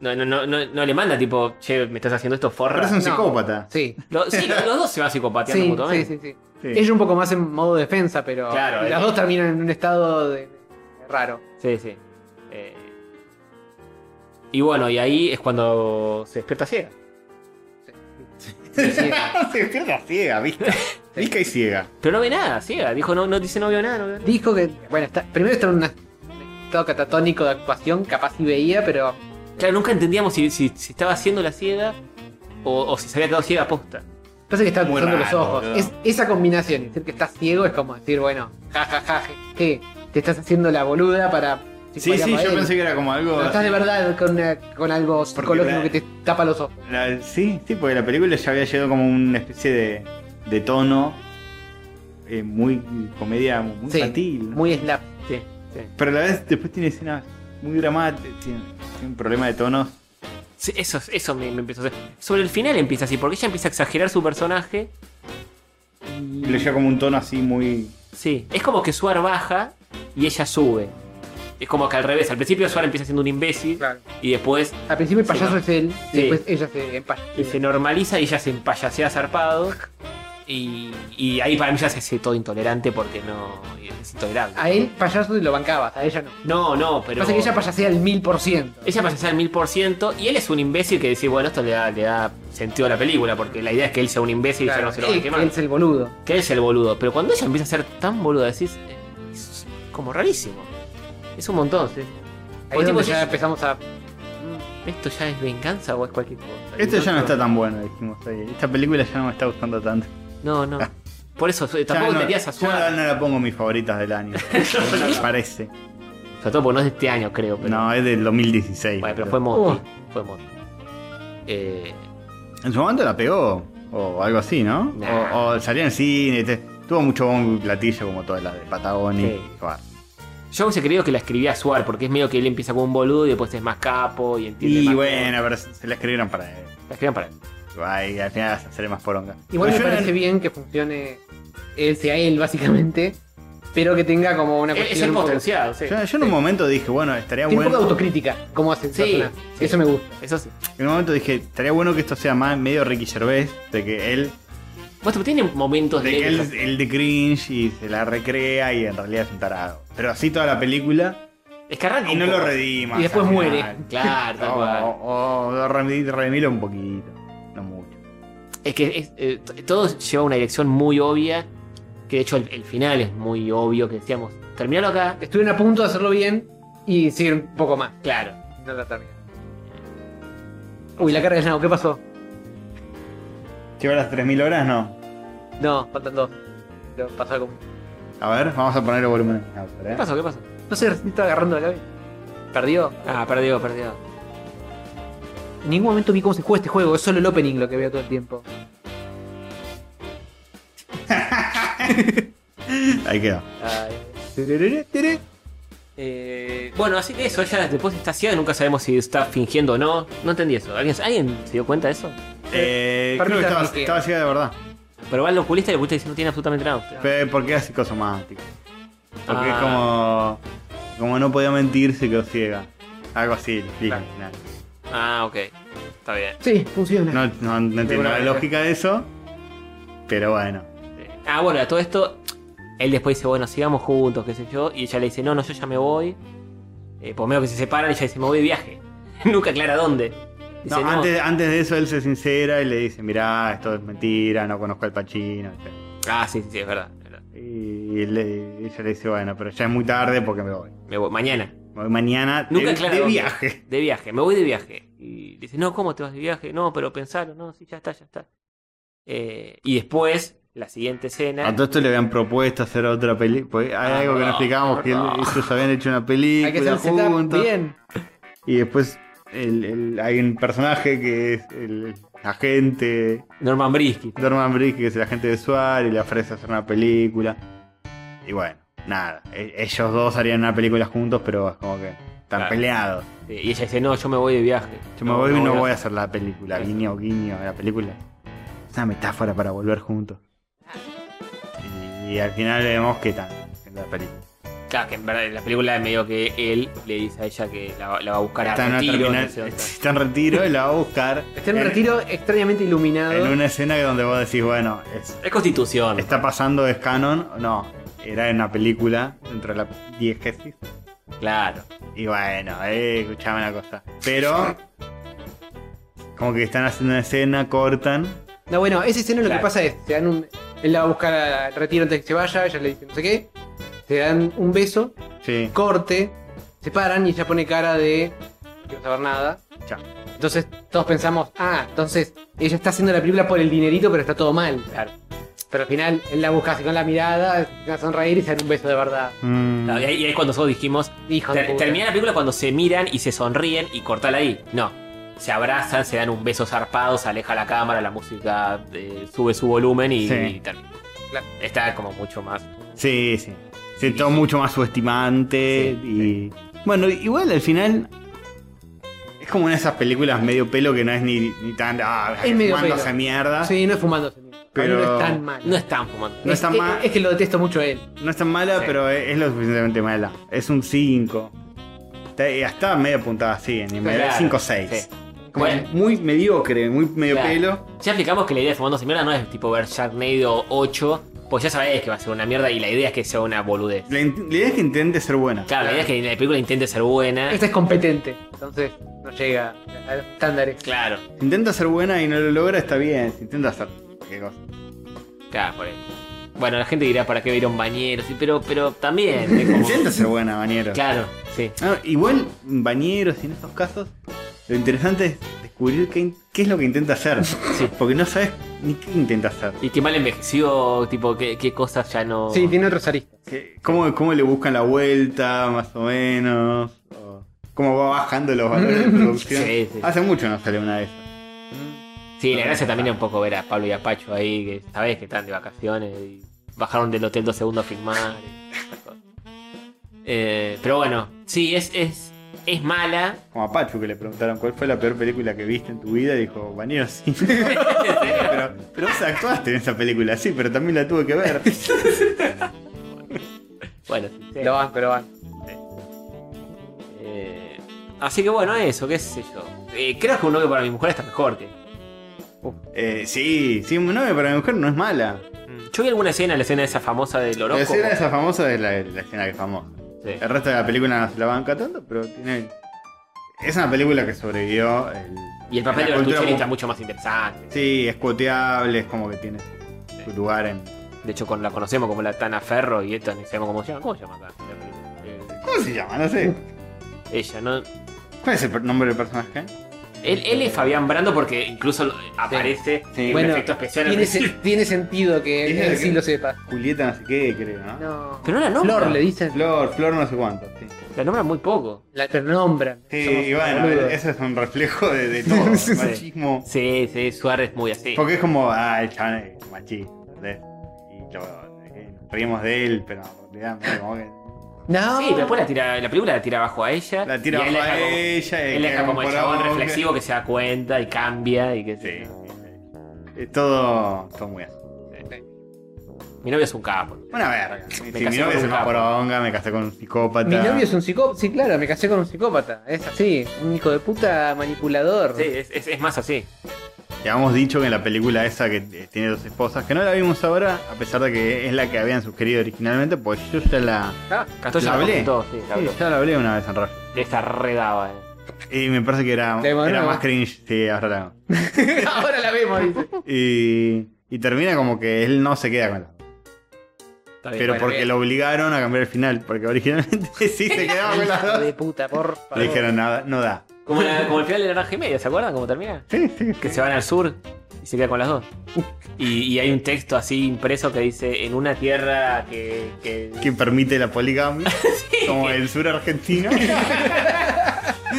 A: No, no, no, no, no le manda tipo, che, me estás haciendo esto forra.
C: Parece un
B: No.
C: psicópata.
B: Sí.
A: Lo- sí, los los dos se van psicopateando
B: Sí, sí,
A: mutuamente.
B: sí, sí.
C: Sí.
B: Ella un poco más en modo defensa, pero
A: Claro,
B: las
A: eh.
B: dos terminan en un estado de- raro.
A: Sí, sí. Eh, Y bueno, y ahí es cuando se despierta ciega.
B: Sí, sí.
C: Se despierta ciega, viste. Visca y ciega.
A: Pero no ve nada, ciega. Dijo, no, no dice, no veo nada. No veo nada.
B: Dijo que, bueno, está, primero estaba en una- un estado catatónico de actuación, capaz sí veía, pero
A: Claro, nunca entendíamos si, si, si estaba haciendo la ciega o, o si se había quedado ciega posta.
B: parece que estaba
C: Muy
B: cruzando los
C: raro,
B: ojos.
C: boludo.
B: Es- esa combinación, decir que estás ciego es como decir, bueno, jajaja, que te estás haciendo la boluda para...
C: Sí, sí, yo pensé
B: que...
C: que era como algo.
B: estás de
C: así.
B: verdad con, una- con algo psicológico
C: la-
B: que te tapa los ojos.
C: La- sí, sí, porque la película ya había llegado como una especie de, de tono eh, muy comedia, muy
B: Sí,
C: infantil. ¿no?
B: Muy slap.
A: Sí, sí.
C: Pero a la vez después tiene escenas muy dramáticas, tiene, tiene un problema de tonos.
A: Sí, eso, eso me, me empezó a hacer. Sobre el final empieza así, porque ella empieza a exagerar su personaje.
C: Y le llega como un tono así muy...
A: Sí, es como que Suar baja y ella sube. Es como que al revés. Al principio Suar empieza siendo un imbécil
B: Claro.
A: y después
B: Al principio el
A: Sí,
B: payaso
A: ¿no?
B: es él, y
A: Sí.
B: después ella se empaya.
A: y se normaliza y ella se empayasea zarpado. Y, y ahí para mí ya se hace todo intolerante porque no. Es intolerable.
B: A él payaso y lo bancabas, a ella no.
A: No, no, pero.
B: Pasa que ella payasea al mil por ciento.
A: Ella pasa a ser mil por ciento y él es un imbécil que dice, bueno, esto le da, le da sentido a la película, porque la idea es que él sea un imbécil
B: Claro,
A: y ya no se lo van a
B: él-
A: quemar.
B: él es el boludo.
A: Que él es el boludo. Pero cuando ella empieza a ser tan boluda, decís, eh, es como rarísimo. Es un montón, sí.
B: Ahí
A: Porque
B: es donde
A: tipo,
B: ya
A: yo-
B: empezamos a.
A: Mm, ¿Esto ya es venganza o es cualquier cosa?
C: Esto Este ya no
A: Entonces,
C: está tan bueno, dijimos ahí. Esta película ya no me está gustando tanto.
A: No, no. Por eso, eh,
C: Ah. Ya
A: tampoco
C: no,
A: tenías a
C: ya
A: Suárez.
C: no la pongo en mis favoritas del año. me parece.
A: Sobre todo porque no es de este año, creo. Pero,
C: No, es este del 2016.
A: Bueno, pero fue Monty. Fue Monty. Eh,
C: En su momento la pegó, o algo así, ¿no?
A: Nah.
C: O, o salió en el cine, te- tuvo mucho bombo y platillo como todas las de Patagonia.
A: Sí.
C: Joder.
A: yo hubiese creído que la escribía Suar, porque es medio que él empieza como un boludo y después es más capo y entiende
C: Y
A: más
C: bueno, pero se la escribieron para él.
A: La escribían para él.
C: Ay, al final vas a hacer más poronga.
B: Igual me
C: Pero yo en-
B: parece bien que funcione él sea él, básicamente, pero que tenga como una
A: Es-
B: cuestión.
A: Es el
B: un poco-
A: potenciado, sí.
C: Yo, yo en un momento dije, bueno, estaría
B: Tiene un
C: bueno.
B: poco de autocrítica, como hace el
A: Sí,
B: personaje.
A: sí.
B: Eso me gusta.
A: Eso sí.
C: En un momento dije, estaría bueno que esto sea más medio Ricky Gervais, de que él,
A: Vos te- tiene momentos
C: de
A: de.
C: que él, él de cringe y se la recrea y en realidad es un tarado. Pero así toda la película
A: Es que arranca
C: y
A: un
C: no lo
A: poco.
C: redima.
B: Y después
C: al
B: muere.
C: final.
A: Claro, tal cual.
C: Oh, O, o, o remi- remilo un poquito, no mucho.
A: Es que es- eh, t- todo lleva una dirección muy obvia. Que de hecho el, el final es muy obvio. Que decíamos, terminalo acá.
B: Estuvieron a punto de hacerlo bien y siguen un poco más.
A: Claro.
B: No la terminan. Uy, la carga de Snao, ¿qué pasó?
C: ¿Lleva las 3.000 horas? No.
B: No, faltan dos. Pero pasó algo.
C: A ver, vamos a poner el volumen. Ah, espera,
A: ¿Qué
C: eh.
A: pasó? ¿Qué pasó?
B: No sé, recién estaba agarrando la cabeza. Perdió.
A: Ah, perdió, perdió.
B: En ningún momento vi cómo se juega este juego, es solo el opening lo que veo todo el tiempo.
C: Ahí quedó.
B: Tereré, tereré.
A: Eh, bueno, así que eso, ella después está ciega, nunca sabemos si está fingiendo o no. No entendí eso. ¿Alguien, ¿alguien se dio cuenta de eso?
C: Eh, creo que
B: permítame
C: estaba,
B: que-
C: estaba ciega de verdad.
A: Pero va al oculista y el oculista dice no tiene absolutamente nada.
C: Pe- Porque era psicosomático. Porque es
A: Ah.
C: como. Como no podía mentir, se quedó ciega. Algo así, dije
B: Claro.
C: al final.
A: Ah, ok. Está bien.
B: Sí, funciona.
C: No, no- no entiendo
B: una
C: la
B: manera.
C: lógica de eso. Pero bueno.
A: Ah, bueno, a todo esto, él después dice, bueno, sigamos juntos, qué sé yo. Y ella le dice, no, no, yo ya me voy. Eh, por medio que se separan, ella dice, me voy de viaje. Nunca aclara dónde. Dice,
C: No, Antes, antes de eso, él se sincera y le dice: Mirá, esto es mentira, no conozco al Pachino.
A: Ah, sí, sí, sí, es verdad. es verdad.
C: Y le- ella le dice: Bueno, pero ya es muy tarde porque me voy.
A: Me voy, mañana,
C: Me voy mañana de-
A: Nunca
C: de,
A: aclara dónde.
C: viaje.
A: de viaje, me voy de viaje. Y dice, no, ¿cómo te vas de viaje? No, pero pensalo, no, sí, ya está, ya está. Eh, y después, la siguiente escena...
C: A todo esto le habían propuesto hacer otra película. Hay
A: ¿Eh? Ah,
C: algo que no
A: no,
C: explicábamos: que
A: no.
C: ellos habían hecho una
B: Hay que hacer
C: película
B: el setup
C: juntos.
B: bien.
C: Y después el- el- hay un personaje que es el agente
A: Norman Brisky.
C: Norman Brick, que es el agente de SWAT, y le ofrece hacer una película. Y bueno, nada. e- ellos dos harían una película juntos, pero es como que están
A: Claro.
C: peleados.
A: eh, Y ella dice, no, yo me voy de viaje.
C: Yo me voy y no voy a
A: hacer-
C: hacer la película.
A: Sí.
C: Guiño, guiño, la película. Es una metáfora para volver juntos. Y, y al final vemos que están haciendo la película.
A: Claro, que en verdad en la película es medio que él le dice a ella que la, va- la va a buscar
C: Están, en
A: a
C: una
A: retiro,
C: terminal-
A: no sé dónde está.
C: están en retiro y la va a buscar.
B: Está en un retiro extrañamente iluminado.
C: En una escena donde vos decís, bueno, es
A: Es constitución.
C: ¿Está pasando es canon? No, era en una película dentro de la diegesis.
A: Claro.
C: Y bueno, eh, escuchame una cosa. Pero, como que están haciendo una escena, cortan.
B: No, bueno, esa escena lo
A: Claro.
B: que pasa es, se dan un. Él la va a buscar al retiro antes de que se vaya, ella le dice no sé qué. Se dan un beso,
C: Sí,
B: corte, se paran y ella pone cara de. No quiero saber nada.
C: chao.
B: Entonces todos pensamos, ah, entonces ella está haciendo la película por el dinerito, pero está todo mal.
A: Claro.
B: Pero al final él la busca así con la mirada, se empieza a sonreír y se dan un beso de verdad.
C: Mm,
A: Claro, Y ahí, y ahí cuando nosotros dijimos.
B: Hijo de
A: ter-
B: puta.
A: termina la película cuando se miran y se sonríen y cortala ahí. No. Se abrazan, se dan un beso zarpado, se aleja la cámara, la música eh, sube su volumen y,
C: Sí.
A: y termina.
B: Claro.
A: Está como mucho más.
C: sí, sí. Sí, todo mucho más subestimante.
A: Sí,
C: y Bueno, igual al final. Es como una de esas películas medio pelo que no es ni, ni tan. Ah,
B: Es medio
C: fumándose
B: pelo.
C: mierda.
B: Sí, no es fumándose. Pero Ah, no es
C: Pero-
B: tan mal.
A: No están fumando.
C: No
B: es,
C: está
B: es-
C: mal.
B: es que lo detesto mucho a él.
C: No es tan mala,
A: Sí.
C: pero es, es lo suficientemente mala. Es un 5. Está, y hasta media puntada así, en
A: Claro,
C: 5 6.
A: sí.
C: Como
A: Bueno.
C: muy mediocre, muy medio
A: Claro.
C: pelo.
A: Ya explicamos que la idea de Fumándose Mierda no es tipo ver Sharknado 8, pues ya sabés que va a ser una mierda y la idea es que sea una boludez.
C: La, int- la idea es que intente ser buena.
A: Claro, la idea es que la película intente ser buena.
B: Esta Este es competente, entonces no llega a los estándares.
A: Claro,
C: Si intenta ser buena y no lo logra, está bien. Si intenta hacer cualquier cosa.
A: claro, por eso. Bueno, la gente dirá para qué vieron bañeros, sí, pero, pero también. es como-
C: Intenta ser buena, bañero.
A: Claro, sí.
C: Ah, igual, bañeros en estos casos, lo interesante es descubrir qué, in- qué es lo que intenta hacer. Porque no sabes ni qué intenta hacer.
A: Y qué mal envejeció, tipo, qué, qué cosas ya no.
B: Sí, tiene otros aristas.
C: ¿Qué- ¿Cómo, ¿Cómo le buscan la vuelta, más o menos? O ¿Cómo va bajando los valores de producción?
A: Sí, sí.
C: Hace mucho no sale una de esas.
A: Sí, la gracia también es un poco ver a Pablo y a Pacho ahí, que sabés que están de vacaciones y bajaron del hotel dos segundos a filmar. y esas cosas. Eh, pero bueno, sí, es, es, es mala.
C: Como a Pachu que le preguntaron cuál fue la peor película que viste en tu vida, y dijo, Bañero sí. pero, pero vos actuaste en esa película, sí, pero también la tuve que ver.
A: Bueno, sí.
B: Lo banco, lo banco.
A: Eh, así que bueno, eso, qué sé yo. Eh, creo que un novio para mi mujer está mejor que.
C: Eh, sí, sí, un novio para mi mujer no es mala.
A: Mm. Yo vi alguna escena, la escena esa famosa del
C: La
A: Oroco.
C: escena esa famosa es la, la escena que es famosa.
A: Sí.
C: El resto de la película no se la banca tanto, pero tiene. Es una película que sobrevivió. el-
A: Y el papel
C: la
A: de
C: cultura
A: Bertuccelli
C: como-
A: está mucho más interesante.
C: Sí, es cuoteable, es como que tiene su lugar en.
A: De hecho, con, la conocemos como la Tana Ferro y esta ni sabemos cómo se llama. ¿Cómo se llama acá? Eh,
C: ¿Cómo se llama? No sé.
A: Ella, ¿no?
C: ¿Cuál es el per- nombre del personaje?
A: Él, él es Fabián Brando porque incluso lo- aparece
C: Sí.
A: en
B: Bueno,
A: efecto especial. al
B: Tiene, se-
A: principio.
B: tiene sentido que
C: Tiene
B: él
C: que-
B: sí lo sepa.
C: Julieta, no sé qué, creo, ¿no?
B: No.
A: Pero no la nombra.
B: Flor le dicen.
C: Flor, Flor, no sé cuánto. Sí,
A: La nombra muy poco.
B: La, pero nombran.
C: Sí,
B: Somos
C: y bueno,
B: boludos.
C: eso es un reflejo de, de todo.
B: Sí.
C: machismo.
A: Sí, sí, Suárez muy así.
C: Porque es como, ah, el chabón es machista. ¿entendés? Y lo, eh, nos reímos de él, pero en realidad, mira, como que.
B: No.
A: Sí, pero después la, tira, la película la tira abajo a ella.
C: La tira
A: y él
C: abajo
A: deja
C: a
A: como-
C: ella. y
A: Él deja
C: queda
A: como
C: un
A: el chabón
C: porongo.
A: reflexivo que se da cuenta y cambia y que
C: Sí, sí, sí. Es todo, todo muy así.
A: Mi novio es un capo.
C: Una verga. Si mi
A: casé con
C: novio es
A: un
C: una
A: capo.
C: poronga, me casé con un psicópata.
B: Mi novio es un psicópata. Sí, claro, me casé con un psicópata. Es así. Un hijo de puta manipulador.
A: Sí, es, es- es más así.
C: Ya hemos dicho que en la película esa que eh, tiene dos esposas, que no la vimos ahora, a pesar de que es la que habían sugerido originalmente, pues yo ya la.
A: Ah, Castro
C: la
A: ya lo
C: hablé.
A: comentó, sí, la
C: Sí,
A: habló.
C: ya la hablé una vez en Rush.
A: Esta redaba, eh.
C: Y me parece que era,
B: ¿La vimos de
C: era
B: nuevo?
C: más cringe. Sí, ahora la hago.
B: Ahora la vemos, dice.
C: y, y termina como que él no se queda con la.
A: Está bien.
C: Pero
B: bueno,
C: porque
B: bien.
C: lo obligaron a cambiar el final, porque originalmente sí se quedaba con las
B: Hijo
C: dos.
B: de puta, por favor.
C: Le dijeron, nada, no da.
A: Como, la- como el final de la naranja y media, ¿se acuerdan cómo termina?
C: Sí, sí.
A: Que se van al sur y se queda con las dos. Y, y hay un texto así impreso que dice, en una tierra que... que-
C: Que permite la poligamia, como el sur argentino.
A: en,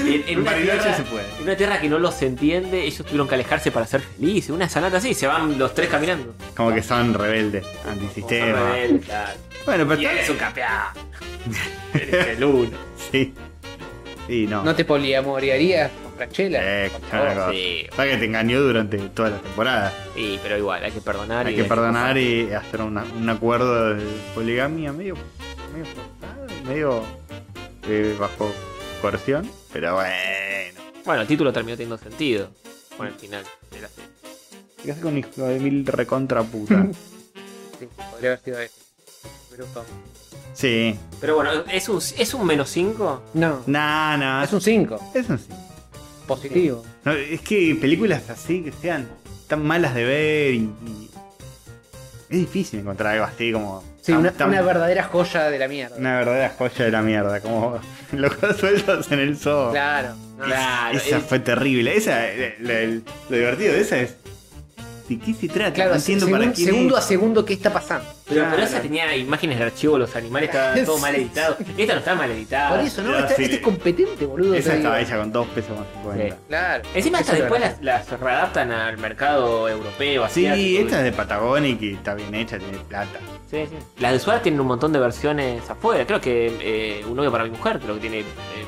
A: en
C: en
A: una
C: Bariloche
A: tierra,
C: se puede.
A: en una tierra que no los entiende, ellos tuvieron que alejarse para ser felices. Una sanata así, se van los tres caminando.
C: Como que son rebeldes,
A: Como
C: antisistema.
A: son rebeldes, claro.
C: Bueno, pero
A: Y
C: está-
A: eres un campeón. Eres el uno.
C: Sí. Sí, no.
B: ¿No te poliamorearías con Franchella?
C: Eh, escuchame una cosa.
A: Oh, Sí,
C: Sabes que te engañó durante toda la temporada.
A: sí, pero igual, hay que perdonar.
C: Hay
A: y
C: que perdonar y hacer una- un acuerdo de poligamia medio, medio forzado, medio eh, bajo coerción. Pero bueno.
A: Bueno, el título terminó teniendo sentido con el final de la serie.
C: ¿Qué haces con hijo de mil recontra puta?
B: Sí, podría haber sido ese. Pero, ¿cómo?
C: sí.
A: Pero bueno, ¿es un, es un menos 5?
B: No.
C: Nah, nah.
B: Es un 5.
C: Es un sí.
B: Positivo.
C: No, es que películas así que sean tan malas de ver y. y- Es difícil encontrar algo así como.
B: Sí,
C: tan-
B: una,
C: tan-
B: una verdadera joya de la mierda.
C: Una verdadera joya de la mierda, como los sueltos en el zoo.
B: Claro. no,
A: Claro,
C: esa
A: es-
C: fue terrible. Esa, la- la- lo divertido de esa es. ¿De qué se trata?
B: Claro,
C: no entiendo
B: segun-
C: para quién.
B: segundo a
C: es.
B: segundo qué está pasando.
A: Pero,
C: Claro.
A: pero esa tenía imágenes de archivo, los animales estaban todo mal editados. Esta no está mal editada.
B: Por eso, ¿no?
C: ya,
B: Este,
C: sí.
B: este es competente, boludo.
C: Esa
B: te
C: estaba
B: digo.
C: hecha con dos pesos con 50.
B: Claro.
A: Encima
B: Eso
A: estas
B: es
A: después
B: verdad.
A: las, las readaptan al mercado europeo,
C: Sí,
A: asiático.
C: esta es de Patagonic y está bien hecha, tiene plata.
A: Sí, sí. Las de Suárez tienen un montón de versiones afuera. Creo que eh, Un novio para mi mujer creo que tiene eh,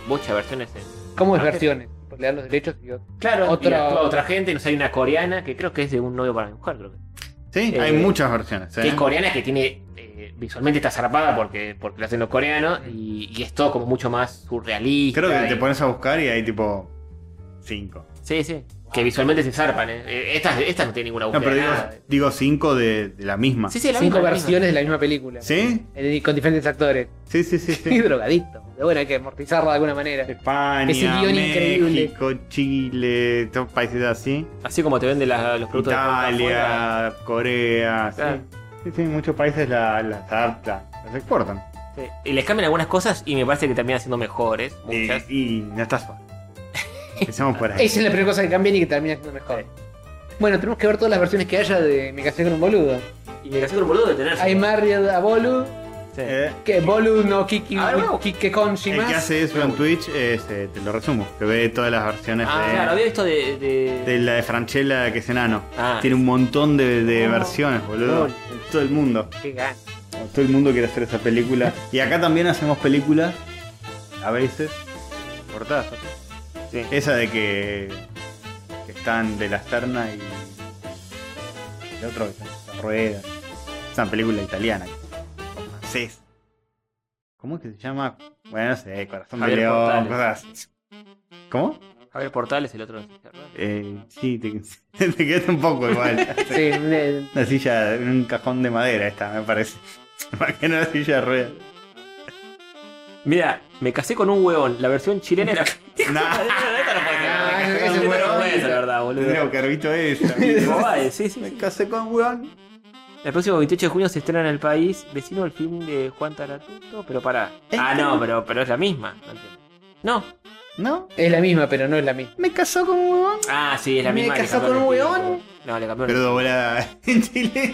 A: bocha de versiones. En...
B: ¿Cómo es
A: Ah,
B: versiones? Porque le dan los derechos y yo-
A: Claro,
B: Otra-
A: otra... otra gente. No sé, hay una coreana que creo que es de Un novio para mi mujer. Creo que,
C: Sí,
A: Eh,
C: hay muchas versiones. ¿eh?
A: que es coreana que tiene... eh, visualmente está zarpada porque, porque la hacen los coreanos. Y, y es todo como mucho más surrealista.
C: Creo que
A: y-
C: te pones a buscar y hay tipo. Cinco.
A: Sí, sí. Que visualmente se zarpan, ¿eh? Eh, Estas, estas no tienen ninguna
C: No,
A: búsqueda.
C: pero digo,
B: Ah.
A: nada.
C: digo cinco de, de la misma.
A: Sí, sí, la
B: cinco
A: misma, la misma.
B: versiones de la misma película.
C: ¿Sí?
B: Eh, Con diferentes actores.
C: Sí, sí, sí.
B: Qué
C: sí.
B: drogadicto. Pero bueno, hay que amortizarlo de alguna manera.
C: España,
B: Ese guión increíble.
C: México, Chile, todos países así.
A: Así como te venden las- los productos de Coca-Cola.
C: Italia, Corea, sí.
A: Claro.
C: sí. sí, muchos países la- las adaptan, las exportan.
A: Sí. Y les cambian algunas cosas y me parece que terminan siendo mejores.
C: Y,
A: Muchas.
C: y no estás solo. Empecemos por ahí.
B: Esa es la primera cosa que cambian y que termina siendo mejor. Bueno, tenemos que ver todas las versiones que haya de Me casé con un boludo.
A: Y me casé con un boludo de tener.
B: Hay Married a Bolu,
A: Sí.
C: Eh,
B: que Bolu no Kiki,
A: A ver, vamos.
B: Kike Konshi
C: el que
B: más.
C: hace eso en Twitch, es, eh, te lo resumo, que ve todas las versiones
A: Ah,
C: de,
A: claro, había visto de. de-
C: de la de Franchella que es enano.
A: Ah,
C: Tiene un montón de, de
B: Oh.
C: versiones, boludo.
B: Oh.
C: En todo el mundo.
B: Qué gana.
C: Todo el mundo quiere hacer esa película. Y acá también hacemos películas, a veces, cortás.
A: Sí.
C: Esa de que, que están de las ternas y el otro que está en la rueda. Es una película italiana. o francés. ¿Cómo es que se llama? Bueno, no sé, Corazón de
A: Javier
C: León,
A: Portales.
C: cosas así. ¿Cómo?
A: A ver, portales, el otro. ¿verdad?
C: Eh, sí, te, te quedaste un poco igual.
B: Sí, eh,
C: Una silla, un cajón de madera esta, me parece. Más que una silla de ruedas.
A: Mira, me casé con un huevón. La versión chilena era.
C: No,
B: Ah,
A: No,
B: ese es bueno.
A: la verdad,
C: tendría
A: boludo.
C: que haber visto esa.
A: Bobadez, sí, sí,
C: Me
A: sí.
C: casé con un weón.
A: El próximo 28 de junio se estrena en el país vecino el film de Juan Taratuto, pero pará.
B: Este
C: ¿Eh?
A: Ah, no, pero, pero es la misma. No, entiendo. No.
C: ¿No?
B: es la misma, pero no es la misma.
C: Me casó con un weón.
A: Ah, sí, es la
B: Me
A: misma. le
B: casó
A: cambiaron
B: con un
A: el título,
B: huevón.
A: boludo. No, le cambió
C: Pero doblada en Chile.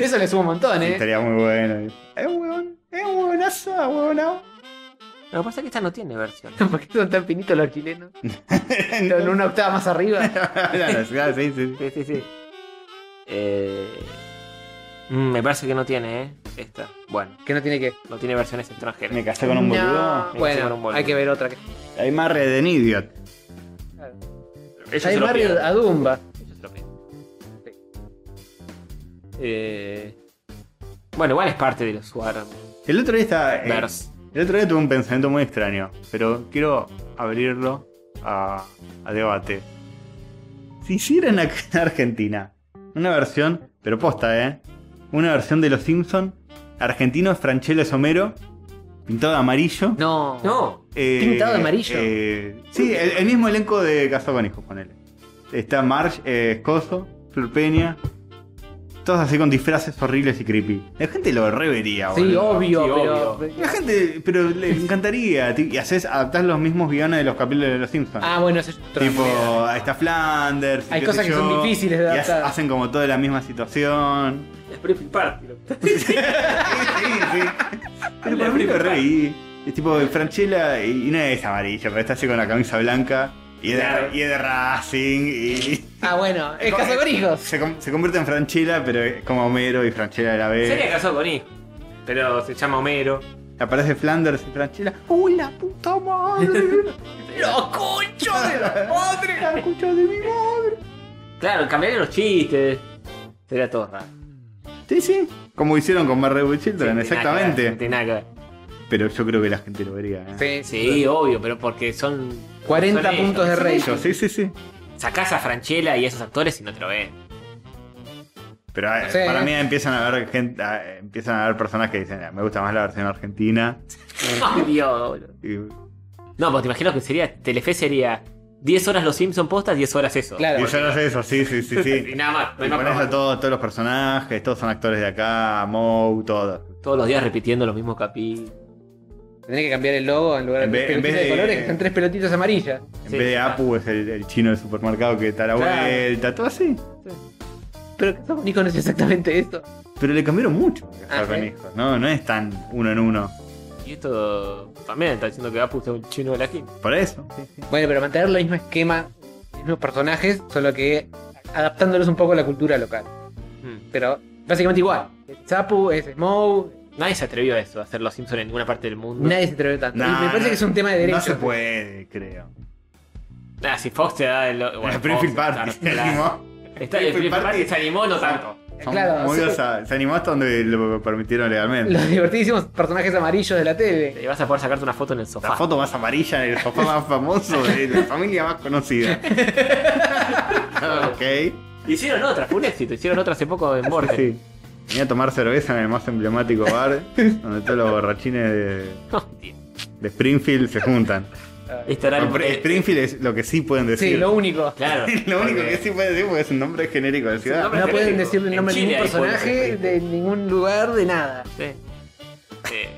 B: Eso le sumo un montón, ¿eh?
C: Estaría muy bueno. Es un weón. Es un huevonazo, huevonao.
A: Lo que pasa es que esta no tiene versión.
B: ¿Por qué son tan finitos los chilenos? En
C: No,
B: una octava más arriba.
C: no, sí, sí.
A: Sí, sí, sí. Eh... mm, me parece que no tiene, ¿eh? Esta. Bueno,
B: Que no tiene que.
A: no tiene versiones extranjeras.
C: Me casé con un
B: No,
C: boludo.
A: Me casé con un
B: Bueno,
A: boludo.
B: hay que ver otra.
C: Hay más Red en Idiot.
A: Ellos
B: Hay
A: se lo
B: Mario
A: piden.
B: Adumba.
A: Ellos se lo piden. Eh... Bueno, igual es parte de los Warverse.
C: El otro día estaba. eh, El otro día tuve un pensamiento muy extraño, pero quiero abrirlo a, a debate. Si hicieran acá en Argentina una versión, pero posta, ¿eh? Una versión de Los Simpson argentinos, Franchella es Homero, pintado de amarillo.
B: No.
A: No.
C: eh,
B: ¿Pintado de amarillo?
C: eh, sí, el, el mismo elenco de Casado con Hijos, ponele. Está Marge, eh, Escozo, Flor Peña, todos así con disfraces horribles y creepy. La gente lo revería,
B: Sí,
C: boludo.
B: obvio,
A: Sí,
B: pero.
C: La gente, pero le encantaría. ti- Y haces, adaptás los mismos guiones de los capítulos de los Simpsons.
B: Ah, bueno, eso es otro.
C: tipo, ahí está Flanders. y
B: Hay
C: qué
B: cosas
C: sé
B: que son
C: yo,
B: difíciles de
C: y ha-
B: adaptar.
C: hacen como toda la misma situación.
A: Es Prefix Party.
C: sí, sí. Pero
A: La
C: por mí lo
A: primera.
C: reí. Es tipo, Franchella, y y no es amarillo, pero está así con la camisa blanca. Y es de,
A: Claro.
C: y es de Racing. Y
B: Ah, bueno, es casa con hijos.
C: se, com- se convierte en Franchella, pero es como Homero y Franchella de la vez.
A: Sería casado con hijo. Pero se llama Homero.
C: Aparece Flanders y Franchella. ¡Uy, la puta madre!
B: ¡Lo concho de la madre!
C: ¡La escucha de mi madre!
A: Claro, cambiaría los chistes. Sería todo raro.
C: Sí, sí. Como hicieron con Marvel with
A: Sí,
C: Children,
A: no tiene nada que ver,
C: exactamente.
A: no tiene nada que ver.
C: Pero yo creo que la gente lo vería. ¿eh?
B: Sí,
A: Sí, obvio, pero porque son.
B: 40
A: son ellos.
B: puntos de rey.
C: Yo, sí, sí, sí.
A: Sacás a Franchella y a esos actores y no te lo ves.
C: Pero eh,
B: Sí.
C: para mí empiezan a ver gente, a- eh, empiezan a ver personas que dicen, "Ah, me gusta más la versión argentina.
A: Ay, Dios, boludo.
C: Y,
A: No, pues te imagino que sería. Telefe sería 10 horas los Simpson postas, 10 horas eso.
B: Claro.
C: y yo no sé eso, sí, sí, sí,
A: Y
C: sí.
A: nada más. no
C: Y
A: hay más
C: pones a
A: programa.
C: todos, todos los personajes, todos son actores de acá, Moe, todo.
A: Todos los días repitiendo los mismos capítulos.
B: Tendría que cambiar el logo en lugar
C: En
B: de
C: vez- en
B: pelotitas
C: vez
B: de
C: de-
B: colores, que están tres pelotitas amarillas.
C: En
A: Sí,
C: vez de
A: claro.
C: Apu es el, el chino del supermercado que está a la
A: Claro.
C: vuelta, todo así.
B: Pero que con hijos no es exactamente esto.
C: Pero le cambiaron mucho
B: Ah,
C: a
B: sí.
C: hijos, ¿no? No es tan uno en uno.
A: Y esto también está diciendo que Apu es un chino de la esquina.
C: Por eso. Sí, sí.
B: Bueno, pero mantener el mismo esquema, los mismos personajes, solo que adaptándolos un poco a la cultura local.
C: Hmm.
A: Mm.
B: Pero básicamente igual. Es Zapu, es Smough,
A: Nadie se atrevió a eso, a hacer los Simpson en ninguna parte del mundo.
B: nadie se atreve tanto.
C: Nah,
B: y me parece que es un tema de derechos.
C: No se puede, creo.
A: Ah, si Fox te da el.
C: Bueno,
A: Fox,
C: Springfield
A: claro,
C: Party se
A: claro.
C: animó.
A: Está,
C: Springfield
A: el Party,
C: Party
A: se animó, no tanto.
C: Son
B: Claro,
C: muy
B: sí.
C: osa- se animó hasta donde lo permitieron legalmente.
B: Los divertidísimos personajes amarillos de la tele.
A: Te vas a poder sacarte una foto en el
C: La
A: sofá.
C: foto más amarilla en el sofá más famoso de la familia más conocida. ok.
A: Hicieron otra, fue un éxito. Hicieron otra hace poco en Borges.
C: Sí. Venía a tomar cerveza en el más emblemático bar, donde todos los borrachines de,
A: Hostia.
C: de Springfield se juntan.
A: Este era el-
C: Por-
A: eh,
C: Springfield es lo que sí pueden decir.
B: Sí, lo único.
A: Claro.
C: Lo único
A: Porque-
C: que sí pueden decir porque es un nombre genérico de ciudad.
A: nombre-
B: No
A: Pero
B: pueden
A: digo,
B: decir el
A: en
B: nombre de
A: Chile
B: ningún
A: hay pueblos de
B: personaje, de ningún lugar, de nada.
A: Sí. Eh,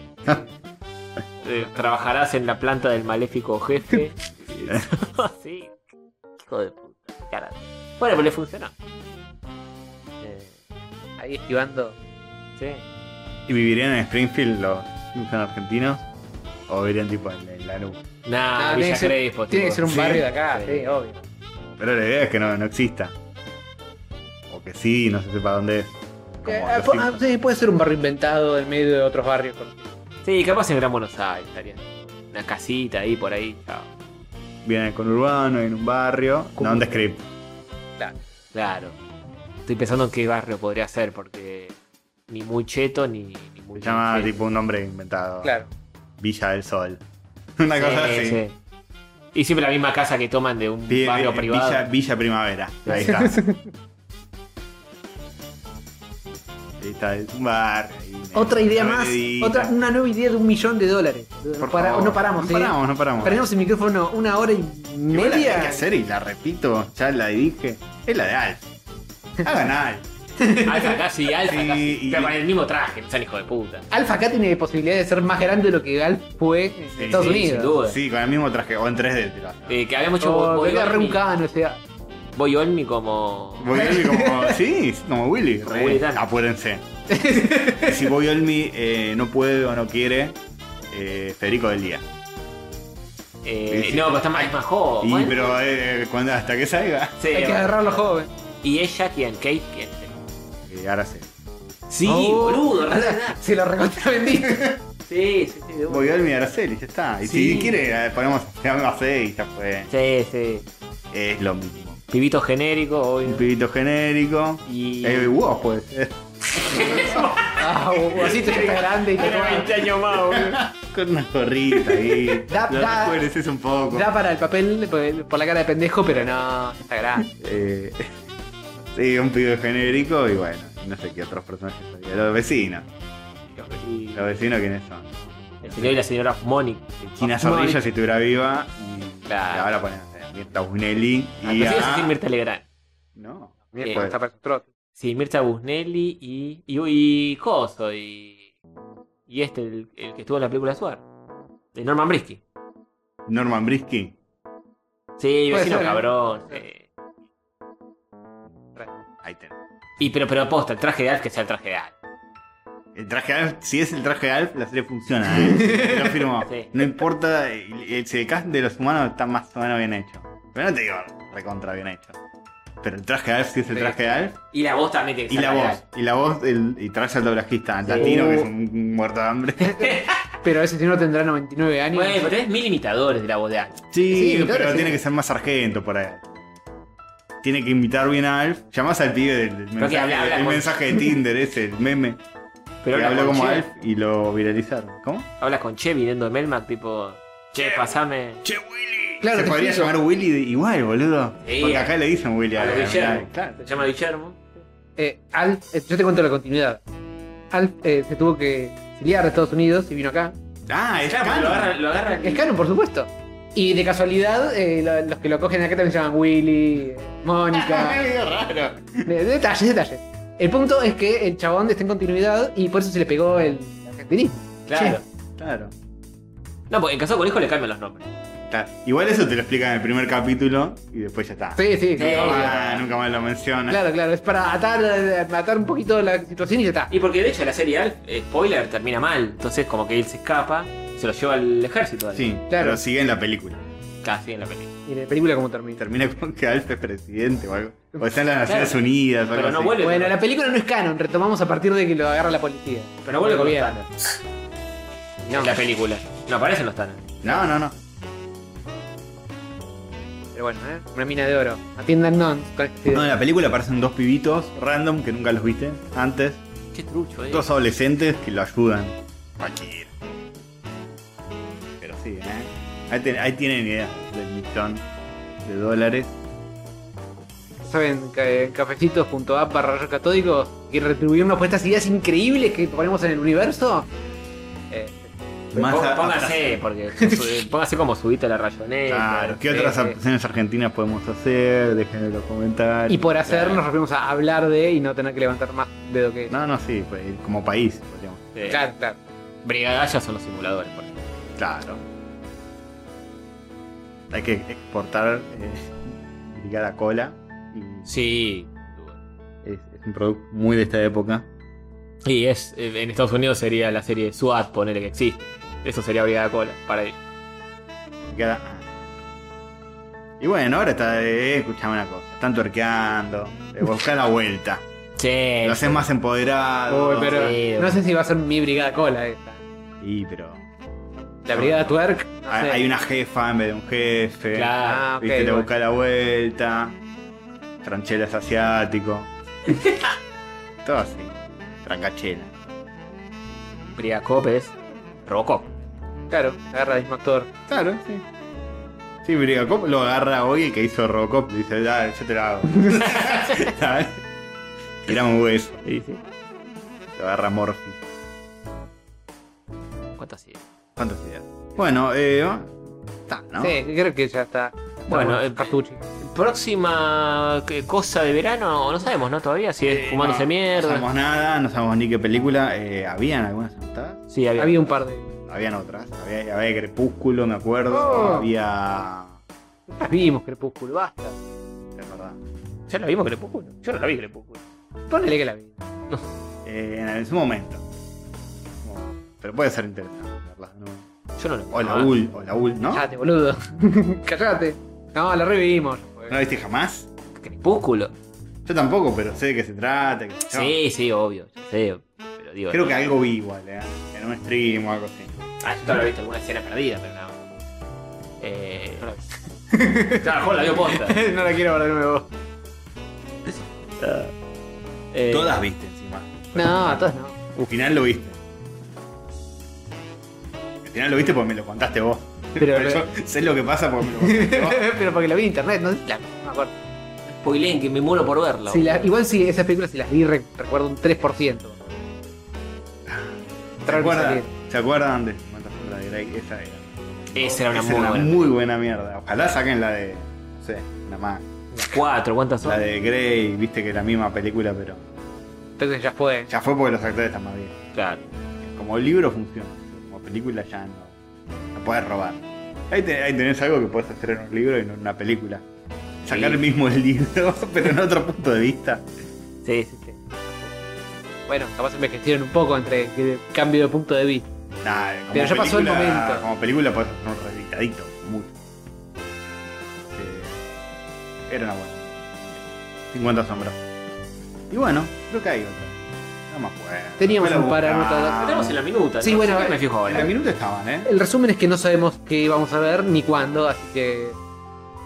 A: eh, trabajarás en la planta del maléfico jefe. Ah, sí. Hijo de puta. carajo. Bueno, pues le funcionó. Eh,
B: Ahí esquivando.
A: sí.
C: ¿Y vivirían en Springfield los Simpson argentinos? ¿O vivirían tipo en, en Lanús?
A: Nah,
B: Ah,
A: Villa
B: tiene que ser-
A: Crespo,
B: Tiene que
A: tipo.
B: ser un
C: Sí.
B: barrio de acá,
A: Sí.
B: sí, obvio.
C: Pero la idea es que no, no exista. O que sí, no se sepa dónde es. Como
B: Eh, ah,
C: los
B: pu- ah,
C: Simpsons.
B: sí, puede ser un barrio inventado en medio de otros barrios. con-
A: Sí, capaz en Gran Buenos Aires estaría. una casita ahí por ahí. chao.
C: Viene con urbano, en un barrio.
B: ¿Cómo?
C: Non-descript.
B: Claro.
A: Claro. Estoy pensando en qué barrio podría ser, porque ni muy cheto ni, ni muy.
C: Se llama
A: sí.
C: tipo un nombre inventado.
B: claro.
C: Villa del Sol. Una
A: Sí,
C: cosa así.
A: sí. Y siempre la misma casa que toman de un
C: Pi-
A: barrio
C: eh,
A: privado.
C: Villa, Villa Primavera. Ahí está. Ahí está, es un bar. ahí,
B: Otra
C: eh,
B: idea
C: una
B: más,
C: veredita.
B: otra, una nueva idea de un millón de dólares.
C: Por
B: Para-
C: favor.
B: no paramos,
C: No
B: ¿eh?
C: paramos, no paramos.
B: Prendemos el micrófono una hora y
C: Igual la que hay
B: media.
C: que hacer y la repito, ya la dije. Es la de Alf. Hagan Alf.
A: Alfa casi, Alfa
C: Sí,
A: casi.
C: y-
A: Pero con el mismo traje, no sean hijo de puta.
B: Alfa acá tiene posibilidad de ser más grande de lo que Alf fue en
C: Sí,
B: Estados
C: sí,
A: Sin
B: Unidos.
A: duda.
C: Sí, con el mismo traje. O en 3D. te lo hacen.
A: Eh, que habíamos hecho
B: O
A: Boy
B: era re un
A: Olmi-
B: cano, o sea.
A: Boy Olmi como.
C: Bobby Olmi como. Sí, como Willy.
A: Como
C: re.
A: Willy Tanner.
C: Apúrense. si Bobby Olmi eh, no puede o no quiere, eh, Federico del Día.
A: eh,
C: Sí, sí.
A: No, pero está más, es más joven.
C: Y
A: Bueno,
C: pero eh, cuando, hasta que salga.
A: sí,
B: Hay que
A: bueno.
B: agarrarlo joven.
A: ¿Y ella quién? ¿Kate quién?
C: Eh, ahora sí.
A: Sí,
B: Oh.
A: boludo, la verdad.
B: Se lo recontra vendiste.
A: Sí, sí, sí. de una.
C: Voy a mi Araceli, ya está. Y
A: Sí.
C: si quiere, eh, ponemos a C y ya fue.
A: Sí, sí.
C: Es lo mismo.
A: Pibito genérico,
C: Un
A: obvio.
C: pibito genérico.
A: Y.
C: Eh, wow, pues.
B: Ah, o- o así te está grande y te
A: años más, boludo.
C: Con una gorrita ahí.
B: Da-
C: Lo
B: da-
C: recuerdes un poco.
B: Da para el papel por, por la cara de pendejo, pero no, está grande.
C: Eh, sí, un pibe genérico y bueno, no sé qué otros personajes había. Los vecinos.
A: Y
C: Los vecinos quiénes son.
A: el señor y la señora Ah, Monic.
C: China Zorrilla si estuviera viva. Y
A: Claro.
C: y ahora ponen a Mirta Busnelli y
A: Y
C: a...
A: sí, Mirta Legrand.
C: No.
A: Eh,
C: Pues,
B: Está para el trote.
A: Sí, Mirta Busnelli y. y, y Coso y. Y este, el, el que estuvo en la película Suar. De Norman Brisky.
C: Norman Brisky.
A: Sí,
B: Puede
A: vecino
B: ser, ¿eh?
A: cabrón. sí.
C: Ahí tenés.
A: Y pero, pero aposta, el traje de Alf que sea el traje de Alf.
C: El traje Alf, si es el traje de Alf, la serie funciona. ¿eh? Te Lo firmo.
A: Sí.
C: No importa, el, el- si el cast de los humanos está más o menos bien hecho. Pero no te digo recontra bien hecho. Pero el traje de Alf, si es el
B: Sí.
C: traje de Alf.
A: Y la voz también tiene que Uh.
C: Y
A: ser
C: la
A: de
C: voz.
A: Alf.
C: Y la voz, el, y trae al doblajista,
A: Sí.
C: latino, que es un, un muerto de hambre.
B: Pero ese señor tendrá 99 años.
A: Bueno, pero tenés mil imitadores de la voz de Alf.
C: Sí,
B: Sí, claro
C: pero
B: que sí.
C: tiene que ser más sargento por ahí. Tiene que imitar bien a Alf. Llamás al pibe del, del mensaje,
A: habla- habla
C: el
A: con-
C: mensaje de Tinder, ese, el meme.
A: Pero
C: que
A: habla
C: habló
A: con
C: como
A: Che.
C: Alf y lo viralizaron. ¿Cómo?
A: Hablas con Che viniendo de Melmac, tipo. Che, pasame.
C: Che Willy.
B: Claro,
C: se
B: te
C: podría
B: explico.
C: llamar Willy de- igual, boludo.
A: Sí.
C: Porque acá le dicen Willy
A: A
C: a
A: lo
C: la-
A: Guillermo.
C: la- Claro.
A: Se llama Guillermo.
B: Eh, Alf, eh, yo te cuento la continuidad. Alf eh, se tuvo que exiliar de Estados Unidos y vino acá.
C: Ah, es
A: Lo
C: Cano.
A: agarra, lo agarra el-
B: Es canon, por supuesto. Y de casualidad, eh, lo- los que lo cogen acá también se llaman Willy, eh, Mónica.
C: Medio raro.
B: De- Detalles, detalles. El punto es que el chabón está en continuidad y por eso se le pegó el argentinismo.
A: Claro.
C: Claro.
A: No, porque en caso con hijo le cambian los nombres.
C: Claro. Igual eso te lo explica en el primer capítulo y después ya está.
B: Sí, sí.
A: Sí.
C: Nunca, más, nunca más lo menciona.
B: Claro, claro. Es para atar, eh, atar un poquito la situación y ya está.
A: Y porque de hecho la serie Alf, eh, spoiler, termina mal. Entonces, como que él se escapa, se lo lleva al ejército. Alf.
C: Sí, pero sigue en la película.
A: Casi en la película.
B: Y la película como termina.
C: Termina con que Alf es presidente o algo. O está en las Naciones
A: Claro.
C: Unidas o algo
A: Pero no
C: así.
A: vuelve.
B: Bueno, la película no es canon. Retomamos a partir de que lo agarra la policía.
A: Pero no vuelve con los
B: Bien.
A: Thanos. No. En la película. No aparecen los Thanos.
C: No, no, no.
B: Pero bueno, ¿eh? Una mina de oro. Atiendan non. con este-
C: No, en la película aparecen dos pibitos random que nunca los viste antes.
A: Qué trucho, eh.
C: Dos adolescentes que lo ayudan. Cualquiera. Pero sí, ¿eh? Ahí, ten- ahí tienen idea del millón de dólares.
B: Saben, eh, que en cafecitos.app barra rayos catódicos y retribuirnos por estas ideas increíbles que ponemos en el universo. Eh,
C: Más
A: Pó-
C: a-
A: póngase, porque su- póngase como subiste la rayoneta.
C: Claro, ¿qué
B: Sí,
C: otras
B: sí.
C: adaptaciones argentinas podemos hacer? Dejen en los comentarios.
B: y por hacer nos referimos a hablar de y no tener que levantar más dedo que.
C: No, no, sí, pues, como país, podríamos.
A: Eh,
B: Claro, claro.
A: Brigadallas son los simuladores, por ejemplo.
C: Claro. Hay que exportar eh, Brigada Cola. Y
A: Sí.
C: es, es un producto muy de esta época.
A: Y es, eh, en Estados Unidos sería la serie SWAT, ponele que existe. Eso sería Brigada Cola, para ahí.
C: Brigada A. Y bueno, ahora está. Eh, escuchame una cosa. Están tuerqueando. Eh, busca la vuelta.
A: Sí.
C: Lo haces más empoderado.
B: Uy, pero
A: ah, sí.
B: no sé si va a ser mi brigada cola esta.
C: Y pero.
B: La brigada twerk. no
C: Hay,
B: sé.
C: Ah, hay una jefa en vez de un jefe.
A: Claro.
B: Ah, ok,
C: Viste, te
B: bueno.
C: busca la vuelta. Tranchela es asiático. Todo así. Trancachela.
A: Briacop es Robocop.
B: Claro, agarra el mismo actor.
C: Claro, sí. Sí, Brigacop lo agarra hoy el que hizo Robocop. Dice, dale, yo te lo hago. ¿Sabes? Tiramos un hueso.
A: Sí, sí.
C: Lo agarra Morphy.
A: ¿Cuántas ideas?
C: Fantasía. Bueno, eh. Está, ¿no?
B: Sí, creo que ya está.
A: Bueno,
B: Estamos-
A: eh,
B: Cartucci.
A: Próxima eh, cosa de verano, no sabemos, ¿no? Todavía, si es
C: Eh,
A: fumándose
C: no, No
A: mierda.
C: sabemos nada, no sabemos ni qué película. Eh, ¿Habían algunas anotadas?
A: sí, había.
B: Había un par de.
C: Habían otras. Había, había Crepúsculo, me acuerdo.
B: Oh.
C: Había.
B: Las vimos, Crepúsculo, basta.
C: Es verdad.
A: Ya la vimos Crepúsculo. Yo no la vi Crepúsculo.
B: Ponele que la vi.
C: Eh, en su momento. Como- Pero puede ser interesante verlas de nuevo.
A: Yo no la vi.
C: O la
A: Ah,
C: UL, o la UL, ¿no?
B: Cállate, boludo. Cállate. No, la revimos.
C: ¿No la viste jamás?
A: Crepúsculo.
C: Yo tampoco, pero sé de qué se trata. qué sé yo.
A: Sí, sí, obvio. ya sé, pero digo.
C: Creo que algo vi igual, ¿eh? En un stream o algo así.
A: Ah, yo todavía he visto alguna escena perdida, pero no. Eh. No la vi. claro, Juan la vio posta.
B: no la quiero ver de nuevo.
A: Eh,
C: viste encima.
B: No, todas no.
C: Al final lo viste. Al final lo viste porque me lo contaste vos.
B: Pero-
C: Pero yo sé lo que pasa porque me lo contaste vos.
B: Pero porque la vi en internet, no la no me acuerdo.
A: spoileen, que me muero por verla.
B: Si la-
A: boludo.
B: igual si esas películas si las vi re- recuerdo un 3%.
C: ¿Se
B: Claro que
C: acuerdan,
B: sí.
C: ¿Se acuerdan de Fantasma de Grey? Esa era.
A: Esa era una
C: Esa
A: muy
C: era
A: buena.
C: muy buena mierda. Ojalá saquen la de. No sé, la más.
A: Cuatro, ¿cuántas son?
C: La de Grey, viste que es la misma película, pero.
B: Entonces ya fue.
C: Ya fue porque los actores están más bien.
A: Claro.
C: Como libro funciona, como película ya no. No puedes robar. Ahí, te- ahí tenés algo que puedes hacer en un libro y no en una película. Sacar
A: Sí.
C: el mismo libro, pero en otro punto de vista.
A: Sí, sí, sí.
B: Bueno, capaz envejecieron un poco entre el cambio de punto de vista.
C: Nah, como
B: Pero ya pasó el
C: película-
B: momento.
C: Como película podés hacer un reeditadito, mucho. Eh, era una buena. 50 sombras. Y bueno, creo que hay otra. No me acuerdo.
B: Teníamos
C: Después
B: un
C: la
B: par
C: buscamos.
B: anotadas.
A: Tenemos en la minuta.
B: Sí,
A: ¿no?
B: bueno,
A: ¿Qué me fijo
C: En
A: ahora.
C: la minuta estaban, ¿eh?
B: El resumen es que no sabemos qué vamos a ver ni cuándo, así que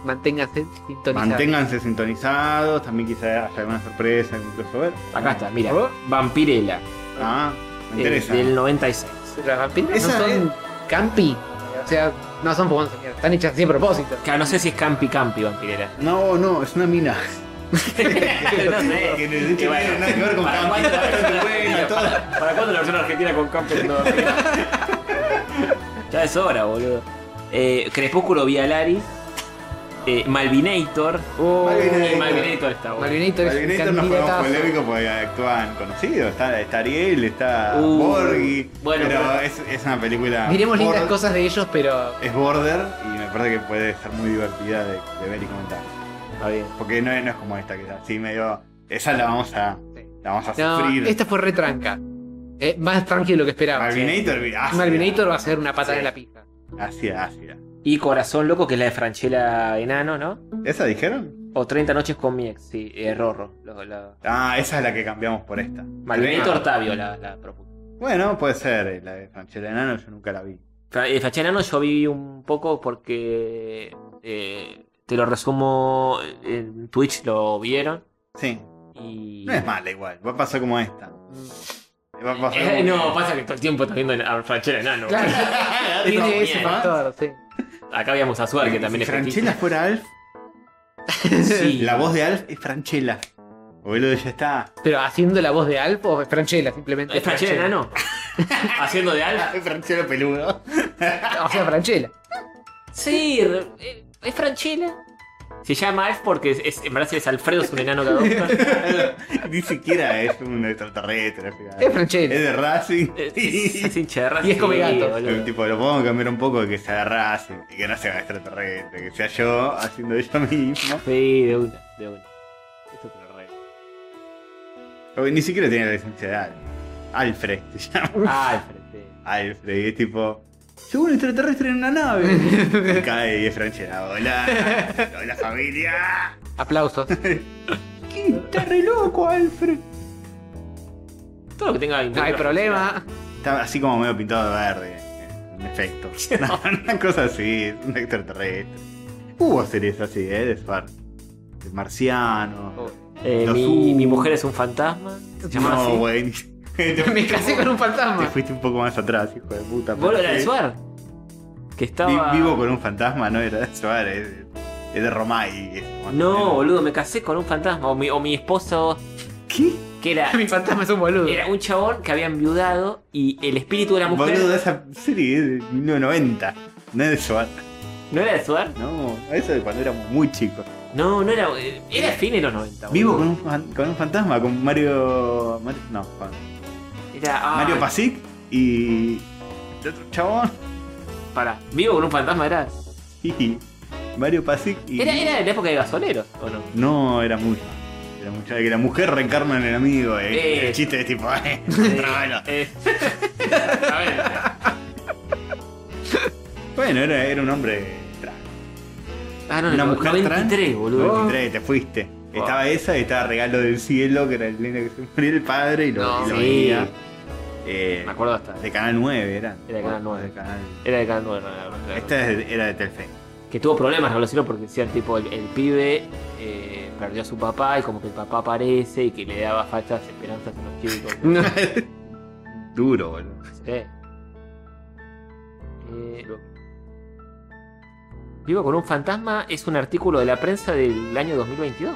B: manténganse sintonizados.
C: Manténganse sintonizados, también quizá haya alguna sorpresa, algún crossover.
A: Acá está, mira.
B: ¿Por?
A: Vampirella.
C: Ah, me interesa.
A: eh, Del 96.
B: Las vampiras no
C: Esa
B: son campi. O sea, no son fumadas, están hechas sin propósito.
A: Claro, no sé si es Campi Campi Vampirella.
C: No, no, es una mina.
A: no sé.
C: Que de hecho
A: Y Eh, bueno,
C: no tiene nada que ver con
A: ¿para
C: Campi,
A: cuándo-
C: está bastante buena, todo.
A: ¿Para cuándo la versión argentina con Campi? No, ya es hora, boludo. Eh, Crepúsculo Vialari. Eh, Malvinator.
B: Oh,
C: Malvinator.
A: Malvinator está, boludo.
B: Malvinator es un
C: Magneto no fue
B: candidatazo.
C: más polémico porque actúan conocidos. Está, está Ariel, está
A: Uh,
C: Borghi.
A: bueno,
C: pero
A: pero-
C: es, es una película.
B: Miremos
C: bor-
B: lindas cosas de ellos, pero
C: Es border y me parece que puede estar muy divertida de, de ver y comentar.
A: Está bien.
C: Porque no, no es como esta, que es así medio. Esa la vamos a.
B: Sí.
C: La vamos a
B: no,
C: sufrir.
B: esta fue retranca. Eh, más tranqui de lo que esperaba.
C: Malvinator, ah, ácida.
B: Malvinator va a ser una patada
C: Sí.
B: en la pija.
C: Ácida, ácida.
A: Y Corazón Loco, que es la de Franchella Enano, ¿no?
C: ¿Esa dijeron?
A: O 30 noches con mi ex, sí, eh, Rorro. Lo, lo-
C: Ah, esa es la que cambiamos por esta.
A: Malvinator
C: Ah,
A: Octavio la, la propuso.
C: Bueno, puede ser. eh, La de Franchella Enano yo nunca la vi.
A: Fra- eh, Franchella Enano yo vi un poco porque eh, te lo resumo, en Twitch lo vieron
C: Sí.
A: y...
C: No
B: Eh,
C: es mala igual. Va a pasar como esta. Va a pasar
A: Eh,
C: como-
A: no, pasa que todo el tiempo estás viendo a Franchella Enano.
B: Claro,
A: Todo
B: tiene ese
A: bien.
B: factor, sí.
A: Acá habíamos a Suar, que también es
C: si Franchella
A: fetiche.
C: fuera Alf,
A: Sí.
C: la voz de Alf es Franchella. Boludo, ya está.
B: Pero haciendo la voz de Alf o Franchella, simplemente.
A: ¿Es Franchella Enano? ¿Haciendo de Alf?
C: Es Franchella peludo.
B: O sea, Franchella.
A: Sí, re- eh, es Franchella. Se llama Alf porque es, es- en Brasil es Alfredo, es un enano que adopta.
C: Ni siquiera es un extraterrestre. al final.
B: Es Franchella.
C: Es de Racing.
A: Eh, es, es hincha de Racing,
B: Y es como gato.
A: boludo.
C: El tipo, lo podemos cambiar un poco de que sea de Racing y que no sea un extraterrestre, que sea yo haciendo yo mismo.
A: Sí, de una, de una. Esto te lo arreglo.
C: Porque ni siquiera tenía la licencia de Alf. Alfred se llama.
A: Alfred, sí.
C: Alfred, y es tipo. Yo un extraterrestre en una nave. Y cae y es Franchella. Hola. Hola familia.
B: Aplausos.
C: ¿Qué? Está re loco, Alfred.
A: Todo lo que tenga
B: No hay problema.
C: Está así como medio pintado de verde. eh, un efecto. No, una cosa así, es un extraterrestre. Hubo series así, ¿eh? De Spark. De Marciano.
A: Oh. Eh,
C: Los
A: mi,
C: U.
A: mi mujer es un fantasma. ¿Se llamaba
C: no,
A: así?
C: güey.
B: Me casé con un
C: Te
B: fantasma.
C: fuiste un poco más atrás, hijo de puta.
A: ¿Vos
C: pero
A: lo era de
C: sí.
A: Suar? Que estaba.
C: Vi- Vivo con un fantasma, no era de Suar, es, es de Romay. es como-
A: No, boludo, me casé con un fantasma. O mi, o mi esposo,
C: ¿Qué?
A: que era,
B: Mi fantasma es un boludo.
A: era un chabón que había enviudado y el espíritu de la mujer.
C: Boludo, esa serie es de 1990. No es de Suar.
A: ¿No era de Suar?
C: No, eso de cuando éramos muy chicos.
A: No, no era. eh, Era fin de los 90. boludo.
C: Vivo con un, fan- con un fantasma, con Mario. Mar- no, con
A: Era, ah,
C: Mario Pasic y. El otro chabón.
A: Pará, vivo con un fantasma era.
C: Y Mario Pasic y.
A: Era, era de la época de gasoleros, ¿o no?
C: No, era mucho. Era mucho. Que la mujer reencarna en el amigo. eh.
A: Eh.
C: El chiste es tipo. Eh,
A: Eh,
C: trábalo.
A: eh, a ver.
C: Bueno, era, era un hombre trans.
A: Ah, no,
C: Una
A: no,
C: mujer trans. Oh.
A: 93, boludo. Oh.
C: 93, te fuiste.
A: Wow.
C: Estaba esa y estaba Regalo del Cielo, que era el nene que se murió el padre y lo,
B: No.
C: y lo
A: Sí.
C: veía. Eh,
A: Me acuerdo hasta.
C: de Canal 9 era.
A: Era de Canal 9.
C: De Canal-
A: Era de Canal 9, no, era- era-
C: Esta es de- era de Telfe.
A: que tuvo problemas relacionados porque decían tipo el, el pibe eh, perdió a su papá y como que el papá aparece y que le daba falsas esperanzas a los chicos.
B: No.
C: Duro, boludo.
A: Eh. Eh, Vivo con un fantasma es un artículo de la prensa del año 2022.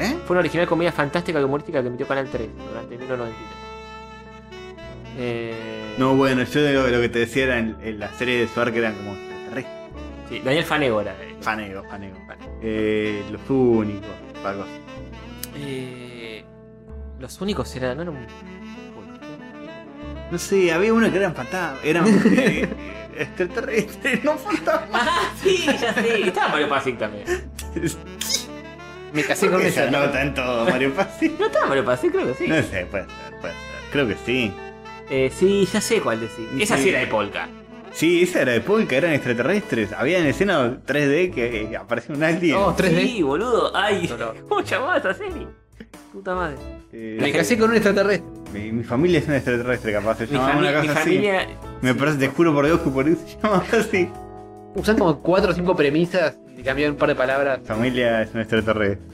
C: ¿Eh?
A: Fue una original comedia fantástica y humorística que emitió Canal 3 durante 1993. Eh,
C: No, bueno, yo de lo, lo que te decía era en, en la serie de Suar que eran como extraterrestres.
A: sí, Daniel Fanego era. eh.
C: Fanego, fanego. Eh, los únicos, algo así.
A: Eh, los únicos eran. No era un.
C: No sé, había uno que eran fantasmas. Eran eh, extraterrestres, no fantasmas.
A: ¡Ah, sí! Ya sé. Estaba Mario Pasic también.
B: Me casé con
C: ¿Por qué
B: esa.
C: se nota en todo, Mario Pasi?
A: No estaba Mario Pasic, creo que sí.
C: No sé, puede ser, puede ser. Creo que sí.
A: Eh, sí, ya sé cuál decir. Esa sí
C: Sí.
A: era de Polka.
C: Sí, esa era de Polka, eran extraterrestres. Había en escena 3D que eh, aparecía un alien.
B: Oh, 3D.
A: Sí, boludo. Ay,
B: Dolor.
A: ¿cómo llamaba esa serie? Puta madre.
C: Eh,
B: Me casé con un extraterrestre.
C: mi, mi familia es un extraterrestre, capaz. Se
A: Mi,
C: llamaba
A: fami-
C: una
A: mi
C: casa así.
A: familia.
C: Me parece, te juro por Dios que por eso se llamaba así.
B: Usan como cuatro o cinco premisas y cambian un par de palabras.
C: Mi familia es un extraterrestre.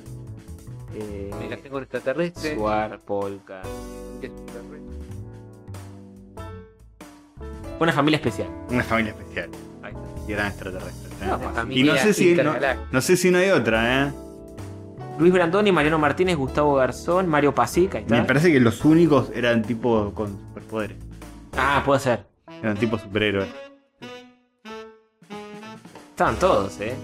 A: Eh,
B: Me casé con un extraterrestre.
A: Suar, Polka.
B: extraterrestre.
A: Una familia especial.
C: Una familia especial.
A: Ahí está.
C: Y eran extraterrestres. ¿eh?
A: Ah, bueno.
C: y no
B: Familia
C: sé, si, no,
B: intergaláctica.
C: no sé si no hay otra, ¿eh?
A: Luis Brandoni, Mariano Martínez, Gustavo Garzón, Mario Pasic. Ahí
C: Me
B: ¿Ah?
A: está.
C: parece que los únicos eran tipo con superpoderes.
A: Ah, puede ser.
C: Eran tipo superhéroes.
A: Estaban todos, eh.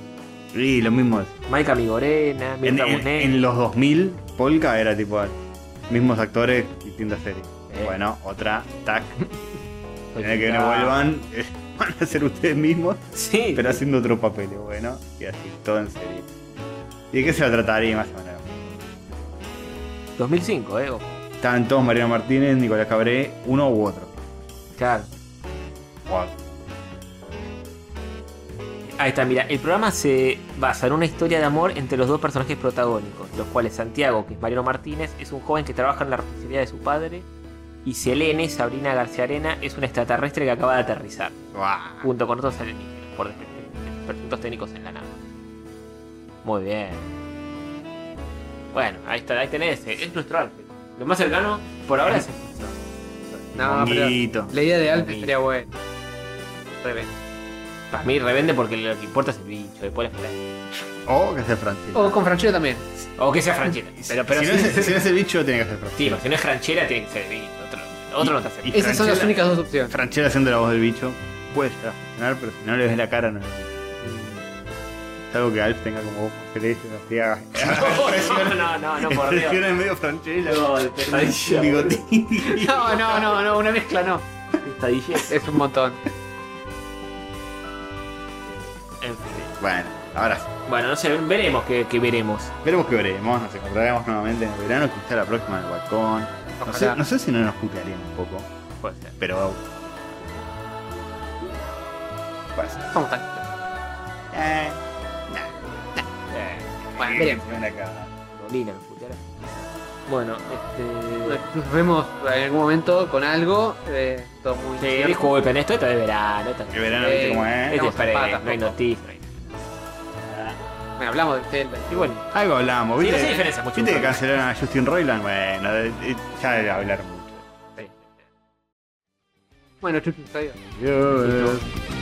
C: Y lo mismo es.
A: Maika Migorena,
C: En,
A: Mirta
C: en-
A: Busné.
C: en los 2000, Polka era tipo ah, mismos actores, distintas series.
A: Eh.
C: Bueno, otra, tac. En el que no vuelvan, eh, van a ser ustedes mismos,
A: Sí.
C: pero haciendo otro papel. y Bueno, y así, todo en serie. ¿Y de qué se va a tratar ahí más o menos?
A: 2005, eh. ojo.
C: Estaban todos Mariano Martínez, Nicolás Cabré, uno u otro.
A: Claro.
C: Wow.
A: Ahí está, mira, el programa se basa en una historia de amor entre los dos personajes protagónicos, los cuales Santiago, que es Mariano Martínez, es un joven que trabaja en la refinería de su padre, y Selene, Sabrina García Arena, es una extraterrestre que acaba de aterrizar,
C: Guau.
A: junto con otros alienígenas, por despe- presuntos técnicos en la nave. Muy bien. Bueno, ahí está, ahí tenés, eh, es nuestro arte. Lo más cercano por ahora es esto.
B: No, pero-
C: Bonito.
B: La idea de Alf estaría buena. Revés.
A: Para mí revende porque lo que importa es el bicho, después la
C: O que sea Francis.
B: O con Franchero también.
A: O que sea franchera. Pero, pero
C: si, no
A: sí-
C: es, si no es el bicho, tiene que ser Franchella.
A: Sí, pero si no es ranchera, tiene que ser de Vito, Otro, otro no te hace.
C: Y-
B: Esas son las
C: Franchella.
B: únicas dos opciones.
C: Franchella haciendo la voz del bicho. Puede llegar a funcionar, pero si no le ves la cara, no. Salvo que Alf tenga como voz celeste, así haga.
A: No, no, no, Ah, no, por Dios.
C: Expresiones medio Franchella.
A: No, de pesadilla.
C: Bigotín.
B: No, no, no, no, una mezcla no.
A: Pesadilla.
B: Es un montón.
A: En fin.
C: Bueno, ahora sí.
A: Bueno, no sé, veremos que, veremos.
C: Veremos que veremos, nos encontraremos nuevamente en el verano, quizá la próxima en el balcón. No sé,
B: Ojalá.
C: no sé si no nos putearían un poco,
A: Puede ser.
C: pero. Pues.
B: Somos tan-
C: Eh,
A: Eh,
B: Bueno, veremos.
C: ven acá.
A: Dolina, ¿me escucharás? Bueno, este.
B: Nos vemos en algún momento con algo. eh, todo muy
A: Sí,
B: cierto.
A: disculpen, esto, esto es verano. Esto,
C: El verano, viste
B: Eh,
C: cómo es.
A: esto es
B: Estamos en
A: pareja,
B: patas,
A: no hay
B: poco.
A: noticias. no hay nada.
C: Ah.
B: Bueno, hablamos del Zelda.
A: Y bueno,
C: Algo hablamos,
A: Sí,
C: ¿viste?
A: no se diferencia mucho.
C: ¿Viste que cancelaron a Justin Roiland? Bueno, de- de- ya de hablar mucho.
A: sí.
B: Bueno, Chuchu, adiós.
C: Yo, eh,